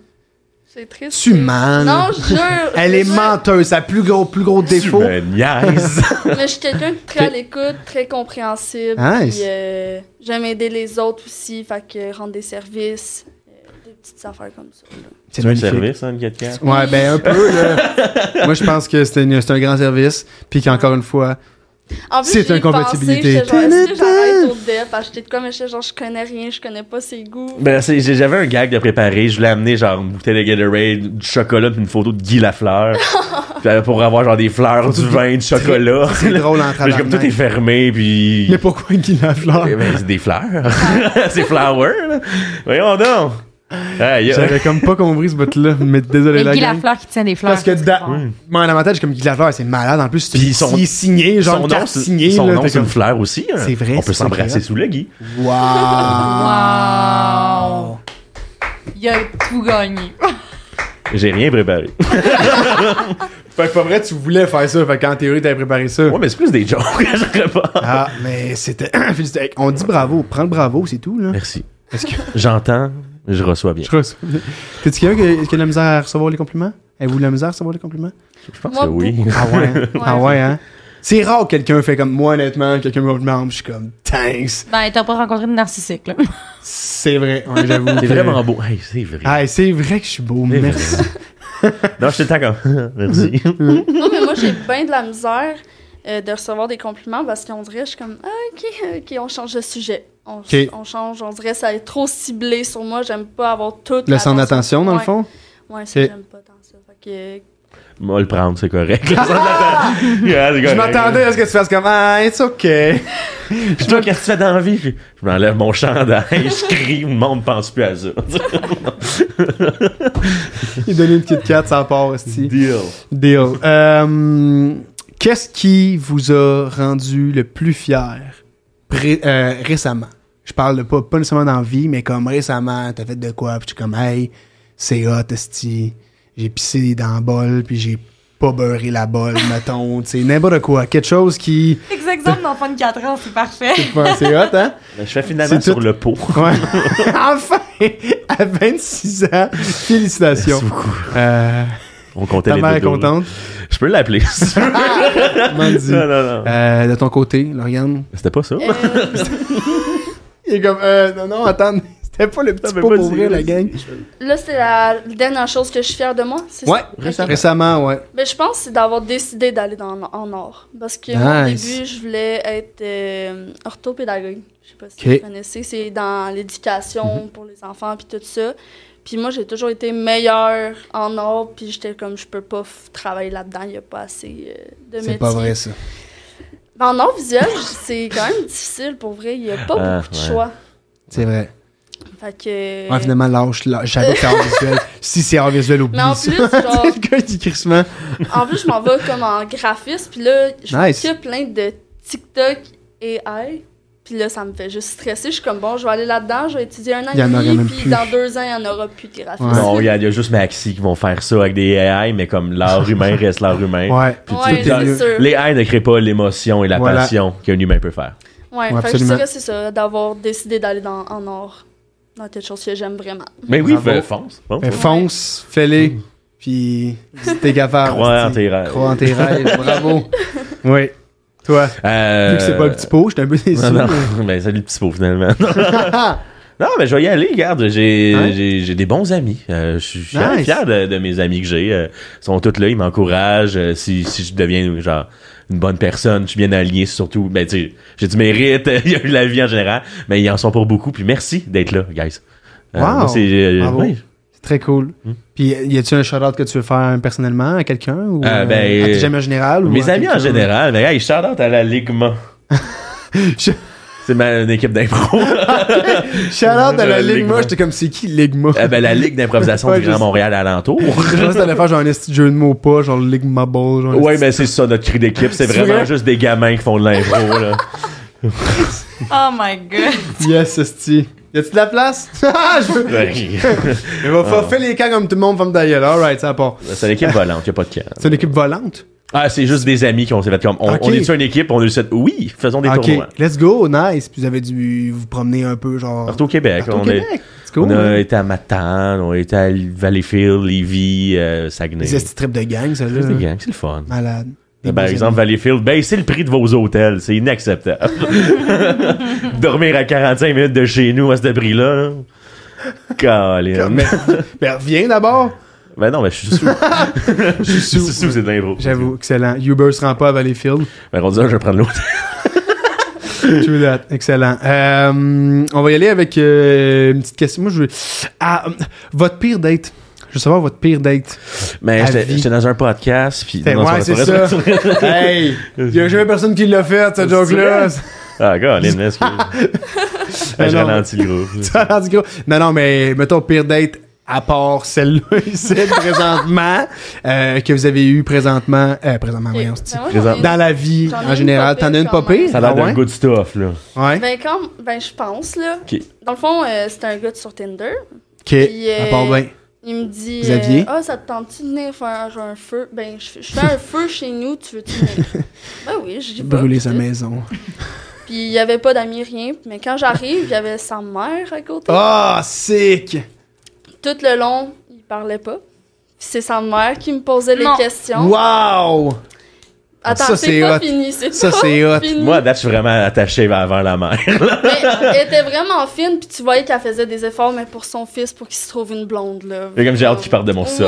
Speaker 4: C'est triste.
Speaker 1: Tu mens, là.
Speaker 4: Non, je jure.
Speaker 1: Elle est
Speaker 4: je jure.
Speaker 1: menteuse, sa plus gros, plus gros défaut.
Speaker 3: Tu me niaises.
Speaker 4: Mais je suis quelqu'un de très à l'écoute, très compréhensible.
Speaker 1: Nice.
Speaker 4: Puis euh, j'aime aider les autres aussi, fait que rendre des services, euh, des petites affaires comme ça. là.
Speaker 1: C'est
Speaker 3: un
Speaker 1: magnifique.
Speaker 3: service, hein, le Kat Kat?
Speaker 1: Ouais, ben un peu, là. Moi, je pense que c'est une- c'est un grand service. Puis qu'encore une fois,
Speaker 4: En plus,
Speaker 1: C'est
Speaker 4: j'y ai
Speaker 1: une compatibilité.
Speaker 4: pensé, j'étais genre, Est-ce que j'arrête
Speaker 1: Ta-da-da!
Speaker 4: au dep? Parce que j'étais comme, j'étais genre, je connais rien, je connais pas ses goûts.
Speaker 3: Ben, c'est- j'ai- j'avais un gag de préparer. Je voulais amener genre une bouteille de Gatorade, du chocolat, puis une photo de Guy Lafleur. Puis, euh, pour avoir genre des fleurs, du vin, du chocolat.
Speaker 1: c'est drôle en
Speaker 3: Mais comme tout est
Speaker 1: travail.
Speaker 3: fermé, puis.
Speaker 1: Mais pourquoi Guy Lafleur?
Speaker 3: Eh ben, c'est des fleurs. c'est flower, là. Voyons donc. Ah, Aïe, aïe.
Speaker 1: J'avais comme pas compris ce bout-là, mais désolé
Speaker 2: Mais
Speaker 1: la
Speaker 2: Guy
Speaker 1: gang.
Speaker 2: Lafleur qui tient des fleurs.
Speaker 1: Parce que dans...
Speaker 3: Oui.
Speaker 1: Moi, un avantage comme Guy Lafleur, c'est malade. En plus, c'est
Speaker 3: Puis son-
Speaker 1: il est signé, genre
Speaker 3: son
Speaker 1: une
Speaker 3: nom,
Speaker 1: carte
Speaker 3: c'est
Speaker 1: signée.
Speaker 3: son
Speaker 1: là,
Speaker 3: nom,
Speaker 1: t'es
Speaker 3: c'est
Speaker 1: comme...
Speaker 3: une fleur aussi. hein.
Speaker 1: C'est vrai,
Speaker 3: On
Speaker 1: c'est
Speaker 3: peut s'embrasser
Speaker 1: vrai.
Speaker 3: sous le Guy.
Speaker 1: Wow!
Speaker 2: Wow! Il a tout gagné.
Speaker 3: J'ai rien préparé.
Speaker 1: Fait que pas vrai, tu voulais faire ça. Fait qu'en théorie, t'avais préparé ça.
Speaker 3: Ouais, mais c'est plus des jokes. Je serais pas.
Speaker 1: Ah, mais c'était. Félicitations. On dit bravo, prends le bravo, c'est tout, là.
Speaker 3: Merci. J'entends, je reçois bien.
Speaker 1: Je crois ça. T'es-tu quelqu'un qui a- qui a de la misère à recevoir les compliments? Avez-vous de la misère à recevoir les compliments?
Speaker 3: Je pense
Speaker 4: Moi,
Speaker 3: que oui.
Speaker 1: Ah ouais, hein? Ah ouais, hein? C'est rare que quelqu'un fait comme moi, honnêtement, quelqu'un me demande, je suis comme, thanks.
Speaker 2: Ben, t'as pas rencontré de narcissique, là.
Speaker 1: C'est vrai, ouais, j'avoue.
Speaker 3: C'est vraiment beau. Hey, c'est vrai.
Speaker 1: Ah, c'est vrai que je suis beau,
Speaker 3: C'est vrai.
Speaker 1: merci.
Speaker 3: Non, je suis tout le temps comme. Merci.
Speaker 4: Non, mais moi, j'ai bien de la misère euh, de recevoir des compliments parce qu'on dirait, je suis comme, ah, ok, ok, on change de sujet. On,
Speaker 1: Ok.
Speaker 4: on change, on dirait, ça est trop ciblé sur moi, j'aime pas avoir tout.
Speaker 1: Le centre d'attention, dans le fond?
Speaker 4: Ouais, ça,
Speaker 1: Ok.
Speaker 4: j'aime pas tant ça. Fait que,
Speaker 3: Moi, le prendre, c'est correct. Là, ça, je m'attends- Yeah, c'est
Speaker 1: Ah! Je
Speaker 3: correct.
Speaker 1: m'attendais à ce que tu fasses comme, ah, it's okay.
Speaker 3: Puis toi, qu'est-ce que tu fais dans la vie? Puis je m'enlève mon chandail, je crie, le monde pense plus à ça.
Speaker 1: Il donnait une petite 4, ça part, aussi.
Speaker 3: Deal.
Speaker 1: Deal. Euh, Qu'est-ce qui vous a rendu le plus fier pré- euh, récemment? Je parle de pas, pas nécessairement dans la vie, mais comme récemment, t'as fait de quoi? Puis tu es comme, hey, c'est hot, esti. J'ai pissé dans la bol, puis j'ai pas beurré la bol, mettons. Tu sais, n'importe quoi. Quelque chose qui.
Speaker 2: Ex exemple d'enfant de 4 ans, c'est parfait.
Speaker 1: Enfin, c'est hot, hein?
Speaker 3: Je fais finalement
Speaker 1: C'est
Speaker 3: sur
Speaker 1: tout.
Speaker 3: le pot.
Speaker 1: Ouais. enfin! À 26 ans, félicitations.
Speaker 3: Merci beaucoup.
Speaker 1: Euh,
Speaker 3: On comptait
Speaker 1: ta
Speaker 3: les
Speaker 1: mère est
Speaker 3: dodos.
Speaker 1: contente.
Speaker 3: Je peux l'appeler. si tu veux.
Speaker 1: Mandy.
Speaker 3: non, non, non.
Speaker 1: Euh, de ton côté, Lauriane?
Speaker 3: C'était pas ça?
Speaker 4: euh,
Speaker 1: Il est comme, euh, non, non, attendez, c'était pas le petit
Speaker 3: T'avais
Speaker 1: pot
Speaker 3: pas
Speaker 1: pour
Speaker 3: dit,
Speaker 1: ouvrir la
Speaker 3: vas-y.
Speaker 1: gang.
Speaker 4: là, c'est la dernière chose que je suis fière de moi. c'est
Speaker 1: Ouais,
Speaker 4: ça?
Speaker 1: récemment.
Speaker 4: Ok.
Speaker 1: ouais.
Speaker 4: Mais je pense que c'est d'avoir décidé d'aller dans, en or. Parce que moi, au
Speaker 1: Nice.
Speaker 4: début, je voulais être euh, orthopédagogue. Je sais pas si
Speaker 1: Ok. Mhm.
Speaker 4: vous connaissez. C'est dans l'éducation pour les enfants puis tout ça. Puis moi, j'ai toujours été meilleure en or. Puis j'étais comme, je peux pas f- travailler là-dedans. Il y a pas assez euh, de métier.
Speaker 1: C'est pas vrai, ça.
Speaker 4: En art visuel, j- c'est quand même difficile pour vrai. Il y a pas
Speaker 3: Ah,
Speaker 4: beaucoup de
Speaker 3: ouais.
Speaker 4: choix.
Speaker 1: C'est vrai.
Speaker 4: Fait que...
Speaker 1: Ouais, finalement, lâche, lâche. J'avoue que c'est hors visuel. Si c'est hors visuel, oublie
Speaker 4: Mais en
Speaker 1: ça.
Speaker 4: plus, genre-
Speaker 1: C'est le gars qui crie souvent.
Speaker 4: En plus, je m'en vais comme en graphisme, puis là, je fais
Speaker 1: Nice.
Speaker 4: que plein de TikTok et AI. Puis là, ça me fait juste stresser. Je suis comme, bon, je vais aller là-dedans, je vais étudier un an
Speaker 1: Il y en
Speaker 4: et
Speaker 1: aura même
Speaker 4: demi, puis
Speaker 1: plus.
Speaker 4: dans deux ans, il n'y en aura plus de graphisme.
Speaker 1: Ouais.
Speaker 3: Non, regarde, il y a juste Maxi qui vont faire ça avec des AI, mais comme l'art humain reste l'art humain.
Speaker 1: Ouais.
Speaker 3: Puis
Speaker 4: Ouais,
Speaker 3: tu-
Speaker 1: c'est
Speaker 3: le-
Speaker 4: sûr.
Speaker 3: les AI ne créent pas l'émotion et la
Speaker 1: Voilà.
Speaker 3: passion qu'un humain peut faire.
Speaker 4: Ouais,
Speaker 1: Ouais,
Speaker 4: fait que je
Speaker 1: absolument.
Speaker 4: dirais que c'est ça, d'avoir décidé d'aller dans, en or, dans quelque chose que j'aime vraiment.
Speaker 3: Mais oui,
Speaker 1: Bravo.
Speaker 3: fais- fonce. fonce.
Speaker 1: Ben, fonce, fais-les, puis si t'es capable.
Speaker 3: Mm. Crois en
Speaker 1: si-
Speaker 3: tes rêves.
Speaker 1: Crois en tes rêves, bravo. Oui. Toi,
Speaker 3: Euh,
Speaker 1: vu que c'est pas le petit pot, j'étais un peu déçu.
Speaker 3: Non, non, ben, salut le petit pot finalement.
Speaker 1: Ah,
Speaker 3: Non, mais je vais y aller, regarde, j'ai
Speaker 1: Hein?
Speaker 3: j'ai- j'ai des bons amis. Euh, je suis je suis
Speaker 1: Nice.
Speaker 3: vraiment fier de, de mes amis que j'ai. Euh, ils sont tous là, ils m'encouragent. Euh, si, si je deviens genre une bonne personne, je suis bien aligné surtout. Ben, tu sais, j'ai du mérite, il y a eu de la vie en général, mais ils en sont pour beaucoup. Puis merci d'être là, guys. Euh,
Speaker 1: Wow.
Speaker 3: moi, c'est euh,
Speaker 1: Bravo.
Speaker 3: oui,
Speaker 1: C'est très cool.
Speaker 3: Mm.
Speaker 1: Puis, y a-tu un shout-out que tu veux faire personnellement à quelqu'un ou
Speaker 3: Euh, ben,
Speaker 1: à tes amis en général? ou
Speaker 3: Mes
Speaker 1: à
Speaker 3: amis en
Speaker 1: quelqu'un?
Speaker 3: général, mais hey, shout-out à la Ligma.
Speaker 1: Je-
Speaker 3: C'est ma une équipe d'impro.
Speaker 1: Shout-out à la
Speaker 3: La Ligue
Speaker 1: Ligma.
Speaker 3: Mo.
Speaker 1: J'étais comme, c'est qui Ligma?
Speaker 3: Euh, ben, la Ligue d'improvisation
Speaker 1: Ouais,
Speaker 3: du
Speaker 1: je
Speaker 3: Grand
Speaker 1: sais.
Speaker 3: Montréal alentour.
Speaker 1: Je pensais que t'allais faire genre un esti de jeu de mots pas, genre Ligma Ball. Genre
Speaker 3: ouais, ben, mais c'est ça notre cri d'équipe. C'est
Speaker 1: C'est
Speaker 3: vraiment
Speaker 1: vrai?
Speaker 3: juste des gamins qui font de l'impro. là.
Speaker 2: Oh my god.
Speaker 1: mais. Yes, esti. Y a-tu de la place? Ah, je veux.
Speaker 3: Ouais. Ah.
Speaker 1: Il va falloir faire les camps comme tout le monde, femme d'ailleurs. Alright, ça part.
Speaker 3: c'est l'équipe volante, y a pas de camp.
Speaker 1: C'est une équipe volante.
Speaker 3: Ah, c'est juste des amis qu'on s'est fait comme. On,
Speaker 1: Ok.
Speaker 3: on est sur une équipe, on est sur. Oui, faisons des
Speaker 1: ok,
Speaker 3: tournois.
Speaker 1: let's go, nice. Puis vous avez dû vous promener un peu, genre.
Speaker 3: Partout au Québec.
Speaker 1: partout au
Speaker 3: on est-
Speaker 1: Québec. hein? Let's go.
Speaker 3: on a
Speaker 1: man.
Speaker 3: été à Matane, on a été à Valleyfield, Lévis, euh, Saguenay.
Speaker 1: Des esti trip de gang, ça
Speaker 3: C'est des
Speaker 1: là.
Speaker 3: gangs, c'est le fun.
Speaker 1: Malade. Des
Speaker 3: Par
Speaker 1: beaux
Speaker 3: exemple, Valleyfield, Eh ben, c'est le prix de vos hôtels. C'est inacceptable. Dormir à 45 minutes de chez nous à ce prix-là.
Speaker 1: amis.
Speaker 3: Colin.
Speaker 1: Mais, mais reviens d'abord.
Speaker 3: Ben non, ben, je suis sous. je suis sous. c'est de l'impro.
Speaker 1: J'avoue, excellent. Uber se rend pas à Valleyfield.
Speaker 3: Ben, on dit, je vais prendre l'hôtel.
Speaker 1: True that. Excellent. Euh, on va y aller avec euh, une petite question. Moi, je veux. Ah, hum, votre pire date. Je veux savoir votre pire date.
Speaker 3: Mais
Speaker 1: À
Speaker 3: j'étais-
Speaker 1: vie.
Speaker 3: j'étais dans un podcast, puis.
Speaker 1: Fait,
Speaker 3: non,
Speaker 1: ouais, c'est
Speaker 3: pas
Speaker 1: ça.
Speaker 3: vrai,
Speaker 1: hey! Il y a jamais personne qui l'a fait, cette
Speaker 3: C'est
Speaker 1: joke-là.
Speaker 3: Ah, Colin, mais excuse. Ben, je
Speaker 1: Mais non.
Speaker 3: ralentis le groupe.
Speaker 1: Ça a l'air du gros. Non, non, mais mettons pire date à part celle-là ici présentement, euh, que vous avez eu présentement, euh, présentement, voyons, c'est-
Speaker 4: Ben, moi,
Speaker 3: Présent-
Speaker 4: j'en ai-
Speaker 1: dans la vie
Speaker 4: J'en ai
Speaker 1: en
Speaker 4: une
Speaker 1: général.
Speaker 4: pas pire
Speaker 1: T'en as une pas
Speaker 4: quand même.
Speaker 1: pire?
Speaker 3: Ça a l'air
Speaker 1: Ah
Speaker 3: d'un
Speaker 1: ouais?
Speaker 3: good stuff, là.
Speaker 1: Ouais.
Speaker 4: Ben, quand, ben, je pense, là.
Speaker 3: Ok.
Speaker 4: Dans le fond, euh, c'était un gars sur Tinder.
Speaker 1: Ok,
Speaker 4: Puis,
Speaker 1: à
Speaker 4: euh,
Speaker 1: part bien.
Speaker 4: Il me dit
Speaker 1: Xavier?
Speaker 4: Ah, ça te tente-tu de venir faire un, genre un feu Ben, je, je fais un feu chez nous, tu veux-tu venir Ben oui, j'ai pas.
Speaker 1: Brûler sa
Speaker 4: tout.
Speaker 1: maison.
Speaker 4: Puis il y avait pas d'amis, rien. Mais quand j'arrive, il y avait sa mère à côté.
Speaker 1: Ah, sick! Ah.
Speaker 4: Tout le long, il parlait pas. Puis c'est sa mère qui me posait
Speaker 2: Non.
Speaker 4: les questions.
Speaker 1: Wow!
Speaker 4: Attends,
Speaker 1: Ça, c'est
Speaker 4: c'est pas
Speaker 1: hot.
Speaker 4: fini, c'est
Speaker 1: Ça,
Speaker 4: pas
Speaker 1: c'est hot.
Speaker 4: fini.
Speaker 3: Moi, à date, je suis vraiment attaché avant la mer.
Speaker 4: Mais elle était vraiment fine, puis tu voyais qu'elle faisait des efforts, mais pour son fils, pour qu'il se trouve une blonde, là.
Speaker 3: J'ai comme j'ai hâte qu'il parte de mon sol.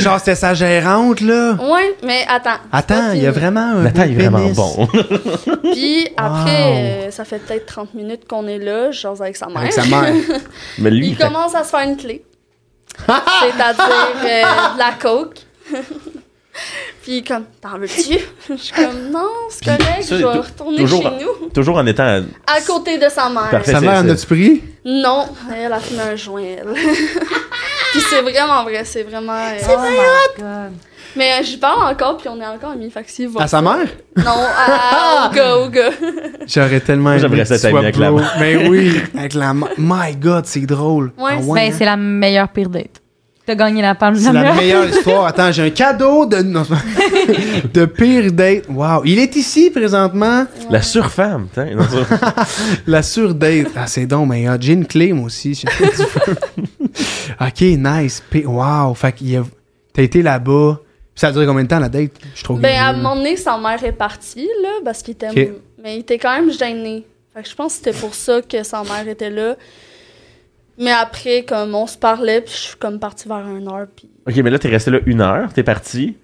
Speaker 1: Genre, c'était sa gérante, là.
Speaker 4: ouais, mais attends. c'est
Speaker 1: Attends,
Speaker 4: pas
Speaker 1: il y a
Speaker 4: fini.
Speaker 1: vraiment un.
Speaker 3: Nathan
Speaker 1: beau
Speaker 3: est vraiment
Speaker 1: pénis.
Speaker 3: bon.
Speaker 4: Puis après, euh, ça fait peut-être 30 minutes qu'on est là, je jase avec sa mère.
Speaker 1: Avec sa mère.
Speaker 3: Mais lui,
Speaker 4: Il
Speaker 3: il fait-
Speaker 4: commence à se faire une clé. C'est-à-dire euh, de la coke. Puis il est comme, t'en veux-tu? Je suis comme, non, c'est
Speaker 3: Puis,
Speaker 4: correct, je
Speaker 3: ça,
Speaker 4: vais
Speaker 3: tou-
Speaker 4: retourner
Speaker 3: toujours-
Speaker 4: chez nous.
Speaker 3: toujours en étant.
Speaker 4: À côté de sa mère.
Speaker 3: Parfait.
Speaker 1: sa
Speaker 3: C'est-
Speaker 1: mère en
Speaker 3: c'est-
Speaker 1: a-tu pris?
Speaker 4: Non, elle a fumé un joint, elle. Puis c'est vraiment vrai, c'est vraiment... euh,
Speaker 2: Oh my god.
Speaker 4: Mais euh, j'y parle encore, puis on est encore amis, fait que s'il va-
Speaker 3: Ah,
Speaker 1: À sa mère?
Speaker 4: Non, à- au gars, au gars.
Speaker 1: J'aurais tellement aimé
Speaker 3: J'aimerais
Speaker 1: que
Speaker 3: ça
Speaker 1: tu
Speaker 3: être
Speaker 1: sois
Speaker 3: ami avec la
Speaker 1: pro.
Speaker 3: mère.
Speaker 1: Mais oui, avec la ma- My God, c'est drôle.
Speaker 4: Ouais,
Speaker 1: Ah
Speaker 2: Ben,
Speaker 1: hein?
Speaker 2: c'est la meilleure pire date. T'as gagné la palme
Speaker 1: C'est
Speaker 2: de
Speaker 1: la
Speaker 2: la
Speaker 1: meilleure histoire. Attends, j'ai un cadeau de non, de pire date. Wow, il est ici présentement.
Speaker 3: La surfemme, tiens. Non, ça-
Speaker 1: La surdate. Ah, c'est donc, mais hot. j'ai une clé moi aussi. J'ai fait du feu. ok, nice. P- Wow, fait qu'il y a- t'as été là-bas. Puis Ça a duré combien de temps la date Je trouve.
Speaker 4: Ben, à un moment donné, sa mère est partie, là, parce qu'il était.
Speaker 1: Ok.
Speaker 4: Mais il était quand même gêné. Fait que je pense que c'était pour ça que sa mère était là. Mais après, comme on se parlait, puis je suis comme partie vers un heure, puis.
Speaker 3: ok, mais là, t'es resté là une heure, t'es parti.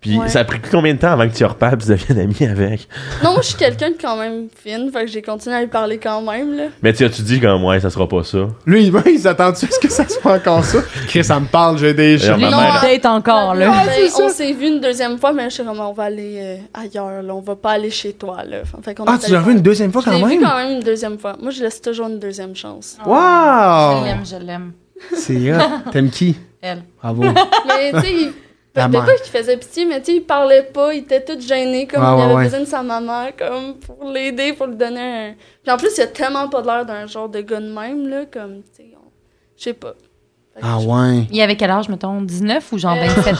Speaker 3: Puis
Speaker 4: Ouais.
Speaker 3: ça a pris combien de temps avant que tu repartes et tu deviennes ami avec?
Speaker 4: Non, moi, je suis quelqu'un de quand même fine, fait que j'ai continué à lui parler quand même, là.
Speaker 3: Mais tu as-tu dit comme, ouais, ça sera pas ça?
Speaker 1: Lui, il, il s'attend-tu à ce que ça soit encore ça Chris, ça me parle, j'ai des
Speaker 3: D'ailleurs,
Speaker 1: choses.
Speaker 3: ma mère-
Speaker 2: Longue date encore, là.
Speaker 4: Ben,
Speaker 1: c'est ça.
Speaker 4: on s'est vu une deuxième fois, mais je suis comme, on va aller euh, ailleurs, là. On va pas aller chez toi, là. Fait qu'on
Speaker 1: Ah,
Speaker 4: est
Speaker 1: tu
Speaker 4: allé
Speaker 1: l'as vu
Speaker 4: faire-
Speaker 1: une deuxième fois
Speaker 4: Je
Speaker 1: quand
Speaker 4: l'ai vu
Speaker 1: même
Speaker 4: quand même une deuxième fois. Moi, je laisse toujours une deuxième chance.
Speaker 2: Je
Speaker 1: Wow
Speaker 2: l'aime, je l'aime.
Speaker 1: C'est hot. T'aimes qui
Speaker 2: Elle.
Speaker 1: Bravo.
Speaker 4: Mais tu sais, il...
Speaker 1: La
Speaker 4: peut-être
Speaker 1: mère.
Speaker 4: pas qu'il faisait pitié, mais tu sais, il parlait pas, il était tout gêné, comme
Speaker 1: Ah,
Speaker 4: il
Speaker 1: ouais,
Speaker 4: avait
Speaker 1: ouais.
Speaker 4: besoin de sa maman, comme pour l'aider, pour lui donner un. Puis en plus, il a tellement pas l'air d'un genre de gars de même, là, comme, tu sais, on- je sais pas. Fait que
Speaker 1: Ah
Speaker 4: je-
Speaker 1: ouais.
Speaker 2: Il avait quel âge, mettons, 19 ou genre
Speaker 4: Euh,
Speaker 2: 27?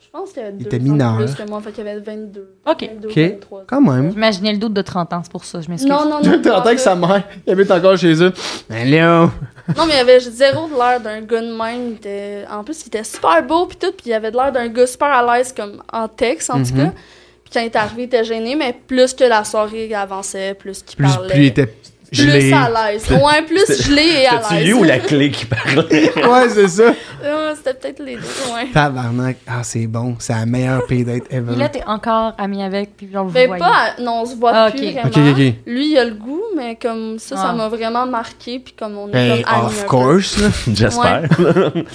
Speaker 4: Je pense qu'il y avait deux
Speaker 1: était
Speaker 4: ans de
Speaker 1: mineur.
Speaker 4: plus que moi, fait qu'il avait 22.
Speaker 2: OK.
Speaker 4: 22,
Speaker 1: Ok.
Speaker 4: 23.
Speaker 1: Quand même.
Speaker 2: J'imaginais le doute de 30 ans, c'est pour ça, je m'excuse.
Speaker 4: Non, non, non.
Speaker 1: T'es en
Speaker 4: pas
Speaker 1: train que
Speaker 4: tout.
Speaker 1: sa mère, il habite encore chez eux. Ben, Hello!
Speaker 4: Non, mais il avait zéro de l'air d'un gars de même. il était- En plus, il était super beau, puis tout, puis il avait de l'air d'un gars super à l'aise, comme en texte, en tout
Speaker 1: Mhm.
Speaker 4: cas. Puis quand il est arrivé, il était gêné, mais plus que la soirée avançait, plus qu'il
Speaker 1: Plus,
Speaker 4: parlait.
Speaker 1: plus il était Je
Speaker 4: Plus
Speaker 1: l'ai.
Speaker 4: à l'aise. Ouais, plus gelé et à
Speaker 3: T'as-tu
Speaker 4: l'aise.
Speaker 3: eu ou la clé qui parlait?
Speaker 1: Ouais, c'est ça.
Speaker 4: Ah, C'était peut-être les deux, ouais.
Speaker 1: Tabarnak. Ah, c'est bon. C'est la meilleure pay date ever.
Speaker 2: Puis là, t'es encore ami avec, puis on le
Speaker 4: Mais
Speaker 2: voit.
Speaker 4: Ben, pas, à- non, on se voit
Speaker 2: Ah,
Speaker 4: plus
Speaker 2: ok.
Speaker 4: vraiment.
Speaker 1: Ok, ok, ok.
Speaker 4: Lui, il a le goût, mais comme ça, ça
Speaker 2: Ah.
Speaker 4: m'a vraiment marqué, puis comme on est
Speaker 1: Ben,
Speaker 4: comme amis un
Speaker 1: of
Speaker 4: peu.
Speaker 1: course, là.
Speaker 3: J'espère.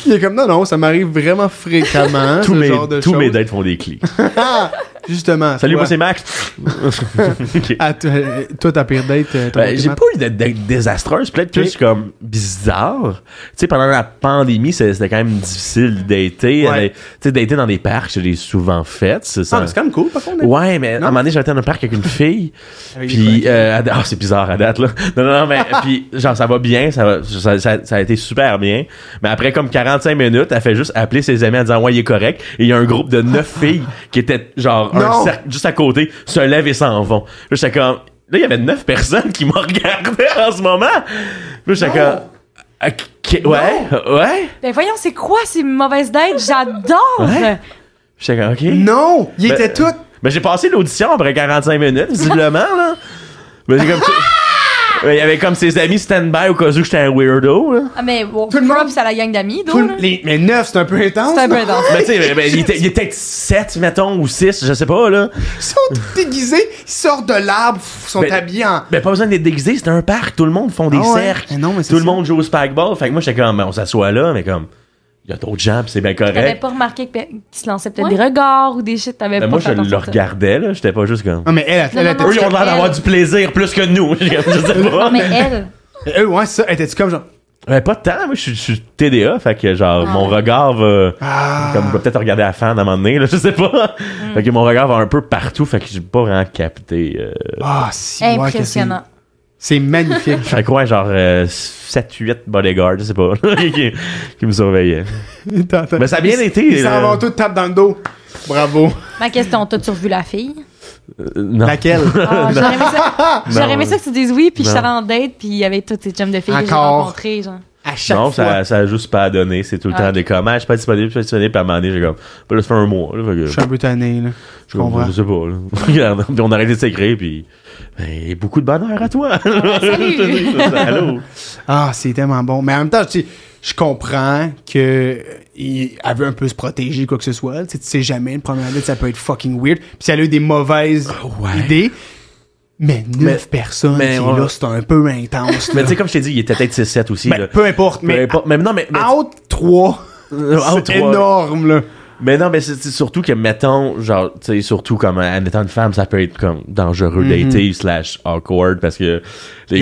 Speaker 1: Il est comme, non, non, ça m'arrive vraiment fréquemment,
Speaker 3: tous
Speaker 1: ce
Speaker 3: mes,
Speaker 1: genre de
Speaker 3: tous mes
Speaker 1: choses.
Speaker 3: dates font des clics.
Speaker 1: Ah, justement.
Speaker 3: Salut,
Speaker 1: toi,
Speaker 3: moi c'est Max. Ok.
Speaker 1: Ah, toi, euh, toi, ta pire date, euh, t'as
Speaker 3: Ben,
Speaker 1: monté
Speaker 3: j'ai
Speaker 1: ma-
Speaker 3: pas eu de date désastreuse, peut-être
Speaker 1: Ok.
Speaker 3: plus comme bizarre. Tu sais, pendant la pandémie, c'est- c'était quand même difficile d'été.
Speaker 1: Ouais.
Speaker 3: Tu sais, d'été dans des parcs, je l'ai souvent fait. c'est
Speaker 1: Ah,
Speaker 3: ça.
Speaker 1: mais c'est quand même cool, par contre. hein.
Speaker 3: Ouais, mais à
Speaker 1: Non?
Speaker 3: un moment donné, j'étais dans un parc avec une fille.
Speaker 1: Avec des
Speaker 3: Puis,
Speaker 1: collègues.
Speaker 3: euh, à da- ah, c'est bizarre à date, là. Non, non, non, mais, puis, genre, ça va bien, ça, va- ça, ça, ça a été super bien. Mais après, comme 45 minutes, elle fait juste appeler ses amis en disant, ouais, il est correct. Et il y a un groupe de 9 filles qui étaient, genre,
Speaker 1: Non.
Speaker 3: un cercle juste à côté, se lèvent et s'en vont. Là, j'étais comme, là, il y avait 9 personnes qui me regardaient en ce moment. Là, j'étais comme, Ok, ouais, ouais.
Speaker 2: Ben voyons, c'est quoi ces mauvaises dates? J'adore!
Speaker 3: Ouais. J'étais comme, ok.
Speaker 1: Non! Ils
Speaker 3: Ben,
Speaker 1: étaient tous.
Speaker 3: Mais j'ai passé l'audition après 45 minutes, visiblement, là. Mais j'ai comme. Mais Il y avait comme ses amis stand-by au cas où j'étais un weirdo, là.
Speaker 2: Ah, mais bon,
Speaker 1: Tout le monde-
Speaker 2: c'est à la gang d'amis,
Speaker 1: tout
Speaker 2: d'où?
Speaker 1: le-
Speaker 2: là?
Speaker 1: les- Mais neuf, c'est un peu intense.
Speaker 2: C'est un peu
Speaker 1: non?
Speaker 2: intense.
Speaker 3: Mais Ben, tu sais, mais- mais il était il était peut-être 7, mettons, ou 6, je sais pas, là.
Speaker 1: Ils sont tous déguisés, ils sortent de l'arbre, pff, ils sont
Speaker 3: Ben,
Speaker 1: habillés en.
Speaker 3: Mais pas besoin d'être déguisé, c'était un parc, tout le monde font des
Speaker 1: Ah ouais.
Speaker 3: cercles.
Speaker 1: Mais non, mais c'est
Speaker 3: tout le
Speaker 1: ça.
Speaker 3: monde joue au spikeball. Fait que moi, j'étais comme, ben, on s'assoit là, mais comme, il y a d'autres gens, pis c'est bien
Speaker 2: T'avais
Speaker 3: correct.
Speaker 2: pas remarqué que pe- qu'ils se lançaient peut-être
Speaker 4: Ouais.
Speaker 2: des regards ou des shit, t'avais
Speaker 3: Mais
Speaker 2: pas
Speaker 3: Ben, moi,
Speaker 2: fait
Speaker 3: je le
Speaker 2: attention à ça.
Speaker 3: regardais, là. J'étais pas juste comme.
Speaker 1: Non, Ah, mais elle, elle,
Speaker 2: Non,
Speaker 1: elle
Speaker 2: non,
Speaker 1: était.
Speaker 2: non.
Speaker 3: Eux, ils ont l'air d'avoir
Speaker 2: elle-
Speaker 3: du plaisir plus que nous. je sais pas.
Speaker 2: Mais elle,
Speaker 1: Eux, euh, ouais, c'est ça. Elle était comme genre.
Speaker 3: Ouais, pas de temps, moi je suis- je suis TDA, fait que
Speaker 2: Ah,
Speaker 3: genre mon regard va.
Speaker 1: Ah.
Speaker 3: Comme je vais peut-être regarder la fan à un moment donné, là, je sais pas.
Speaker 2: Mm.
Speaker 3: Fait que mon regard va un peu partout, fait que j'ai pas vraiment capté. euh,
Speaker 1: Ah, si, ouais, que c'est-
Speaker 2: impressionnant.
Speaker 1: C'est magnifique.
Speaker 3: Fait que ouais, genre 7-8 bodyguards, je sais pas, qui, qui me surveillaient.
Speaker 1: Attends,
Speaker 3: Mais ça a bien
Speaker 1: ils-
Speaker 3: été,
Speaker 1: Ils s'en
Speaker 3: là.
Speaker 1: vont tous taper dans le dos. Bravo.
Speaker 2: Ma question, t'as-tu revu la fille?
Speaker 3: Euh, non.
Speaker 1: Laquelle
Speaker 2: Ah, J'aurais aimé ça-
Speaker 3: Non.
Speaker 2: j'aurais aimé ça que tu dises oui, puis je
Speaker 3: Non.
Speaker 2: suis allée en date, puis il y avait toutes ces chums de filles que j'ai
Speaker 1: Encore.
Speaker 2: rencontrées. Genre.
Speaker 1: À chaque
Speaker 3: Non,
Speaker 1: fois.
Speaker 3: ça, ça a juste pas donné. C'est tout le
Speaker 2: Ah,
Speaker 3: temps
Speaker 2: ok.
Speaker 3: des comme, Ah, je suis pas disponible, je suis pas disponible. Puis à un moment donné, j'ai comme, bah, là, ça fait un mois. Là, fait que-
Speaker 1: Je suis un peu tanné, là.
Speaker 3: Je comprends. Je sais pas. là. Regarde, puis on a arrêté de s'écrire, puis. Ben, beaucoup de bonheur à toi!
Speaker 2: Ah, ben, Salut.
Speaker 3: Allô!
Speaker 1: Ah, c'est tellement bon. Mais en même temps, tu sais, je comprends que euh, il- elle veut un peu se protéger, quoi que ce soit. Tu sais, tu sais jamais, le premier date, ça peut être fucking weird. Puis si elle a eu des mauvaises
Speaker 3: Ah ouais.
Speaker 1: idées, mais neuf personnes,
Speaker 3: mais
Speaker 1: c'est
Speaker 3: ouais.
Speaker 1: là, c'est un peu intense.
Speaker 3: Mais
Speaker 1: là.
Speaker 3: tu sais, comme je t'ai dit, il était peut-être 6-7 aussi.
Speaker 1: Ben,
Speaker 3: là.
Speaker 1: peu importe,
Speaker 3: Peu
Speaker 1: mais
Speaker 3: importe. Mais non, mais. mais-
Speaker 2: Ah,
Speaker 1: out 3,
Speaker 3: Euh, out,
Speaker 1: c'est
Speaker 3: ouais.
Speaker 1: énorme, là.
Speaker 3: Mais non, mais c'est c'est surtout que, mettons, genre, tu sais, surtout comme euh, en étant une femme, ça peut être comme dangereux dater slash awkward parce que les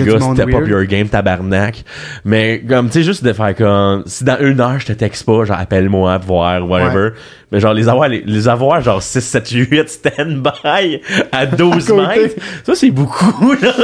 Speaker 1: Mm-hmm. Y a du
Speaker 3: gars,
Speaker 1: monde
Speaker 3: c'était pas
Speaker 1: weird.
Speaker 3: pure game tabarnak. Mais comme, tu sais, juste de faire comme, si dans une heure je te texte pas, genre, appelle-moi, voir, whatever. Mais genre, les avoir, les, les avoir, genre, 6, 7, 8 stand-by à 12
Speaker 1: À côté.
Speaker 3: mètres, ça, c'est beaucoup, là.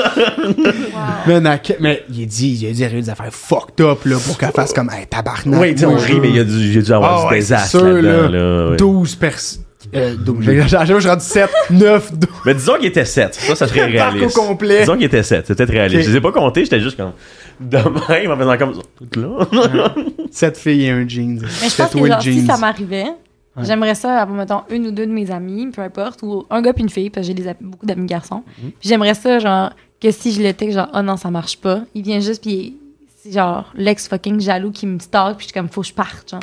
Speaker 1: Mais, na- que- mais il a dit, il a dit, il a des affaires fucked up, là, pour qu'elle fasse comme, hey, tabarnak.
Speaker 3: Ouais, tu sais, on
Speaker 1: moi, je
Speaker 3: rit, mais il y a dû, il y a dû avoir
Speaker 1: Ah
Speaker 3: du
Speaker 1: ouais,
Speaker 3: désastre
Speaker 1: c'est sûr,
Speaker 3: là-dedans,
Speaker 1: là.
Speaker 3: là, ouais.
Speaker 1: 12 personnes. Euh, 12. J'ai- j'ai- j'ai- Je suis rendu 7, 9, 12.
Speaker 3: Mais disons qu'il était 7. Ça, ça serait
Speaker 1: Le parc au
Speaker 3: réaliste.
Speaker 1: complet.
Speaker 3: Disons qu'il était 7. C'était peut-être réaliste.
Speaker 1: Ok.
Speaker 3: Je les ai pas comptés, j'étais juste comme. Demain, en faisant comme. Tout là.
Speaker 1: 7 filles et un jeans.
Speaker 2: Mais je pense que
Speaker 1: Tatoué
Speaker 2: genre, si
Speaker 1: jeans.
Speaker 2: ça m'arrivait, j'aimerais ça avoir, mettons, une ou deux de mes amis, peu importe, ou un gars puis une fille, parce que j'ai des am- beaucoup d'amis garçons.
Speaker 1: Mhm.
Speaker 2: Puis j'aimerais ça, genre, que si je le texte, genre, oh non, ça marche pas, il vient juste, puis c'est genre l'ex fucking jaloux qui me stalk, puis je suis comme, faut que je parte, genre.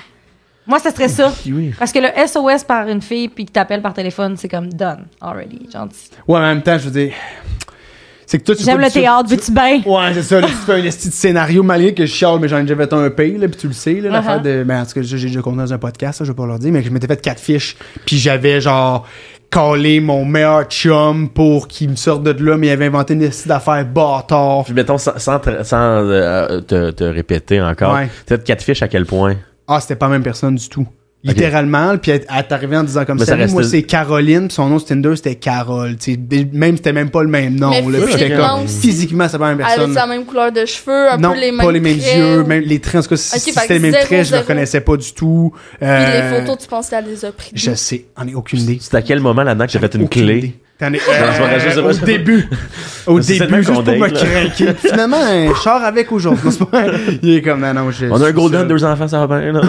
Speaker 2: Moi, ça serait ça.
Speaker 3: oui.
Speaker 2: Parce que le SOS par une fille puis qui t'appelle par téléphone, c'est comme done already. Genre, tu-
Speaker 1: Ouais, mais en même temps, je veux dire. C'est que toi, tu
Speaker 2: J'aime
Speaker 1: pas-
Speaker 2: le
Speaker 1: tu-
Speaker 2: théâtre,
Speaker 1: tu- Oh,
Speaker 2: veux-tu bien?
Speaker 1: Ouais, c'est ça. là, tu fais un esti de scénario malgré que je chiale, mais j'en ai déjà fait un pire, là, puis tu le sais, là, l'affaire
Speaker 2: Uh-huh.
Speaker 1: de. Ben, en tout cas, j'ai déjà compté dans un podcast, ça, je vais pas leur dire, mais que je m'étais fait quatre fiches, puis j'avais genre collé mon meilleur chum pour qu'il me sorte de là, mais il avait inventé une esti d'affaires bâtard.
Speaker 3: Puis mettons, sans, sans, tra- sans, euh, te, te répéter encore,
Speaker 1: Ouais.
Speaker 3: peut-être quatre fiches à quel point.
Speaker 1: Ah, c'était pas la même personne du tout. Littéralement, puis elle, elle t'arrivait en disant comme
Speaker 3: Mais ça
Speaker 1: ça, moi
Speaker 3: restait-
Speaker 1: c'est Caroline, puis son nom sur Tinder c'était Carole. Tu sais, des- même c'était même pas le même nom.
Speaker 4: Mais
Speaker 1: là, puis j'étais
Speaker 4: physiquement
Speaker 1: comme,
Speaker 4: aussi. Ah,
Speaker 1: physiquement, c'est pas la même
Speaker 4: Avec
Speaker 1: personne.
Speaker 4: la même couleur de cheveux, un
Speaker 1: non,
Speaker 4: peu les mêmes
Speaker 1: pas les mêmes
Speaker 4: traits.
Speaker 1: yeux, même les traits, en tout cas, si
Speaker 4: Ok,
Speaker 1: si
Speaker 4: fait que
Speaker 1: c'était les mêmes
Speaker 4: zéro,
Speaker 1: traits, je le
Speaker 4: zéro.
Speaker 1: reconnaissais pas du tout.
Speaker 4: Puis
Speaker 1: Euh,
Speaker 4: les photos, tu penses qu'elle les a pris d'où?
Speaker 1: Je sais, on est aucune idée.
Speaker 3: C'est à quel moment là-dedans que j'ai fait une
Speaker 1: Aucune
Speaker 3: clé?
Speaker 1: idée. T'en es-
Speaker 3: c'est pas vrai, je sais
Speaker 1: Euh,
Speaker 3: pas,
Speaker 1: Au
Speaker 3: je sais pas.
Speaker 1: début. Au
Speaker 3: C'est
Speaker 1: début,
Speaker 3: même
Speaker 1: juste
Speaker 3: qu'on
Speaker 1: pour me
Speaker 3: date, là.
Speaker 1: craquer. Finalement, un char avec aujourd'hui. Non, c'est pas- Il est comme, non, non, je.
Speaker 3: On a
Speaker 1: je-
Speaker 3: un golden,
Speaker 1: je-
Speaker 3: deux enfants, ça va bien. là.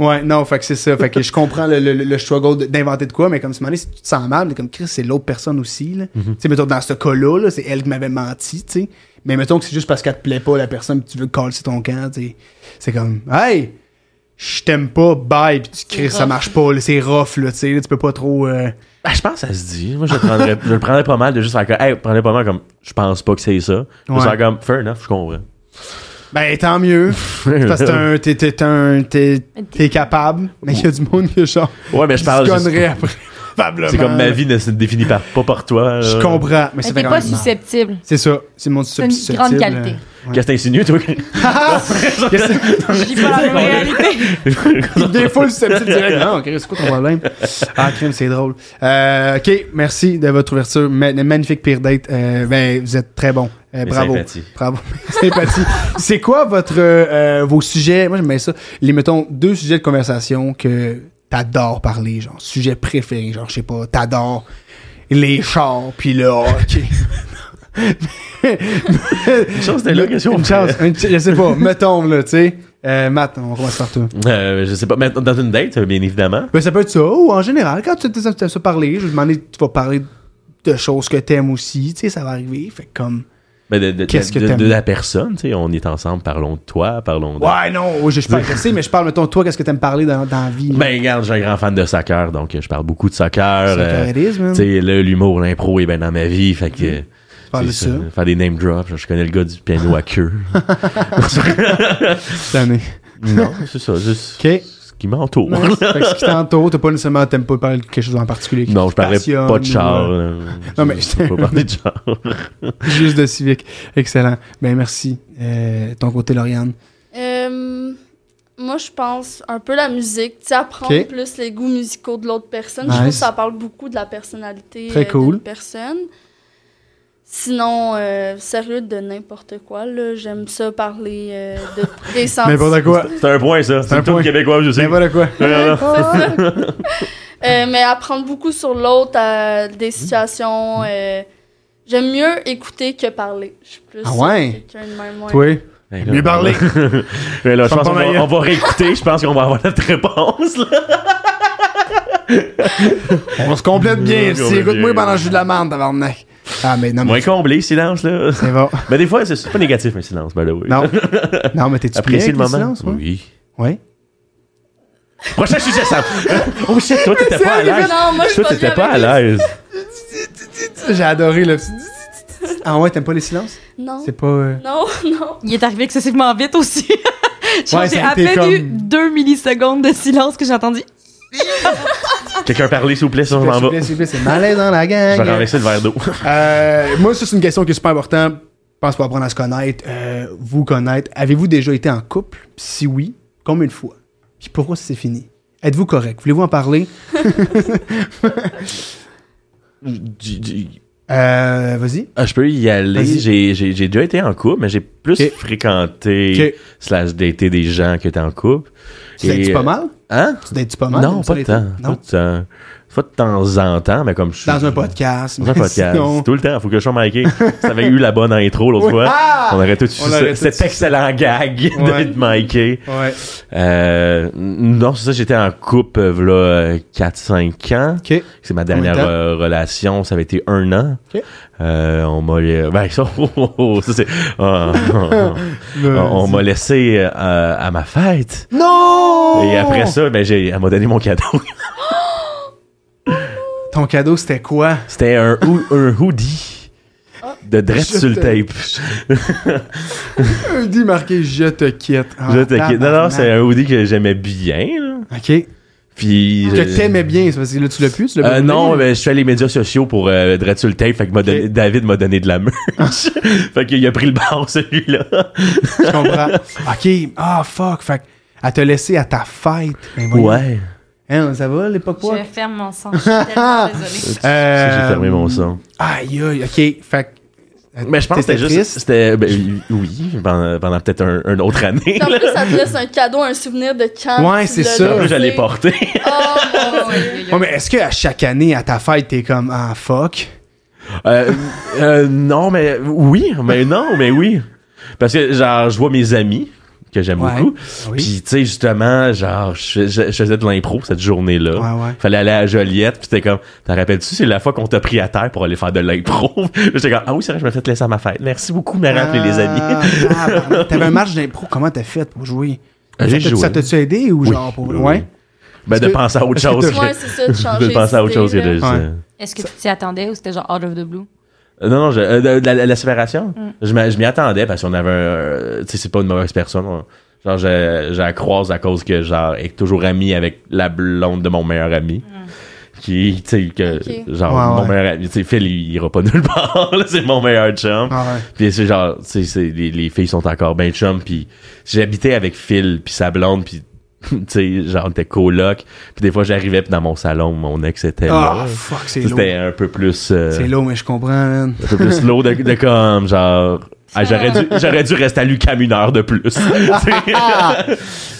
Speaker 1: Ouais, non, fait que c'est ça. Fait que je comprends le, le, le struggle de- d'inventer de quoi, mais comme ce moment-là, si tu te
Speaker 3: Mhm.
Speaker 1: sens mal, t'es comme Chris, c'est l'autre personne aussi. Là. Tu sais, mettons, dans ce cas-là, là, c'est elle qui m'avait menti, tu sais. Mais mettons que c'est juste parce qu'elle te plaît pas, la personne, puis tu veux coller ton camp, tu sais. C'est comme, hey, je t'aime pas, bye, puis tu cries, ça
Speaker 2: rough.
Speaker 1: marche pas, là, c'est rough, là, tu sais, là, tu peux pas trop. euh,
Speaker 3: Ah, je pense que ça se dit. Moi, je le prendrais, je le prendrais pas mal de juste faire comme, hey, prendrais pas mal comme, je pense pas que c'est ça. Je
Speaker 1: Ouais.
Speaker 3: serais comme, fair enough, je comprends.
Speaker 1: Ben, tant mieux. C'est parce que t'es un- t'es- t'es un- t'es- t'es capable, mais il y a du monde qui est genre.
Speaker 3: Ouais, mais je parle.
Speaker 1: Tu
Speaker 3: juste-
Speaker 1: connerais après.
Speaker 3: C'est comme ma vie ne se définit par- pas par toi.
Speaker 1: Je
Speaker 3: là.
Speaker 1: comprends, mais
Speaker 2: Mais
Speaker 1: ça
Speaker 2: t'es
Speaker 1: fait quand
Speaker 2: pas
Speaker 1: même mal.
Speaker 2: susceptible.
Speaker 1: C'est ça, c'est mon euh,
Speaker 2: C'est une grande qualité.
Speaker 3: Qu'est-ce que t'insinues, toi?
Speaker 2: Je vis pas la même réalité.
Speaker 1: Il est full susceptible direct. Non, ok, c'est quoi ton problème? Ah, crime, c'est drôle. Euh, ok, merci de votre ouverture. Ma- magnifique pire date. Euh, ben, vous êtes très bon. Euh,
Speaker 3: Mes
Speaker 1: bravo.
Speaker 3: sympathies.
Speaker 1: Bravo. Mes sympathies. c'est quoi votre, euh, euh, vos sujets? Moi, j'aime bien ça. Les, mettons, deux sujets de conversation que t'adores parler, genre, sujet préféré, genre, je sais pas, t'adores les chars, puis le hockey.
Speaker 3: Une chance, c'était là, qu'est-ce qu'on
Speaker 1: Une
Speaker 3: fait?
Speaker 1: chance, une- je sais pas, mettons, là, tu sais. Euh, Matt, on commence par toi.
Speaker 3: Euh, je sais pas, mais dans une date, bien évidemment.
Speaker 1: Ben, ça peut être ça, ou en général, quand tu t'aimes ça parler, je vais demander, tu vas parler de choses que t'aimes aussi, tu sais, ça va arriver, fait que comme...
Speaker 3: Mais de, de-
Speaker 1: Qu'est-ce que
Speaker 3: de-
Speaker 1: t'aimes?
Speaker 3: de la personne, tu sais, on est ensemble, parlons de toi, parlons de.
Speaker 1: Ouais, non, ouais, je, je suis pas agressé, mais je parle, mettons, toi, qu'est-ce que t'aimes parler dans, dans la vie?
Speaker 3: Ben, regarde, j'ai un grand fan de soccer, donc euh, je parle beaucoup de soccer.
Speaker 1: Soccer
Speaker 3: euh,
Speaker 1: it is, man.
Speaker 3: Tu sais, là, l'humour, l'impro est bien dans ma vie, fait que. euh,
Speaker 1: parles de
Speaker 3: c'est
Speaker 1: ça.
Speaker 3: Faire des name drops, je connais le gars du piano à queue.
Speaker 1: cette année.
Speaker 3: non, c'est ça, juste
Speaker 1: OK.
Speaker 3: ce qui m'entoure.
Speaker 1: Nice. fait que ce qui t'entoure, t'as pas nécessairement, t'aimes pas parler de quelque chose en particulier qui
Speaker 3: Non,
Speaker 1: te
Speaker 3: je parlais
Speaker 1: passionne,
Speaker 3: pas de char.
Speaker 1: ou, euh,
Speaker 3: là.
Speaker 1: Non, mais-
Speaker 3: je peux pas parler de char.
Speaker 1: Juste de civique. Excellent. Ben, merci. Euh, ton côté, Lauriane.
Speaker 4: Euh, moi, je pense un peu la musique. Tu sais, apprendre
Speaker 1: Ok.
Speaker 4: plus les goûts musicaux de l'autre personne. Je trouve que
Speaker 1: Nice.
Speaker 4: ça parle beaucoup de la personnalité
Speaker 1: Très
Speaker 4: euh,
Speaker 1: cool.
Speaker 4: d'une personne. Sinon, euh, sérieux, de n'importe quoi. là. J'aime ça parler euh, de, des sentiments.
Speaker 1: N'importe quoi.
Speaker 3: C'est un point, ça. C'est
Speaker 1: un
Speaker 3: un
Speaker 1: point.
Speaker 3: point québécois, je sais.
Speaker 1: N'importe Ben, quoi.
Speaker 4: Euh, mais apprendre beaucoup sur l'autre, à
Speaker 1: Mm.
Speaker 4: des situations. euh, J'aime mieux écouter que parler. Je suis plus
Speaker 1: Ah ouais?
Speaker 4: quelqu'un de même. ouais.
Speaker 1: Toi? Mieux
Speaker 3: Mieux
Speaker 1: parler.
Speaker 3: Mais là, je
Speaker 1: Ferme
Speaker 3: pense
Speaker 1: ton
Speaker 3: qu'on va,
Speaker 1: gueule.
Speaker 3: on va réécouter. Je pense qu'on va avoir notre réponse. Là.
Speaker 1: On se complète bien.
Speaker 3: On se
Speaker 1: Si,
Speaker 3: complète
Speaker 1: écoute-moi
Speaker 3: bien.
Speaker 1: pendant le jus de la merde, tabarnak. Ah, mais non,
Speaker 3: Moins
Speaker 1: mais...
Speaker 3: comblé, silence. là.
Speaker 1: C'est bon.
Speaker 3: Mais des fois, c'est c'est pas négatif, un silence, ben by the way.
Speaker 1: Non. Non, mais t'es-tu bien
Speaker 3: Appréciez
Speaker 1: avec les
Speaker 3: le moment.
Speaker 1: silences, ouais?
Speaker 3: Oui.
Speaker 1: Ouais.
Speaker 3: Prochain sujet, Sam. oh shit, toi, t'étais pas à l'aise.
Speaker 4: Non, moi, je suis
Speaker 3: Toi,
Speaker 4: pas
Speaker 3: t'étais
Speaker 4: venue
Speaker 3: pas à
Speaker 4: avec
Speaker 3: l'aise.
Speaker 1: J'ai adoré le petit- Ah ouais, t'aimes pas les silences?
Speaker 4: Non.
Speaker 1: C'est pas... euh,
Speaker 4: Non, non.
Speaker 2: Il est arrivé excessivement vite aussi. Genre,
Speaker 1: Ouais, ça
Speaker 2: J'ai
Speaker 1: a
Speaker 2: à
Speaker 1: été
Speaker 2: peine
Speaker 1: comme-
Speaker 2: eu deux millisecondes de silence que j'ai entendu.
Speaker 3: Quelqu'un parler, s'il vous plaît, sinon je m'en
Speaker 1: s'il vous plaît,
Speaker 3: vais.
Speaker 1: s'il vous plaît, C'est malaise dans la gang.
Speaker 3: Je vais renverser le verre d'eau.
Speaker 1: Euh, moi, ça, c'est une question qui est super importante. Je pense pour apprendre à se connaître, euh, vous connaître. Avez-vous déjà été en couple? Si oui, combien de fois? Puis pourquoi c'est fini? Êtes-vous correct? Voulez-vous en parler?
Speaker 3: Du- du-
Speaker 1: Euh, vas-y.
Speaker 3: Ah, je peux y aller.
Speaker 1: Vas-y.
Speaker 3: J'ai, j'ai, j'ai déjà été en couple, mais j'ai plus
Speaker 1: Ok.
Speaker 3: fréquenté
Speaker 1: Ok.
Speaker 3: slash daté des gens qui étaient en couple.
Speaker 1: Tu dates-tu
Speaker 3: Et,
Speaker 1: pas mal?
Speaker 3: Hein?
Speaker 1: Tu dates-tu pas mal? Comme
Speaker 3: non,
Speaker 1: Ah, ça,
Speaker 3: pas de
Speaker 1: les-
Speaker 3: temps. Pas
Speaker 1: Non?
Speaker 3: de temps. Pas de temps en temps, mais comme je suis...
Speaker 1: Dans un podcast.
Speaker 3: Dans un
Speaker 1: mais
Speaker 3: podcast.
Speaker 1: sinon-
Speaker 3: Tout le temps. Faut que je sois marqué. Si t'avais eu la bonne intro l'autre
Speaker 1: Oui.
Speaker 3: fois,
Speaker 1: Ah!
Speaker 3: on aurait tout
Speaker 1: On aurait
Speaker 3: suivi
Speaker 1: tout
Speaker 3: cet
Speaker 1: su
Speaker 3: excellent gag
Speaker 1: Ouais.
Speaker 3: de Mikey.
Speaker 1: Ouais.
Speaker 3: Euh, non, c'est ça, j'étais en couple, euh, là, 4-5 ans.
Speaker 1: OK.
Speaker 3: C'est ma
Speaker 1: Combien de
Speaker 3: dernière
Speaker 1: temps?
Speaker 3: euh, relation, ça avait été un an.
Speaker 1: Ok.
Speaker 3: Euh, on m'a euh, ben, ça, oh, oh, oh, ça, c'est- oh, oh, oh. on, on m'a laissé euh, à, à ma fête.
Speaker 1: Non!
Speaker 3: Et après ça, ben j'ai elle m'a donné mon cadeau.
Speaker 1: Ton cadeau, c'était quoi?
Speaker 3: C'était un, hou- un hoodie de dress
Speaker 1: Ah, Je
Speaker 3: sur le
Speaker 1: te-
Speaker 3: tape.
Speaker 1: Un dit marqué Je te quitte. Ah,
Speaker 3: Je t'inquiète. Non, non,
Speaker 1: tabarnak.
Speaker 3: c'est un hoodie que j'aimais bien. là.
Speaker 1: OK.
Speaker 3: Puis
Speaker 1: Que
Speaker 3: je-
Speaker 1: t'aimais bien, c'est parce que là, tu l'as plus? Tu l'as
Speaker 3: Euh,
Speaker 1: pas donné,
Speaker 3: non,
Speaker 1: là?
Speaker 3: ben, je fais les médias sociaux pour euh, Dread sur le tape. Fait que m'a donné-
Speaker 1: Ok.
Speaker 3: David m'a donné de la merch. fait qu'il a pris le bar, celui-là.
Speaker 1: Je comprends. OK. Ah, fuck. Fait que, elle t'a laissé à ta fête. Ben, voyons.
Speaker 3: Ouais.
Speaker 1: Hein, ça va, l'époque,
Speaker 2: Je
Speaker 1: quoi? Euh,
Speaker 2: ferme mon sang. Je suis tellement désolée. Oh,
Speaker 3: Ça, J'ai fermé mon son.
Speaker 1: Aïe, aïe, OK. Fait que... euh,
Speaker 3: Mais je pense que c'était
Speaker 1: T'étais
Speaker 3: juste.
Speaker 1: triste?
Speaker 3: C'était. ben, oui, pendant, pendant peut-être un- une autre année.
Speaker 4: En
Speaker 3: là.
Speaker 4: plus, ça te laisse un cadeau, un souvenir de quand.
Speaker 1: Ouais,
Speaker 4: tu
Speaker 1: c'est
Speaker 4: l'as
Speaker 1: ça.
Speaker 3: En
Speaker 4: laissé.
Speaker 3: plus, j'allais porter.
Speaker 4: Oh, mon Dieu.
Speaker 1: Ouais, mais est-ce qu'à chaque année, à ta fête, t'es comme « Ah, fuck
Speaker 3: Euh, euh, non, mais oui, mais non, mais oui. Parce que, genre, je vois mes amis. que j'aime
Speaker 1: Ouais. Ah
Speaker 3: beaucoup.
Speaker 1: Oui.
Speaker 3: Puis, tu sais, justement, genre, je, fais- je- je faisais de l'impro cette journée-là.
Speaker 1: Ouais, ouais.
Speaker 3: Fallait aller à Joliette, puis t'es comme, t'en rappelles-tu, c'est la fois qu'on t'a pris à terre pour aller faire de l'impro? J'étais comme, ah oui, c'est vrai, je me fais laisser à ma fête. Merci beaucoup, de me rappeler, les amis.
Speaker 1: Ah, tabarnak. T'avais un match d'impro, comment t'as fait pour jouer?
Speaker 3: Euh, j'ai
Speaker 1: Ça t'a-
Speaker 3: joué.
Speaker 1: Ça t'a-tu aidé ou
Speaker 3: Oui.
Speaker 1: genre pour.
Speaker 3: Oui, oui.
Speaker 1: Ouais.
Speaker 3: Ben,
Speaker 1: Est-ce
Speaker 3: de
Speaker 1: que-
Speaker 3: penser à autre
Speaker 1: est-ce que
Speaker 3: chose.
Speaker 1: t'as-
Speaker 3: que-
Speaker 4: Ouais, c'est ça, de changer.
Speaker 3: de penser à autre
Speaker 4: d'idée,
Speaker 3: chose que
Speaker 4: là.
Speaker 3: de
Speaker 1: là. Ouais.
Speaker 2: Est-ce que tu t'y attendais ou c'était genre out of the blue?
Speaker 3: Euh, Non, non, je- euh, de- de la, la séparation, je m'a- je m'y attendais parce qu'on avait un. euh, tu sais, c'est pas une mauvaise personne. on- genre, je, je la croise à cause que, genre, elle est toujours amie avec la blonde de mon meilleur ami. Qui, tu sais, que,
Speaker 4: Ok.
Speaker 3: genre,
Speaker 1: Ouais,
Speaker 3: mon
Speaker 1: ouais.
Speaker 3: meilleur ami, tu sais, Phil, il ira pas nulle part, là, c'est mon meilleur chum.
Speaker 1: Ah ouais.
Speaker 3: Puis c'est genre, tu sais, c'est- les, les filles sont encore ben chum, puis j'habitais avec Phil, puis sa blonde, puis tu sais, genre, on était coloc, puis des fois j'arrivais, puis dans mon salon, mon ex était
Speaker 1: Ah,
Speaker 3: là.
Speaker 1: fuck, c'est lourd.
Speaker 3: C'était un peu plus... euh,
Speaker 1: C'est lourd, mais je comprends, man.
Speaker 3: un peu plus lourd de, de comme, genre... ah, j'aurais, dû, j'aurais dû rester à Lucam une heure de plus. Tu sais. mais,
Speaker 1: Ah,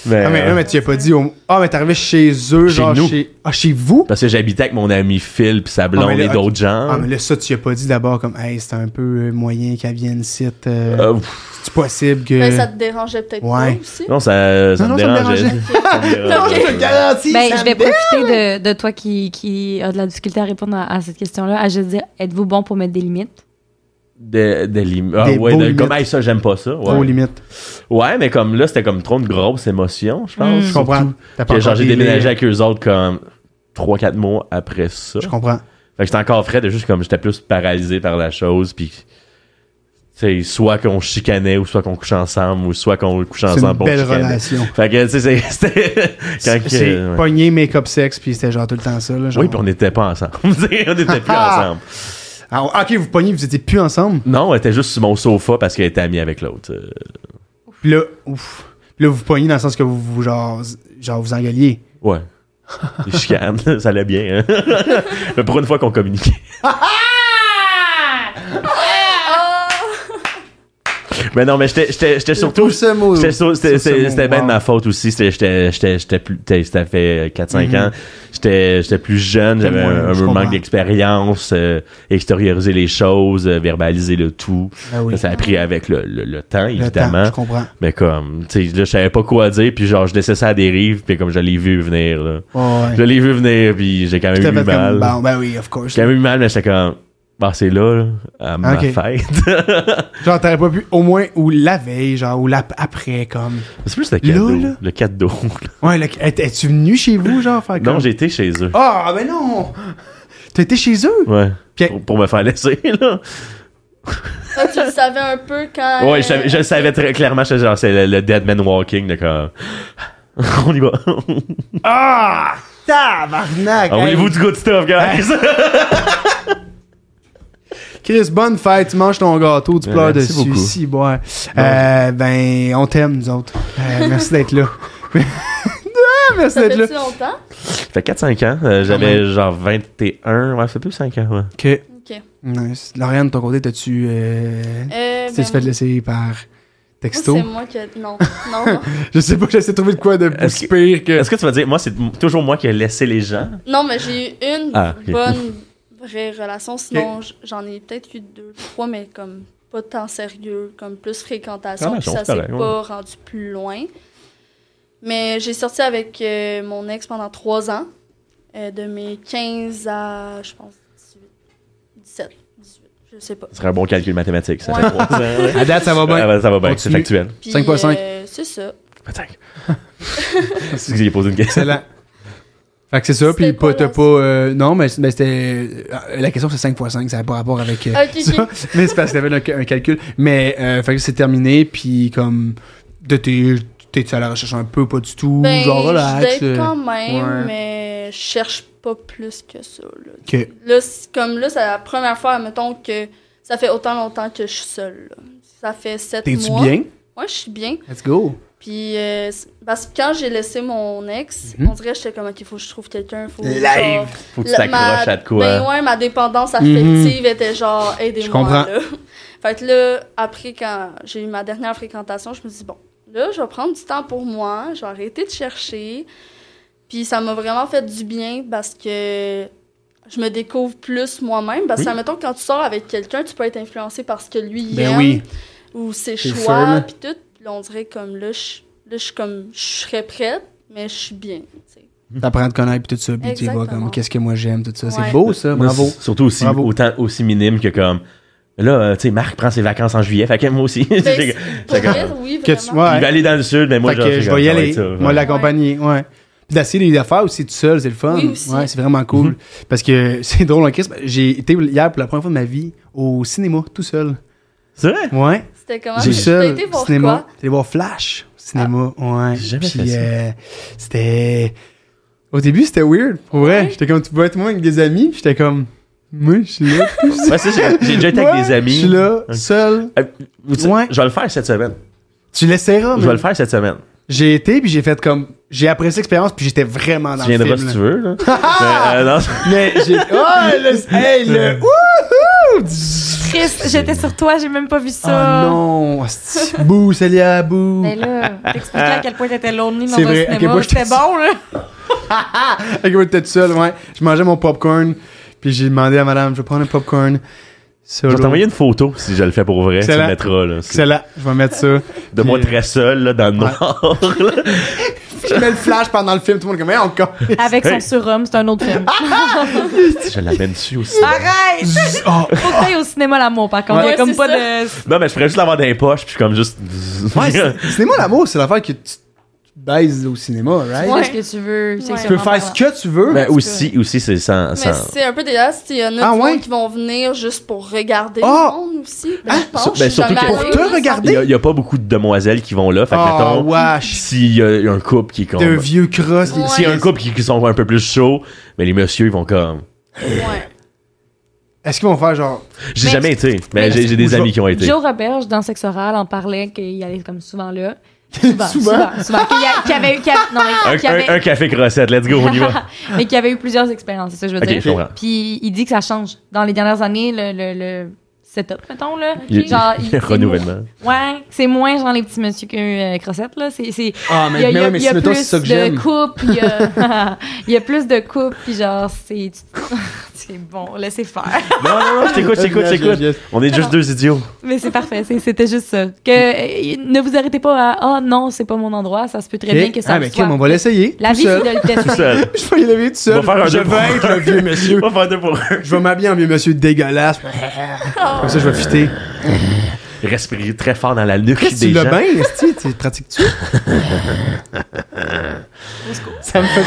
Speaker 1: mais,
Speaker 3: euh,
Speaker 1: mais tu y as pas dit. au- Ah, mais t'es arrivé chez eux,
Speaker 3: Chez
Speaker 1: genre
Speaker 3: nous. Euh.
Speaker 1: chez. Ah, chez vous?
Speaker 3: Parce que j'habitais avec mon ami Phil, puis sa
Speaker 1: Ah,
Speaker 3: blonde
Speaker 1: mais là,
Speaker 3: et
Speaker 1: ok.
Speaker 3: d'autres gens.
Speaker 1: Ah, mais là, ça, tu y as pas dit d'abord comme, hey, c'était un peu euh, moyen qu'elle vienne ici. euh,
Speaker 3: Euh, pff,
Speaker 1: C'est possible que.
Speaker 4: Mais Ben, ça te dérangeait peut-être
Speaker 1: Ouais.
Speaker 4: pas aussi.
Speaker 3: non, ça, ça
Speaker 1: Non,
Speaker 3: me
Speaker 1: non, ça me
Speaker 3: dérangeait. euh, Ça me
Speaker 1: Ok,
Speaker 3: dérangeait.
Speaker 1: je te garantis,
Speaker 2: Ben,
Speaker 1: ça
Speaker 2: je vais
Speaker 1: me dé-
Speaker 2: profiter de, de toi qui, qui a de la difficulté à répondre à, à cette question-là, à juste dire êtes-vous bon pour mettre des limites
Speaker 3: Des, des lim- ah,
Speaker 1: Des
Speaker 3: ouais,
Speaker 1: beaux
Speaker 3: de-
Speaker 1: limites.
Speaker 3: comme, hey, ça, j'aime pas ça. Ouais.
Speaker 1: Aux limites.
Speaker 3: Ouais, mais comme là, c'était comme trop de grosses émotions, je pense.
Speaker 1: Mm. Je comprends. T'as euh,
Speaker 3: Puis genre,
Speaker 1: encore
Speaker 3: j'ai
Speaker 1: des-
Speaker 3: déménagé avec eux autres comme 3-4 mois après ça.
Speaker 1: Je comprends.
Speaker 3: Fait que j'étais encore frais de juste comme j'étais plus paralysé par la chose. Puis, tu sais, soit qu'on chicanait, ou soit qu'on couche ensemble, ou soit qu'on couche
Speaker 1: C'est
Speaker 3: ensemble
Speaker 1: une
Speaker 3: pour
Speaker 1: belle
Speaker 3: chicaner.
Speaker 1: relation.
Speaker 3: Fait que, tu sais, c'est- c'était. quand que-
Speaker 1: C'est
Speaker 3: ouais.
Speaker 1: pogné make-up sexe, puis c'était genre tout le temps ça. Là, genre.
Speaker 3: Oui, puis on n'était pas ensemble. Tu sais, on n'était plus ensemble.
Speaker 1: Ah, ok, vous pogniez, vous étiez plus ensemble.
Speaker 3: Non, elle était juste sur mon sofa parce qu'elle était amie avec l'autre. euh.
Speaker 1: Puis là, ouf. Puis là, vous pogniez dans le sens que vous, vous genre, genre, vous engueuliez.
Speaker 3: Ouais. Les chicanes, ça allait bien. hein. Mais pour une fois qu'on communiquait.
Speaker 4: Ah!
Speaker 3: mais non, mais j'étais- j'étais j'étais surtout.
Speaker 1: Trouve ce mot.
Speaker 3: J'étais sur- C'était
Speaker 1: Trouve ce
Speaker 3: c'était-
Speaker 1: mot,
Speaker 3: c'était bien
Speaker 1: wow.
Speaker 3: de ma faute aussi. C'était- J'étais j'étais- j'étais plus. t'sais, Ça fait 4-5 ans. J'étais j'étais plus jeune. J'avais
Speaker 1: Ouais,
Speaker 3: un, un
Speaker 1: Mm-hmm. je comprends.
Speaker 3: manque d'expérience. euh, extérioriser les choses, euh, verbaliser le tout.
Speaker 1: Ah oui.
Speaker 3: Ça, Ça a pris avec le, le- le temps,
Speaker 1: Le temps,
Speaker 3: évidemment.
Speaker 1: je comprends.
Speaker 3: mais comme, tu sais, là, je savais pas quoi dire, puis genre, je laissais ça à dérive, puis comme je l'ai vu venir, là.
Speaker 1: Ouais,
Speaker 3: Je
Speaker 1: ouais.
Speaker 3: l'ai vu venir, puis j'ai quand même
Speaker 1: Tout à
Speaker 3: eu
Speaker 1: fait
Speaker 3: mal.
Speaker 1: comme, bon, ben oui, of course.
Speaker 3: J'ai quand même eu mal, mais j'étais comme, bah, c'est là, là, à ma
Speaker 1: Ok.
Speaker 3: fête.
Speaker 1: Genre, t'aurais pas pu, au moins, ou la veille, genre, ou l'ap- après, comme.
Speaker 3: c'est plus le
Speaker 1: Là,
Speaker 3: cadeau.
Speaker 1: là?
Speaker 3: Le cadeau.
Speaker 1: Ouais, là, es- es-tu venu chez vous, genre, faire comme.
Speaker 3: non, j'étais chez eux.
Speaker 1: Ah, ben non! T'as été chez eux?
Speaker 3: Ouais.
Speaker 1: Puis-
Speaker 3: Pour, pour me faire laisser, là.
Speaker 4: Ah, tu le savais un peu quand. euh,
Speaker 3: Ouais, je, savais- je le savais très clairement, j'étais genre, c'est le, le dead man walking, de comme. On y va.
Speaker 1: Ah! Tabarnak! hey.
Speaker 3: Envoyez-vous Ah, du good stuff, guys.
Speaker 1: Chris, bonne fête, tu manges ton gâteau, tu
Speaker 3: Ouais,
Speaker 1: pleures
Speaker 3: Ben, merci
Speaker 1: dessus.
Speaker 3: beaucoup.
Speaker 1: Si, ouais. Euh, ben, on t'aime, nous autres. Euh, merci d'être là. Ah, merci
Speaker 4: Ça
Speaker 1: d'être là.
Speaker 4: fait-tu longtemps?
Speaker 3: Ça fait 4-5 ans. euh, J'avais genre 21. Ouais, ça fait plus 5 ans, ouais.
Speaker 1: Ok.
Speaker 4: Ok.
Speaker 1: Nice. Lauriane, de ton côté, t'as-tu. Euh...
Speaker 4: Euh,
Speaker 1: t'es-tu
Speaker 4: ben,
Speaker 1: fait laisser par
Speaker 4: moi,
Speaker 1: texto?
Speaker 4: C'est moi que. Non, non, non.
Speaker 1: Je sais pas, j'essaie de trouver de quoi de plus
Speaker 3: Est-ce que-
Speaker 1: pire que.
Speaker 3: Est-ce que tu vas dire, moi, c'est m- toujours moi qui ai laissé les gens?
Speaker 4: Non, mais j'ai eu une
Speaker 3: Ah, ok.
Speaker 4: bonne vraie relation. Sinon, j- j'en ai peut-être eu deux, trois, mais comme pas tant sérieux, comme plus fréquentation.
Speaker 3: Ah,
Speaker 4: puis
Speaker 3: non,
Speaker 4: ça
Speaker 3: c'est
Speaker 4: s'est
Speaker 3: pareil,
Speaker 4: pas rendu plus loin. Mais j'ai sorti avec euh, mon ex pendant trois ans, euh, de mes 15 à, je pense, 18, 17, 18, je sais pas.
Speaker 3: Ce serait un bon calcul mathématique, ça.
Speaker 4: Ouais.
Speaker 3: fait trois ans, ouais.
Speaker 1: À date, ça va
Speaker 3: Ah,
Speaker 1: bien.
Speaker 3: ben, ça va bien, c'est
Speaker 1: Continue.
Speaker 3: factuel.
Speaker 4: Puis,
Speaker 1: Cinq fois cinq.
Speaker 4: euh, c'est ça.
Speaker 3: Attends. Excusez, j'ai posé une question.
Speaker 1: Excellent. Fait que c'est ça, puis
Speaker 4: C'était
Speaker 1: pas-
Speaker 4: quoi,
Speaker 1: t'as
Speaker 4: la-
Speaker 1: pas. euh, non, mais, mais c'était. euh, La question, c'est 5x5, ça n'a pas rapport avec. euh,
Speaker 4: Ok, ok.
Speaker 1: ça. Mais c'est parce qu'il y avait un, un calcul. Mais, euh, fait que c'est terminé, puis comme. De tes. T'es-tu à la recherche un peu, pas du tout?
Speaker 4: Ben,
Speaker 1: genre,
Speaker 4: je
Speaker 1: relax.
Speaker 4: date
Speaker 1: euh,
Speaker 4: quand même,
Speaker 1: ouais.
Speaker 4: mais je cherche pas plus que ça. Là.
Speaker 1: Ok.
Speaker 4: Là, c'est- comme là, c'est la première fois, mettons, que ça fait autant longtemps que je suis seule. là. Ça fait sept mois.
Speaker 1: T'es-tu bien?
Speaker 4: Ouais, je suis bien.
Speaker 1: Let's go.
Speaker 4: Puis, euh, c'est- parce que quand j'ai laissé mon ex,
Speaker 1: Mm-hmm.
Speaker 4: on dirait que j'étais comme, OK, faut que je trouve quelqu'un. Faut,
Speaker 1: Live!
Speaker 4: genre,
Speaker 3: Faut que tu
Speaker 4: la-
Speaker 3: t'accroches
Speaker 4: ma-
Speaker 3: à de quoi.
Speaker 4: Ben ouais, ma dépendance affective était genre,
Speaker 1: Mhm. Je
Speaker 4: aidez-moi.
Speaker 1: comprends.
Speaker 4: Là. Fait que là, après, quand j'ai eu ma dernière fréquentation, je me dis, bon, là, je vais prendre du temps pour moi, je vais arrêter de chercher. Puis ça m'a vraiment fait du bien parce que je me découvre plus moi-même. Parce que,
Speaker 3: Oui.
Speaker 4: admettons, quand tu sors avec quelqu'un, tu peux être influencé par ce que lui il
Speaker 1: Ben
Speaker 4: aime
Speaker 1: oui.
Speaker 4: ou ses
Speaker 1: C'est
Speaker 4: choix,
Speaker 1: sûr, là.
Speaker 4: puis tout. Puis là, on dirait comme là, je là, je suis comme, je serais prête, mais je suis bien. tu sais.
Speaker 1: T'apprends à te connaître, puis tout ça, puis tu vois
Speaker 4: Exactement.
Speaker 1: comme qu'est-ce que moi j'aime, tout ça. C'est
Speaker 4: Ouais.
Speaker 1: beau, ça,
Speaker 3: Moi,
Speaker 1: bravo.
Speaker 3: s- Surtout aussi,
Speaker 1: Bravo.
Speaker 3: autant, aussi minime que comme. Là, euh, tu sais, Marc prend ses vacances en juillet, fait que moi aussi.
Speaker 4: Ben,
Speaker 3: J'ai-
Speaker 4: c'est- pour
Speaker 3: comme-
Speaker 4: vrai, oui,
Speaker 1: Que tu-
Speaker 4: vraiment.
Speaker 1: ouais.
Speaker 3: Il va aller dans le sud, mais moi,
Speaker 1: fait que
Speaker 3: c'est
Speaker 1: je
Speaker 3: comme,
Speaker 1: vais y
Speaker 3: ça va
Speaker 1: aller.
Speaker 3: être ça, ouais.
Speaker 1: Moi, l'accompagner, ouais. Puis d'essayer des affaires aussi tout seul, c'est le fun.
Speaker 4: Oui, aussi.
Speaker 1: Ouais, c'est vraiment cool.
Speaker 3: Mm-hmm.
Speaker 1: Parce que c'est drôle, en Chris. J'ai été hier pour la première fois de ma vie au cinéma, tout seul.
Speaker 3: C'est vrai?
Speaker 1: Ouais.
Speaker 4: C'était comment?
Speaker 1: Tout
Speaker 4: T'as
Speaker 1: seul,
Speaker 4: Ah, été voir
Speaker 1: cinéma.
Speaker 4: quoi?
Speaker 1: J'étais voir Flash, au cinéma. Ouais.
Speaker 3: Ah, J'ai
Speaker 1: Puis,
Speaker 3: jamais fait ça.
Speaker 1: euh, c'était. Au début, c'était weird. Pour vrai. J'étais comme, tu vas être moi avec des amis, puis j'étais comme, moi, je suis là. tout seul.
Speaker 3: Ouais, ça, j'ai j'ai déjà été
Speaker 1: Ouais,
Speaker 3: avec des amis.
Speaker 1: Je suis là,
Speaker 3: Ok.
Speaker 1: seul.
Speaker 3: Euh, vous savez,
Speaker 1: Ouais.
Speaker 3: Je vais le faire cette semaine.
Speaker 1: Tu l'essaieras,
Speaker 3: Je vais
Speaker 1: mais
Speaker 3: le faire cette semaine.
Speaker 1: j'ai été, puis j'ai fait comme. J'ai apprécié l'expérience, puis j'étais vraiment Ah, dans
Speaker 3: Tu
Speaker 1: le film.
Speaker 3: viendras si
Speaker 1: là.
Speaker 3: tu veux. là. Mais, euh, non,
Speaker 1: Mais j'ai. Euh, Oh, le. Hey, le. Wouhou!
Speaker 2: Chris, j'étais sur toi, j'ai même pas vu
Speaker 1: Oh
Speaker 2: ça.
Speaker 1: non! hostie. Bouh, Célia, bouh!
Speaker 2: Mais Ben là, t'expliquais à quel point t'étais lonely dans
Speaker 1: C'est
Speaker 2: un
Speaker 1: vrai.
Speaker 2: cinéma.
Speaker 1: Ok, moi,
Speaker 2: C'était
Speaker 1: j'étais-
Speaker 2: bon, là.
Speaker 1: Fait que moi, j'étais tout seul, ouais. Je mangeais mon popcorn, puis j'ai demandé à madame, je vais prendre un popcorn.
Speaker 3: Je
Speaker 1: Solo.
Speaker 3: vais t'envoyer une photo si je le fais pour vrai. Tu
Speaker 1: Excellent.
Speaker 3: le mettras. Là,
Speaker 1: C'est là, je vais mettre ça.
Speaker 3: de moi
Speaker 1: Puis, euh,
Speaker 3: très seul là, dans le noir. là.
Speaker 1: Je mets le flash pendant le film, tout le monde est comme, hey, encore.
Speaker 2: Avec
Speaker 3: Hey.
Speaker 2: son surhomme, c'est un autre film.
Speaker 3: je l'amène dessus aussi.
Speaker 4: Ah.
Speaker 2: Arrête!
Speaker 1: Oh.
Speaker 2: Faut que t'ailles au cinéma l'amour, par contre.
Speaker 4: Ouais,
Speaker 2: Il y a comme
Speaker 4: c'est
Speaker 2: pas
Speaker 4: ça.
Speaker 2: de.
Speaker 3: Non, mais je ferais juste l'avoir dans les poches, puis je suis comme juste.
Speaker 1: Ouais, c'est- cinéma l'amour, c'est l'affaire que tu tu baises au cinéma, right?
Speaker 2: Fais ce que tu veux.
Speaker 4: Ouais.
Speaker 1: Tu peux faire ce que tu veux.
Speaker 3: mais aussi, aussi c'est sans.
Speaker 4: Mais
Speaker 3: sans...
Speaker 4: c'est un peu dégueulasse. Il y en a
Speaker 1: Ah
Speaker 4: du
Speaker 1: ouais?
Speaker 4: monde qui vont venir juste pour regarder
Speaker 1: Ah!
Speaker 4: le monde aussi.
Speaker 1: Ah!
Speaker 4: je pense,
Speaker 3: Sur-
Speaker 4: je
Speaker 3: ben,
Speaker 4: suis
Speaker 3: surtout
Speaker 4: jamais
Speaker 3: que-
Speaker 1: Pour
Speaker 4: allée,
Speaker 1: te
Speaker 4: ça.
Speaker 1: regarder?
Speaker 3: Il y a- il y a, pas beaucoup de demoiselles qui vont là. Fait que,
Speaker 1: Oh,
Speaker 3: mettons,
Speaker 1: wesh!
Speaker 3: s'il y, a- il y a un couple qui est comme.
Speaker 1: Deux vieux cross.
Speaker 4: Ouais.
Speaker 3: S'il y a un couple qui, qui sont un peu plus chauds, mais les messieurs, ils vont comme.
Speaker 4: Ouais.
Speaker 1: Est-ce qu'ils vont faire genre.
Speaker 3: J'ai
Speaker 2: Mais-
Speaker 3: jamais été, mais,
Speaker 2: mais-
Speaker 3: j'ai j'ai des amis qui ont été.
Speaker 2: Joe Roberge, dans Sexe Oral, en parlait qu'il allait comme souvent là. Souvent.
Speaker 1: Souvent?
Speaker 2: souvent. souvent, Qu'il y a- qu'il y avait eu. qu'il y a- non, mais
Speaker 3: Un,
Speaker 2: qu'il y avait-
Speaker 3: un- un café crossette, let's go, on y va.
Speaker 2: mais qu'il y avait eu plusieurs expériences, c'est ça que je veux
Speaker 3: Ok,
Speaker 2: dire.
Speaker 3: je comprends.
Speaker 2: Puis il dit que ça change. Dans les dernières années, le, le, le setup, mettons, là.
Speaker 3: Il-
Speaker 2: Genre,
Speaker 3: il-
Speaker 2: il-
Speaker 3: renouvellement.
Speaker 2: Ouais, c'est moins genre les petits messieurs que euh, Crossette, là. C'est. c'est-
Speaker 1: Ah,
Speaker 2: Il y a, il y a- il y a plus
Speaker 1: ça que
Speaker 2: de
Speaker 1: j'aime.
Speaker 2: couples, il y a- il y a plus de couples, puis genre, c'est. C'est bon, laissez faire.
Speaker 3: Non, non, non, je t'écoute, je t'écoute, je t'écoute. On est juste deux idiots.
Speaker 2: Mais c'est parfait, c'est- c'était juste ça. Que, euh, ne vous arrêtez pas à Ah non, c'est pas mon endroit, ça se peut très bien que ça
Speaker 1: Ah,
Speaker 2: le
Speaker 1: mais
Speaker 2: soit.
Speaker 1: Kim, on va l'essayer.
Speaker 2: La
Speaker 1: tout
Speaker 2: vie,
Speaker 1: seul.
Speaker 2: c'est de le
Speaker 3: Tout
Speaker 2: tester.
Speaker 3: seul.
Speaker 1: Je vais y aller tout seul.
Speaker 3: On va faire un
Speaker 1: je
Speaker 3: deux pour
Speaker 1: vais
Speaker 3: un.
Speaker 1: être le vieux monsieur.
Speaker 3: On va faire deux pour un.
Speaker 1: Je vais m'habiller en vieux monsieur dégueulasse. Comme ça, je vais fitter.
Speaker 3: Respirer très fort dans la nuque
Speaker 1: Qu'est-ce que tu
Speaker 3: des
Speaker 1: l'as
Speaker 3: gens.
Speaker 1: bien, Esti? Tu pratiques-tu? Ça me fait.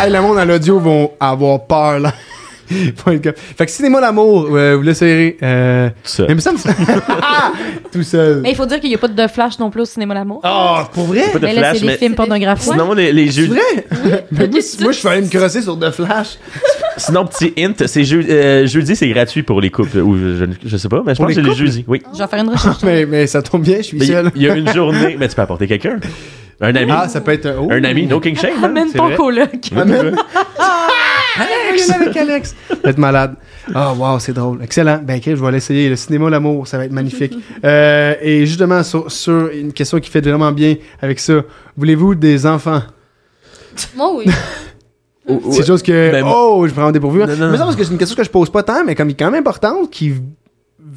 Speaker 1: Hey, le monde à l'audio vont avoir peur, là. Ils vont être comme- fait que cinéma d'amour, euh, vous l'essayerez. Euh...
Speaker 3: Tout seul.
Speaker 1: Mais il me semble tout seul.
Speaker 2: Ah! Mais il faut dire qu'il n'y a pas de flash non plus au cinéma L'amour.
Speaker 1: Oh, pour vrai?
Speaker 3: Pas de
Speaker 2: mais là,
Speaker 3: flash,
Speaker 2: c'est des
Speaker 3: mais.
Speaker 2: films
Speaker 4: C'est
Speaker 2: pornographiques.
Speaker 4: des-
Speaker 3: Sinon, les, les
Speaker 1: C'est
Speaker 3: jeux,
Speaker 1: vrai? Mais moi, si- moi, je vais aller me crosser sur The Flash.
Speaker 3: sinon, petit hint, c'est jeu- euh, jeudi, c'est gratuit pour les couples. Ou je, je- je sais pas, mais je
Speaker 1: Pour
Speaker 3: pense que
Speaker 1: les
Speaker 3: c'est le
Speaker 1: couples?
Speaker 3: jeudi. Oui.
Speaker 2: Je vais faire une recherche.
Speaker 1: Mais, mais ça tombe bien, je suis
Speaker 3: Mais il y a-
Speaker 1: seul.
Speaker 3: il y, a une journée. Mais tu peux apporter quelqu'un. Un ami.
Speaker 1: Ah, ça peut être. oh.
Speaker 3: Hmm? Un ami, no king shame. hein,
Speaker 2: Amène
Speaker 3: c'est
Speaker 2: ton
Speaker 3: vrai.
Speaker 2: coloc.
Speaker 1: Amène- Ah, Alex! avec Alex. Je vais être malade. Ah, wow, c'est drôle. Excellent. Ben, ok, je vais l'essayer. Le cinéma, l'amour, ça va être magnifique. Euh, et justement, sur, sur une question qui fait vraiment bien avec ça. Voulez-vous des enfants?
Speaker 4: Moi, oui.
Speaker 3: Ou- ou-
Speaker 1: C'est chose que.
Speaker 3: Ben,
Speaker 1: oh, je vais en dépourvu.
Speaker 3: Non,
Speaker 1: Mais
Speaker 3: non,
Speaker 1: ça,
Speaker 3: non.
Speaker 1: parce que c'est une question que je pose pas tant, mais comme il est quand même importante, qui.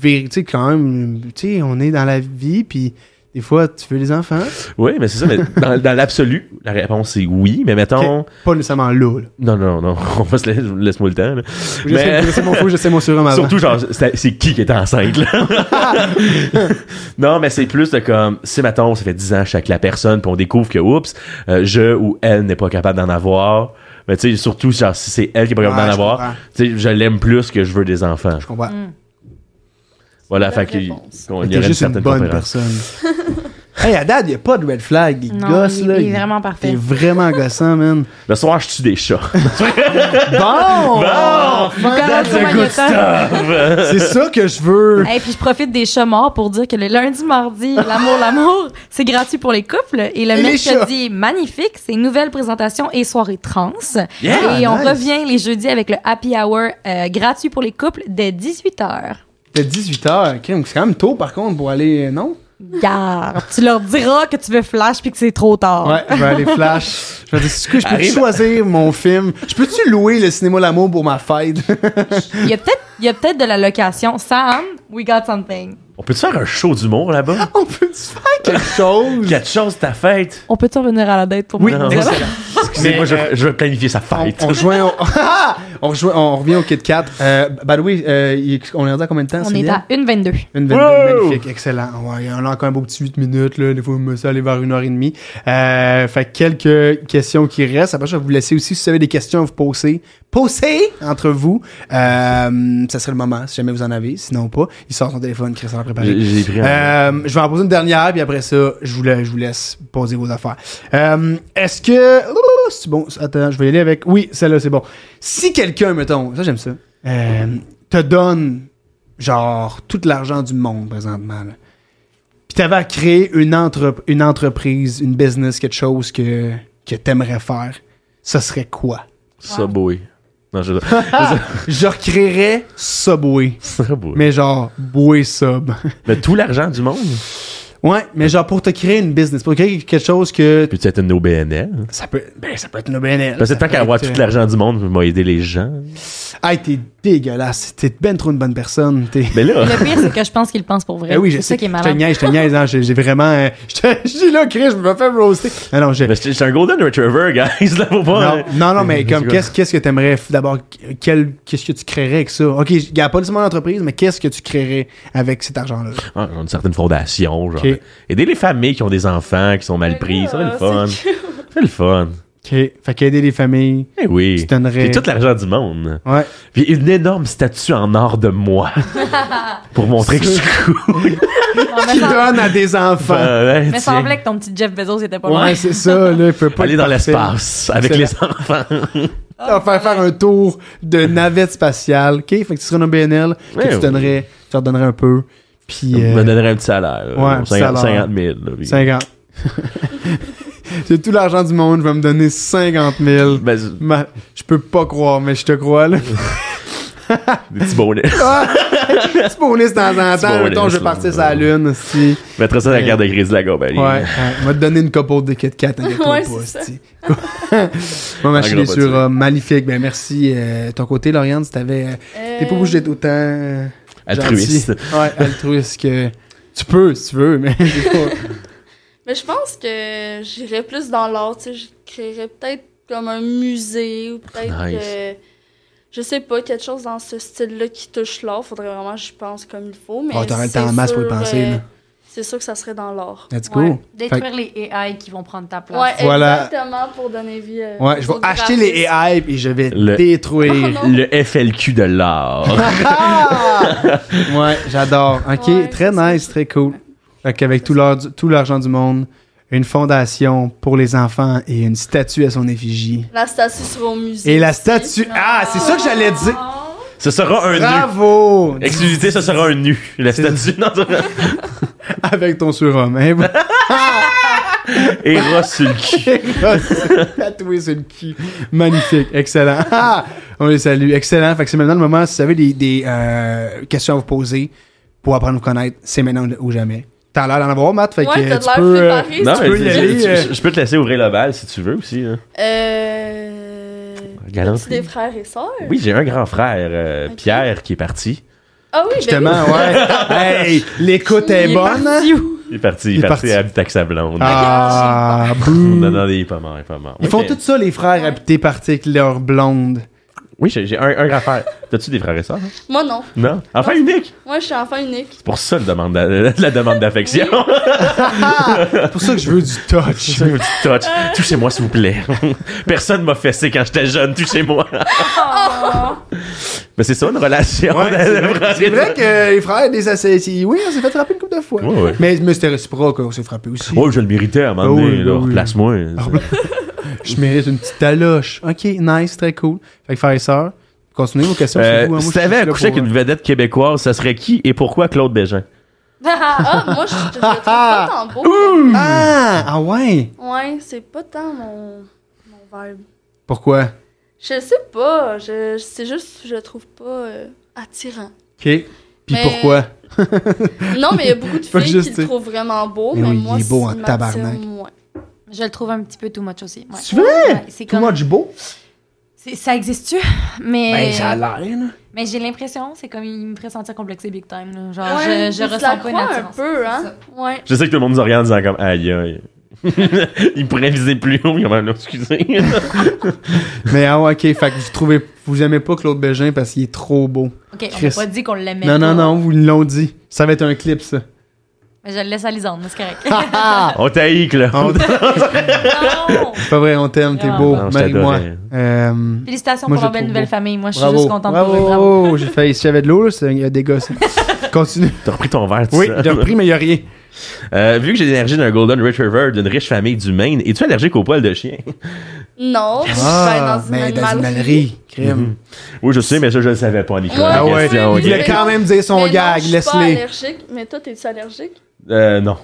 Speaker 1: Tu sais, quand même, tu sais, on est dans la vie, puis des fois, tu veux des enfants.
Speaker 3: Oui, mais c'est ça. Mais dans, dans l'absolu, la réponse c'est oui. Mais mettons.
Speaker 1: Pas nécessairement là. là.
Speaker 3: Non, non, non. On va se laisser, laisse-moi le temps. là.
Speaker 1: Je sais-
Speaker 3: Mais-
Speaker 1: je sais mon fou, je sais mon surhomme avant.
Speaker 3: Ben Surtout, genre, c'est c'est qui qui est enceinte, là? non, mais c'est plus de comme, si, mettons, ça fait 10 ans chaque la personne, puis on découvre que, oups, euh, je ou elle n'est pas capable d'en avoir. Mais tu sais, surtout, genre, si c'est elle qui est pas capable
Speaker 1: Ouais,
Speaker 3: d'en
Speaker 1: je
Speaker 3: avoir,
Speaker 1: comprends.
Speaker 3: tu sais, je l'aime plus que je veux des enfants.
Speaker 1: Je comprends.
Speaker 3: Voilà,
Speaker 4: Bonne
Speaker 3: fait qu'il
Speaker 4: réponse.
Speaker 3: qu'on- il y
Speaker 1: T'es
Speaker 3: aurait une
Speaker 1: juste une
Speaker 3: certaine
Speaker 1: bonne
Speaker 3: compréhension.
Speaker 1: personne. hey, à date, y a pas de red flag. Il
Speaker 2: Non,
Speaker 1: gosse,
Speaker 2: il-
Speaker 1: là.
Speaker 2: il est vraiment parfait.
Speaker 1: T'es vraiment gossant, man.
Speaker 3: Le soir, je tue des chats.
Speaker 1: Bon!
Speaker 2: Nicolas Magnotta.
Speaker 1: C'est ça que je veux.
Speaker 2: Et puis je profite des chats morts pour dire que le lundi, mardi, l'amour, l'amour, c'est gratuit pour les couples. Et le
Speaker 1: Et les
Speaker 2: mercredi, magnifique, c'est une nouvelle présentation et soirée trans.
Speaker 3: Yeah,
Speaker 2: et on
Speaker 1: nice.
Speaker 2: revient les jeudis avec le happy hour euh, gratuit pour les couples dès 18h.
Speaker 1: T'as 18 h C'est quand même tôt, par contre, pour aller. euh, Non?
Speaker 2: Garde, tu leur diras que tu veux flash puis que c'est trop tard.
Speaker 1: Ouais, je vais aller flash. Je vais dire, est-ce que je peux
Speaker 3: Arrive.
Speaker 1: choisir mon film? Je peux-tu louer le cinéma L'amour pour ma fête?
Speaker 2: Il y a peut-être il y a peut-être de la location. Sam, we got something.
Speaker 3: On peut-tu faire un show d'humour là-bas?
Speaker 1: On peut-tu faire quelque chose?
Speaker 3: Quelque chose, ta fête?
Speaker 2: On peut-tu revenir à la date pour
Speaker 1: Oui,
Speaker 2: moi?
Speaker 3: Non.
Speaker 1: excellent.
Speaker 3: Excusez-moi,
Speaker 1: Mais,
Speaker 3: je,
Speaker 1: euh,
Speaker 3: je veux planifier sa
Speaker 1: On,
Speaker 3: fête.
Speaker 1: on rejoint, on, Ah! on, rejoint- on revient au Kit Kat. Euh, by the way, euh, il- on est rendu à combien de temps?
Speaker 2: On
Speaker 1: c'est
Speaker 2: est
Speaker 1: bien?
Speaker 2: à 1,22.
Speaker 1: Une 22,
Speaker 3: Wow!
Speaker 1: magnifique, excellent. Ouais, on a encore un beau petit 8 minutes, là. Des fois, on ça aller vers une heure et demie. Euh, fait que quelques questions qui restent. Après, je vais vous laisser aussi, si vous avez des questions à vous poser, poser entre vous. Euh, ça serait le moment, si jamais vous en avez. Sinon, pas. Il sort son téléphone, Chris en a préparé.
Speaker 3: J'ai- j'ai pris un-
Speaker 1: Euh, je vais en poser une dernière, puis après ça, je vous, la- je vous laisse poser vos affaires. Euh, Est-ce que. Ouh, c'est bon, attends, je vais y aller avec. Oui, celle-là, c'est bon. Si quelqu'un, mettons, ça, j'aime ça, euh, te donne, genre, tout l'argent du monde présentement, là, puis t'avais à créer une, entrep- une entreprise, une business, quelque chose que, que t'aimerais faire, ce serait quoi?
Speaker 3: Subway. Non, je...
Speaker 1: Je recréerais Subway,
Speaker 3: Subway. Mais...
Speaker 1: mais genre, Boué Sub.
Speaker 3: tout l'argent du monde.
Speaker 1: Ouais, mais genre pour te créer une business, pour créer quelque chose que
Speaker 3: Puis tu être une OBNL. hein?
Speaker 1: ça peut ben ça peut être une BNL.
Speaker 3: Parce que tant qu'à avoir tout l'argent du monde, vous m'avez aidé les gens.
Speaker 1: Ah, t'es dégueulasse, t'es ben trop une bonne personne, t'es
Speaker 3: Mais là,
Speaker 2: Le pire, c'est que je pense qu'il le pense pour vrai.
Speaker 1: Eh oui, je
Speaker 2: c'est ça
Speaker 1: sais.
Speaker 2: qui est
Speaker 1: je te
Speaker 2: malade.
Speaker 1: niaise, je te niaise, hein, j'ai j'ai vraiment euh, je te je dis là Chris, je me fais roaster. Non non, je-
Speaker 3: mais c'est c'est un Golden Retriever, guys. Là, faut pas. euh,
Speaker 1: non, non, non, mais comme
Speaker 3: C'est
Speaker 1: qu'est-ce qu'est-ce que t'aimerais f- d'abord quel qu'est-ce que tu créerais avec ça OK, je garde pas seulement l'entreprise, mais qu'est-ce que tu créerais avec cet argent là
Speaker 3: Ah, genre une certaine fondation. Genre,
Speaker 1: Ok.
Speaker 3: Aider les familles qui ont des enfants, qui sont mal pris. Ça, c'est le fun. C'est le fun.
Speaker 1: OK, fait qu'aider les familles.
Speaker 3: Eh oui.
Speaker 1: Tu donnerais-
Speaker 3: Puis tout l'argent du monde.
Speaker 1: Ouais.
Speaker 3: Puis une énorme statue en or de moi. pour montrer que je suis cool.
Speaker 2: Ouais, mais
Speaker 1: Qui
Speaker 2: ça-
Speaker 1: donne à des enfants.
Speaker 3: Ah, ouais,
Speaker 2: mais
Speaker 3: tiens.
Speaker 2: semblait que ton petit Jeff Bezos était pas loin.
Speaker 1: Ouais, c'est ça, là, il peut pas
Speaker 3: Aller
Speaker 1: être
Speaker 3: dans
Speaker 1: parfait.
Speaker 3: l'espace avec les enfants.
Speaker 1: On va faire faire un tour de navette spatiale. OK? Fait que tu serais dans un BNL, que
Speaker 3: Ouais,
Speaker 1: tu,
Speaker 3: oui.
Speaker 1: donnerais, tu leur donnerais un peu. Puis.
Speaker 3: Je
Speaker 1: euh,
Speaker 3: me donnerais un petit salaire. là.
Speaker 1: Ouais, un petit
Speaker 3: 50,
Speaker 1: salaire.
Speaker 3: 000. là, puis-
Speaker 1: 50. J'ai tout l'argent du monde, je vais me donner 50 000.
Speaker 3: Ben, c'est-
Speaker 1: Ma- Je peux pas croire, mais je te crois, là.
Speaker 3: des petits bonus.
Speaker 1: Ah! Petit bonus de temps en
Speaker 3: Petit
Speaker 1: temps.
Speaker 3: bonus,
Speaker 1: Mettons, je vais
Speaker 3: là,
Speaker 1: partir
Speaker 3: ouais.
Speaker 1: sur la Lune aussi.
Speaker 3: Je mettrais ça dans la carte de crédit de la compagnie.
Speaker 1: Ouais. ouais. On va te donner une couple de Kit Kat avec toi,
Speaker 4: Ouais,
Speaker 1: pas,
Speaker 4: c'est ça.
Speaker 1: esti. Moi, ma
Speaker 3: Un
Speaker 1: chérie
Speaker 3: gros
Speaker 1: sur
Speaker 3: bâtiment.
Speaker 1: euh, magnifique. Ben, merci. euh, ton côté, Lauriane, si t'avais. euh, T'es pas obligé d'être autant. euh,
Speaker 3: Altruiste.
Speaker 1: gentil. Ouais, altruiste que. Tu peux, si tu veux, mais. j'ai pas-
Speaker 4: Euh, Mais je pense que j'irais plus dans l'art, tu sais, je créerais peut-être comme un musée ou peut-être
Speaker 3: Nice.
Speaker 4: que- je sais pas, quelque chose dans ce style-là qui touche l'art, faudrait vraiment que j'y pense comme il faut, mais
Speaker 1: Oh, t'aurais le temps
Speaker 4: c'est
Speaker 1: en masse pour y
Speaker 4: sûr, euh,
Speaker 1: penser, là.
Speaker 4: C'est sûr que ça serait dans l'art.
Speaker 1: Let's go.
Speaker 2: Ouais,
Speaker 1: Fait
Speaker 2: Détruire les AI qui vont prendre ta place.
Speaker 4: Ouais,
Speaker 1: Voilà.
Speaker 4: exactement, pour donner vie euh,
Speaker 1: que- ouais, je vais
Speaker 4: aux
Speaker 1: acheter les
Speaker 4: graphistes.
Speaker 1: AI et je vais
Speaker 3: Le-
Speaker 1: détruire.
Speaker 4: Oh, non.
Speaker 3: Le FLQ de l'art.
Speaker 1: Ah! ouais, j'adore. Ok,
Speaker 4: Oh Ouais,
Speaker 1: très
Speaker 4: c'est ça.
Speaker 1: nice, très cool. Fait qu'avec tout l'or- tout l'argent du monde, une fondation pour les enfants et une statue à son effigie.
Speaker 4: La statue sera au musée.
Speaker 1: Et la
Speaker 4: aussi.
Speaker 1: statue. Ah, c'est ça que j'allais dire.
Speaker 3: ce sera un nu.
Speaker 1: Bravo!
Speaker 3: Exclusivité, ce sera un nu. La
Speaker 1: C'est-
Speaker 3: statue. Non, ça-
Speaker 1: Avec ton surhomme. Hein?
Speaker 3: Eros Sulky.
Speaker 1: tatoué sur le cul. Magnifique, excellent. Ah! on les salue, excellent. Fait que c'est maintenant le moment, si vous avez des, des, euh, questions à vous poser pour apprendre à vous connaître, c'est maintenant ou jamais. T'as l'air d'en avoir, Matt, fait
Speaker 4: Ouais,
Speaker 1: que euh,
Speaker 4: t'as
Speaker 1: tu
Speaker 4: l'air
Speaker 1: peux... euh,
Speaker 4: préparé.
Speaker 3: Non,
Speaker 1: Tu
Speaker 3: mais
Speaker 1: peux y
Speaker 3: tu-
Speaker 1: aller,
Speaker 3: tu-
Speaker 1: euh.
Speaker 3: je peux te laisser ouvrir le bal si tu veux aussi. hein.
Speaker 4: Euh...
Speaker 3: Galante.
Speaker 4: As-tu des frères et sœurs?
Speaker 3: Oui, j'ai un grand frère, euh, Pierre, qui est parti.
Speaker 4: Ah oui, ben
Speaker 1: Justement,
Speaker 4: oui.
Speaker 1: ouais. hey, l'écoute est
Speaker 4: Il est
Speaker 1: bonne. hein?
Speaker 3: Il est parti. Il,
Speaker 1: Il est
Speaker 3: est parti,
Speaker 1: parti.
Speaker 3: habiter avec sa blonde.
Speaker 1: Ah,
Speaker 3: Non,
Speaker 1: bouh.
Speaker 3: non, il est pas mort, il est pas mort.
Speaker 1: Ils font tout ça, les frères, habités partis avec leur blonde.
Speaker 3: Oui, j'ai j'ai un, un grand frère. T'as-tu des frères et sœurs? hein?
Speaker 4: Moi non.
Speaker 3: Non? Enfant unique!
Speaker 4: Moi, je suis enfant unique.
Speaker 3: C'est pour ça le demande d'a- la, demande d'affection.
Speaker 1: C'est pour ça que je veux du
Speaker 3: C'est
Speaker 1: touch.
Speaker 3: ça, un petit touch. Touchez-moi, s'il vous plaît. Personne m'a fessé quand j'étais jeune. Touchez-moi. Mais c'est ça, une relation.
Speaker 1: Ouais, c'est vrai- c'est vrai que les frères des assaillants, oui, on s'est fait frapper une couple de fois.
Speaker 3: Ouais, ouais.
Speaker 1: Mais, mais c'était réciproque, on s'est frappé aussi.
Speaker 3: Moi, Oh, je le méritais à un moment
Speaker 1: Ah
Speaker 3: donné.
Speaker 1: oui,
Speaker 3: là.
Speaker 1: oui, oui.
Speaker 3: Replace-moi.
Speaker 1: Je mérite une petite taloche. OK, nice, très cool. Fait que frères et sœurs, continuez vos questions.
Speaker 3: Euh,
Speaker 1: c'est vous, hein, moi,
Speaker 3: si
Speaker 1: je suis
Speaker 3: t'avais
Speaker 1: là
Speaker 3: accouché avec
Speaker 1: pour-
Speaker 3: une vedette québécoise, ça serait qui et pourquoi Claude Bégin?
Speaker 4: Ah, moi, je je le trouve pas tant beau.
Speaker 1: Ah, ah ouais.
Speaker 4: Ouais, c'est pas tant mon, mon vibe.
Speaker 1: Pourquoi?
Speaker 4: Je sais pas, je, c'est juste que je le trouve pas euh, attirant.
Speaker 1: OK. Puis
Speaker 4: Mais-
Speaker 1: pourquoi?
Speaker 4: Non, mais il y a beaucoup de
Speaker 1: Faut
Speaker 4: filles qui
Speaker 1: juste
Speaker 4: le
Speaker 1: dire.
Speaker 4: trouvent vraiment beau,
Speaker 1: Mais
Speaker 4: mais,
Speaker 1: oui, il
Speaker 4: moi,
Speaker 1: est beau en
Speaker 4: il m'attire
Speaker 1: tabarnak.
Speaker 4: moins.
Speaker 2: Je le trouve un petit peu too much aussi. Ouais.
Speaker 1: Tu veux?
Speaker 2: Ouais, c'est
Speaker 1: Tout
Speaker 2: comme...
Speaker 1: much beau?
Speaker 2: C'est- Ça existe-tu? Mais.
Speaker 1: Ben, ça a l'air, là.
Speaker 2: Mais j'ai l'impression, c'est comme il me ferait sentir complexé big time. là. Genre,
Speaker 4: Ouais,
Speaker 2: je, je
Speaker 4: tu la
Speaker 2: ressens pas une
Speaker 4: crois un
Speaker 2: attirance.
Speaker 4: peu, hein?
Speaker 2: C'est ça.
Speaker 4: Ouais.
Speaker 3: Je sais que tout le monde nous regarde en disant comme aïe aïe. il pourrait viser plus haut, il y a excusez.
Speaker 1: Mais ah ouais, ok, fait que vous trouvez, vous aimez pas Claude Bégin parce qu'il est trop beau.
Speaker 2: Ok, on
Speaker 1: Chris.
Speaker 2: n'a pas dit qu'on l'aimait.
Speaker 1: non, non,
Speaker 2: pas.
Speaker 1: non, vous l'ont dit. Ça va être un clip, ça.
Speaker 2: Mais je le laisse à Lisande, mais c'est correct.
Speaker 1: Ha, ha!
Speaker 3: On t'haït, Claude.
Speaker 1: On-
Speaker 2: non!
Speaker 1: C'est pas vrai, on t'aime, t'es
Speaker 2: Non.
Speaker 1: beau,
Speaker 3: Non, je
Speaker 1: marie-moi.
Speaker 3: t'adorais.
Speaker 1: Euh,
Speaker 2: Félicitations
Speaker 1: Moi,
Speaker 2: pour
Speaker 1: je
Speaker 2: leur belle
Speaker 1: trouve
Speaker 2: nouvelle
Speaker 1: beau.
Speaker 2: famille. Moi, je suis
Speaker 1: bravo,
Speaker 2: juste contente
Speaker 1: bravo,
Speaker 2: pour eux. Bravo.
Speaker 1: j'ai failli, si j'avais de l'eau, là, c'est- il y a des gosses. Continue.
Speaker 3: T'as repris ton verre, tu
Speaker 1: Oui,
Speaker 3: sais.
Speaker 1: j'ai repris, mais il y a rien.
Speaker 3: Euh, vu que j'ai l'énergie d'un Golden Retriever d'une riche famille du Maine, es-tu allergique aux poils de chien?
Speaker 4: Non, je travaille
Speaker 1: Ah,
Speaker 4: ben, dans une
Speaker 1: mais dans
Speaker 4: animalerie.
Speaker 1: une animalerie, crime.
Speaker 3: oui, je sais, mais ça, je le savais pas, Nicolas.
Speaker 1: Ah
Speaker 3: Mhm. La
Speaker 1: ouais,
Speaker 3: question,
Speaker 1: Hum. il
Speaker 3: ok.
Speaker 1: voulait quand même dire son
Speaker 4: Mais non,
Speaker 1: gag,
Speaker 4: Je suis pas
Speaker 1: laisse-les.
Speaker 4: allergique, mais toi, t'es-tu allergique?
Speaker 3: Euh, non.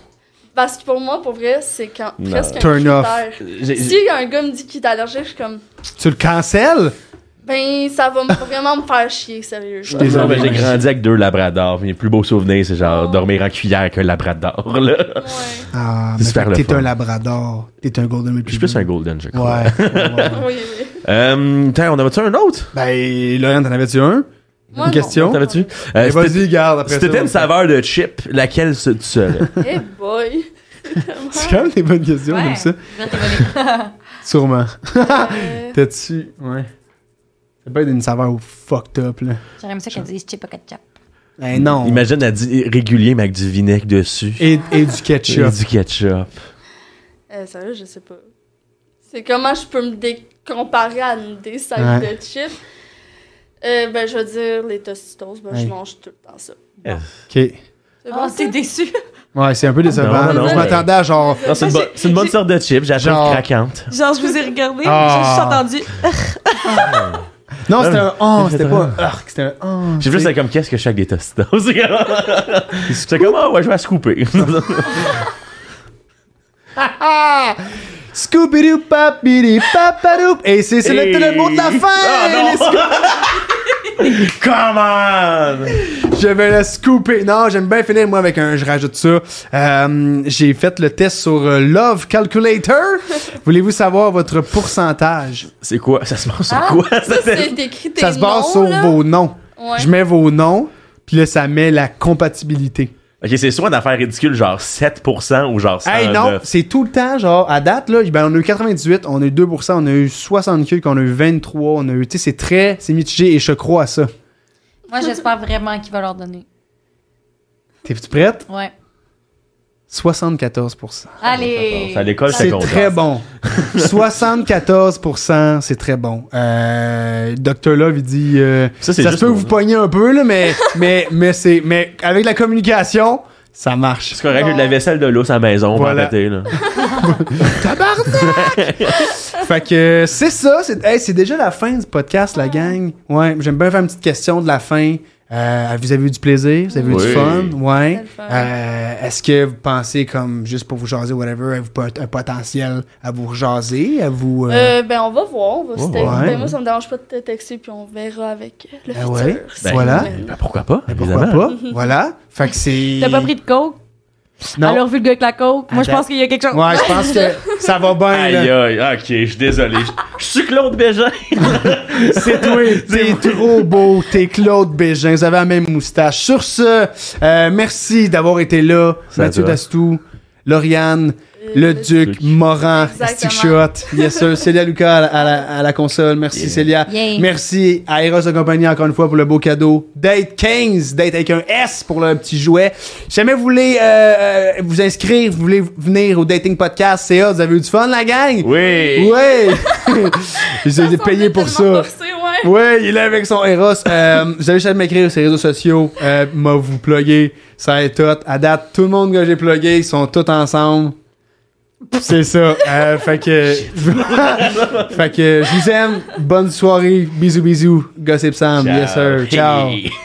Speaker 4: Parce que pour moi, pour vrai, c'est quand
Speaker 3: Non.
Speaker 4: presque
Speaker 1: Turn
Speaker 4: un
Speaker 1: off.
Speaker 4: critère.
Speaker 3: J'ai-
Speaker 4: Si un gars me dit qu'il est allergique, je suis comme,
Speaker 1: Tu le cancelles?
Speaker 4: ben, ça va me- vraiment me faire chier, sérieux.
Speaker 1: suis désolé.
Speaker 3: Non, mais j'ai grandi avec deux labradors. Mes plus beaux souvenirs, c'est genre dormir en cuillère qu'un labrador. Là.
Speaker 4: Ouais.
Speaker 1: Ah,
Speaker 3: C'est
Speaker 1: mais
Speaker 3: super
Speaker 1: fait que
Speaker 3: le
Speaker 1: t'es
Speaker 3: fun.
Speaker 1: un labrador, t'es un golden retriever.
Speaker 3: Je suis plus un golden, je crois.
Speaker 1: Ouais. ouais, ouais.
Speaker 4: Oui, oui.
Speaker 3: Euh, tiens, on avait-tu un autre?
Speaker 1: ben, Laurent, t'en avais-tu
Speaker 3: Euh,
Speaker 1: un?
Speaker 4: Moi,
Speaker 1: Une
Speaker 4: non.
Speaker 1: question?
Speaker 3: T'avais-tu? Euh,
Speaker 1: Eh,
Speaker 3: si t'étais-
Speaker 1: Vas-y, garde après
Speaker 3: si
Speaker 1: ça.
Speaker 3: t'étais une saveur de chip, laquelle se- tu serais?
Speaker 4: Eh boy.
Speaker 1: C'est quand même des bonnes questions,
Speaker 2: Ouais.
Speaker 1: comme ça.
Speaker 2: Je vais te voler.
Speaker 1: Sûrement.
Speaker 4: Euh,
Speaker 1: T'as-tu. Ouais. Ça peut être une saveur au fucked up, là.
Speaker 2: J'aurais aimé ça qu'elle dise chip ketchup.
Speaker 1: Eh non.
Speaker 3: Imagine, elle dit régulier, mais avec du vinaigre dessus.
Speaker 1: Et, et du
Speaker 3: Et
Speaker 1: ketchup.
Speaker 3: du ketchup.
Speaker 4: euh, sérieux, je sais pas. C'est comment je peux me décomparer à une des sacs
Speaker 1: Ouais.
Speaker 4: de chips. Euh, ben, je veux dire, les Tostitos, ben,
Speaker 1: Ouais.
Speaker 4: je mange tout le temps ça.
Speaker 1: Ok.
Speaker 4: C'est
Speaker 2: Oh,
Speaker 4: bon,
Speaker 2: c'est
Speaker 4: ça?
Speaker 2: déçu.
Speaker 1: Ouais, c'est un peu décevant.
Speaker 3: Non, non,
Speaker 1: Je
Speaker 3: mais-
Speaker 1: m'attendais à genre.
Speaker 3: Non, c'est une,
Speaker 2: Moi,
Speaker 3: bonne- c'est une bonne
Speaker 2: j'ai-
Speaker 3: sorte de chip. J'appelle
Speaker 1: Genre-
Speaker 3: craquante.
Speaker 2: Genre, je vous ai regardé,
Speaker 1: Ah.
Speaker 2: j'ai juste entendu.
Speaker 1: Non, c'était un. Oh, c'était pas
Speaker 3: vraiment-
Speaker 1: un. arc, C'était un. Oh.
Speaker 3: J'ai plus c'est comme qu'est-ce que chaque des tostitos. c'est comme ah ouais, je vais se couper.
Speaker 1: Scooby-Doo, papidi, papadoop. Et c'est c'est le, le mot de la fin!
Speaker 3: Ah,
Speaker 1: les Sco-
Speaker 3: Come on!
Speaker 1: Je vais le scooper. Non, j'aime bien finir, moi, avec un. Je rajoute ça. Euh, J'ai fait le test sur euh, Love Calculator. Voulez-vous savoir votre pourcentage?
Speaker 3: C'est quoi? Ça se passe sur
Speaker 2: Ah,
Speaker 3: quoi?
Speaker 4: Ça, c'est écrit tes
Speaker 1: ça se base
Speaker 4: noms,
Speaker 1: sur
Speaker 4: là.
Speaker 1: vos noms.
Speaker 4: Ouais.
Speaker 1: Je mets vos noms, puis là, ça met la compatibilité.
Speaker 3: ok, c'est soit une affaire ridicule, genre 7% ou genre 100.
Speaker 1: Hey, non, c'est tout le temps, genre, à date, là, ben, on a eu 98, on a eu 2%, on a eu 64, on a eu 23, on a eu, tu sais, c'est très, c'est mitigé et je crois à ça.
Speaker 2: Moi, j'espère vraiment qu'il va leur donner.
Speaker 1: T'es-tu prête?
Speaker 2: Ouais.
Speaker 1: 74%.
Speaker 2: Allez.
Speaker 3: C'est à l'école,
Speaker 1: C'est
Speaker 3: content.
Speaker 1: très bon. 74%, c'est très bon. Euh, Dr. Love, il dit. euh,
Speaker 3: Ça,
Speaker 1: ça,
Speaker 3: c'est
Speaker 1: se
Speaker 3: juste
Speaker 1: peut que
Speaker 3: pour
Speaker 1: vous
Speaker 3: nous.
Speaker 1: pogner un peu, là, mais, mais, mais, c'est, mais avec la communication, ça marche.
Speaker 3: C'est correct, j'ai de la vaisselle de l'eau à la maison, on
Speaker 1: Voilà.
Speaker 3: va péter, là.
Speaker 1: Tabarnak! fait que c'est ça. C'est hey, c'est déjà la fin du podcast,
Speaker 2: Ah.
Speaker 1: la gang. Ouais, j'aime bien faire une petite question de la fin. Euh, vous avez eu du plaisir? Vous avez eu
Speaker 3: Oui.
Speaker 1: du fun? Ouais.
Speaker 4: le fun.
Speaker 1: Euh, Est-ce que vous pensez, comme, juste pour vous jaser, whatever, avez-vous pot- un potentiel à vous jaser? À vous. euh,
Speaker 4: Euh, ben, on va voir. On va se texter.
Speaker 1: ouais.
Speaker 4: Ben, moi, ça me dérange pas de te texter, puis on verra avec euh, le
Speaker 1: Ben
Speaker 4: futur.
Speaker 1: ouais.
Speaker 4: si
Speaker 3: Ben,
Speaker 1: Voilà.
Speaker 4: on veut.
Speaker 3: ben, pourquoi pas?
Speaker 1: Pourquoi
Speaker 3: évidemment.
Speaker 1: pas? Voilà. Fait que c'est.
Speaker 2: Mhm. T'as pas pris de coke?
Speaker 1: Non.
Speaker 2: Alors, vu le gars avec la coke, moi, je
Speaker 1: Attends.
Speaker 2: pense qu'il y a quelque chose.
Speaker 1: Ouais, je pense que ça va bien.
Speaker 3: Aïe,
Speaker 1: là.
Speaker 3: aïe, ok, je suis désolé. Je suis Claude Bégin.
Speaker 1: C'est toi, t'es trop beau, t'es Claude Bégin, vous avez la même moustache. Sur ce, euh, merci d'avoir été là,
Speaker 3: Ça
Speaker 1: Mathieu
Speaker 3: dure.
Speaker 1: Dastou, Lauriane, le
Speaker 4: Euh,
Speaker 1: Duc,
Speaker 3: Duc.
Speaker 1: Morin,
Speaker 4: Exactement.
Speaker 1: Stickshot, yes sir, Célia Lucas à la, à la- à la console, merci
Speaker 3: Yeah.
Speaker 1: Célia.
Speaker 2: Yeah.
Speaker 1: Merci à Eros de compagnie encore une fois pour le beau cadeau. Date 15, date avec un S pour le petit jouet. Si jamais vous voulez euh, euh, vous inscrire, vous voulez venir au Dating Podcast, c'est hot, vous avez eu du fun la gang?
Speaker 3: Oui.
Speaker 1: Ouais! J'ai
Speaker 4: Ça
Speaker 1: été payé
Speaker 4: semblait
Speaker 1: pour
Speaker 4: tellement
Speaker 1: ça.
Speaker 4: forcé, ouais.
Speaker 1: Ouais, il est là avec son Eros. Euh, vous avez juste à m'écrire sur les réseaux sociaux. Euh, moi, vous pluguez. Ça est tout. À date, tout le monde que j'ai plugué, ils sont tous ensemble. C'est ça. Euh, fait que. fait que je vous aime. Bonne soirée. Bisous, bisous. Gossip Sam. Yes, sir. Ciao.
Speaker 3: Hey.